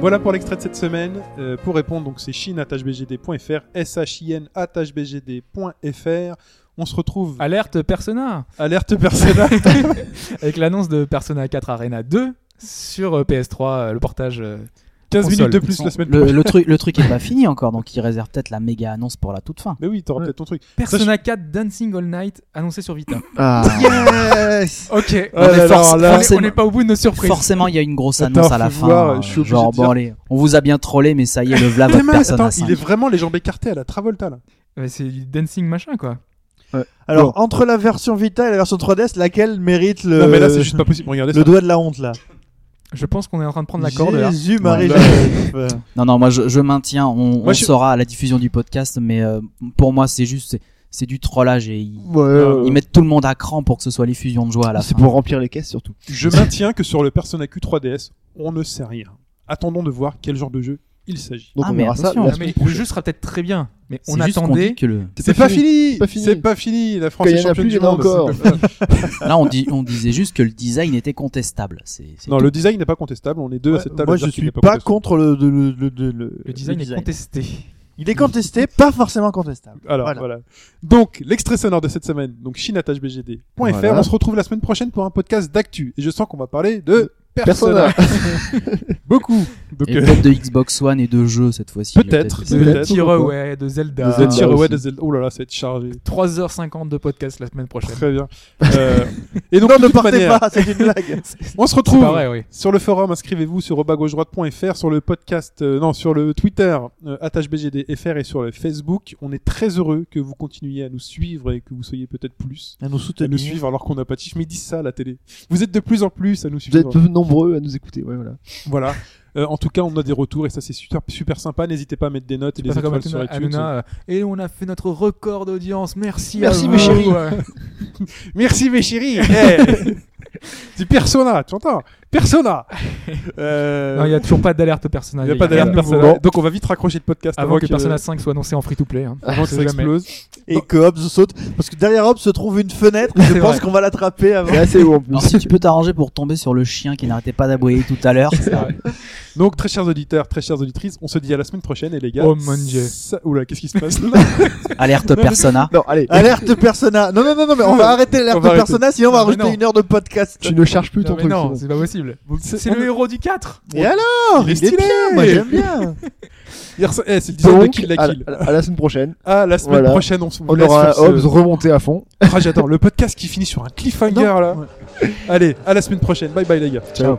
C: Voilà pour l'extrait de cette semaine. Euh, pour répondre, donc c'est shin.hbgd.fr, shin.hbgd.fr. On se retrouve
E: Alerte Persona
C: alerte Persona.
E: Avec l'annonce de Persona 4 Arena 2 sur euh, PS3, euh, le portage. euh,
C: 15
E: Console.
C: minutes de plus la semaine
G: Le,
C: prochaine.
G: le truc, le truc est pas fini encore, donc ils réservent peut-être la méga annonce pour la toute fin.
C: Mais oui, t'auras peut-être ton truc.
E: Persona 4 Dancing All Night annoncé sur Vita.
D: Ah
F: Yes
E: ok,
C: Oh là
G: mais
C: là,
G: force-
C: là.
E: On est-
G: forcément-
E: on n'est pas au bout de nos surprises.
G: Forcément, il y a une grosse
C: Attends,
G: annonce à la
C: faut
G: fin.
C: voir,
G: euh,
C: je suis obligé
G: genre,
C: de
G: bon,
C: dire-
G: allez, on vous a bien trollé, mais ça y est, le vla
C: Les
G: votre
C: mains,
G: Persona
C: attends,
G: 5.
C: il est vraiment les jambes écartées à la Travolta là.
E: Ouais, C'est du dancing machin quoi.
F: Alors, entre la version Vita et la version 3DS, laquelle mérite
G: Euh,
F: le,
C: Non mais là c'est juste pas possible. Regardez
F: le
C: ça.
F: doigt de la honte, là
E: Je pense qu'on est en train de prendre la corde là.
F: Jésus, Marie,
C: Ouais, là.
F: Joseph. Euh,
G: Non, non, moi je, je maintiens, on,
C: Moi,
G: on
C: je-
G: saura à la diffusion du podcast, mais euh, pour moi c'est juste, c'est- c'est du trollage et ils,
D: Ouais, euh,
G: ils mettent tout le monde à cran pour que ce soit l'effusion de joie à la
D: C'est
G: fin.
D: pour remplir les caisses surtout.
C: Je maintiens que sur le Persona Q3DS, on ne sait rien. Attendons de voir quel genre de jeu il s'agit.
D: Donc
G: Ah,
D: on
G: mais
D: verra ça.
G: attention.
D: la
E: Non, mais
D: semaine
E: le
D: prochaine.
E: jeu sera peut-être très bien, mais
G: C'est
E: on
G: juste qu'on
E: attendait.
G: dit que le...
C: C'est pas fini.
D: pas fini.
C: C'est pas fini. La France
D: Quand il
C: est
D: y en a
C: championne
D: plus,
C: du
D: il y en a
C: monde.
D: encore.
C: C'est pas fini.
G: Là, on, dit, on disait juste que le design était contestable. c'est c'est
C: Non,
G: tout.
C: le design n'est pas contestable. On est deux à cette table. à
F: Moi,
C: dire
F: je
C: qu'il
F: suis
C: n'est
F: pas
C: contestable.
F: contre le, de- le, le, de- le-
E: Le design est contesté.
F: Il est contesté, pas forcément contestable.
C: Alors voilà.
F: Voilà.
C: Donc l'extrait sonore de cette semaine. Donc chinatachbgd.fr.
D: Voilà.
C: On se retrouve la semaine prochaine pour un podcast d'actu. Et je sens qu'on va parler de Persona.
D: Persona.
C: Beaucoup. Donc
G: Et
C: euh,
G: peut-être de Xbox One et de jeux cette fois-ci. il y a
C: Peut-être.
G: des-
C: C'est
E: De
C: peut-être,
E: Tearaway, de Zelda.
C: The Tear
D: Ah, bah, aussi.
C: Away de Zelda. Oh là là, ça va être chargé.
E: 3h50 de podcast la semaine prochaine.
C: Très bien. Euh, et donc, de
F: Ne
C: toute
F: partez
C: manière,
F: pas, c'est une blague.
C: on se
E: C'est
C: retrouve
E: pas vrai, oui.
C: sur le forum. Inscrivez-vous sur robagaugedroite.fr, sur le podcast, euh, non, sur le Twitter, euh, attachebgdfr et sur le Facebook. On est très heureux que vous continuiez à nous suivre et que vous soyez peut-être plus
F: À nous
C: à nous
F: soutenir.
C: suivre alors qu'on n'a pas de chiffre. Mais ils disent ça à la télé. Vous êtes de plus en plus à nous
D: Vous
C: suivre.
D: êtes peu nombreux à nous écouter. Ouais, voilà.
C: Voilà. Euh, en tout cas, on a des retours et ça, c'est super, super sympa. N'hésitez pas à mettre des notes et
E: Pas
C: des
E: faire comme
C: étoiles sur
E: Hanouna-
C: iTunes.
E: Hanouna, euh, et on a fait notre record d'audience. Merci.
D: Merci,
E: à
D: mes
E: vous.
D: chéris.
E: Ouais.
C: Merci mes chéris. Hey. du persona, tu entends Persona. Euh,
E: Non, il n'y a toujours pas d'alerte personnage.
C: il y a pas
E: rien
C: d'alerte
E: de nouveau.
C: Persona. Donc on va vite raccrocher le podcast
E: Avant, que, Persona
C: Persona
E: 5 soit annoncé en free to play. hein.
C: avant que ça explose.
F: Et que Hobbs saute. Parce que derrière Hobbs se trouve une fenêtre. Je
E: C'est
F: pense
E: vrai.
F: qu'on va l'attraper avant.
D: C'est assez haut en
G: Alors,
D: plus.
G: si tu peux t'arranger pour tomber sur le chien qui n'arrêtait pas d'aboyer tout à l'heure, ça-
C: Donc très chers auditeurs, très chères auditrices, on se dit à la semaine prochaine et les gars.
E: Oh mon Dieu.
C: ça- Oula, qu'est-ce qui se passe
G: alerte persona.
D: Non, allez,
F: Alerte Persona. Non, non, non, non, mais on va arrêter
C: On
F: l'alerte
C: va arrêter.
F: Persona, sinon on va
E: Non, mais
F: rajouter
E: non.
F: une heure de podcast.
D: tu ne charges plus ton
E: Non, mais
D: truc.
E: non,
D: c'est
E: c'est pas possible. C'est
C: on-
E: le héros du 4.
F: Et alors
C: Oh, Il est stylé.
F: Moi, j'aime bien.
C: Hier, c'est- eh, c'est le
D: bon.
C: design de
D: Donc,
C: Kill la
D: à,
C: Kill.
D: à- à la semaine prochaine,
C: Ah, la semaine
D: Voilà.
C: prochaine, on se
D: on
C: laisse
D: aura
C: sur
D: Hobbs
C: ce...
D: remonté à fond.
C: Ah, j'adore le podcast qui finit sur un cliffhanger là. Allez, à la semaine prochaine. Bye bye les gars.
D: Ciao.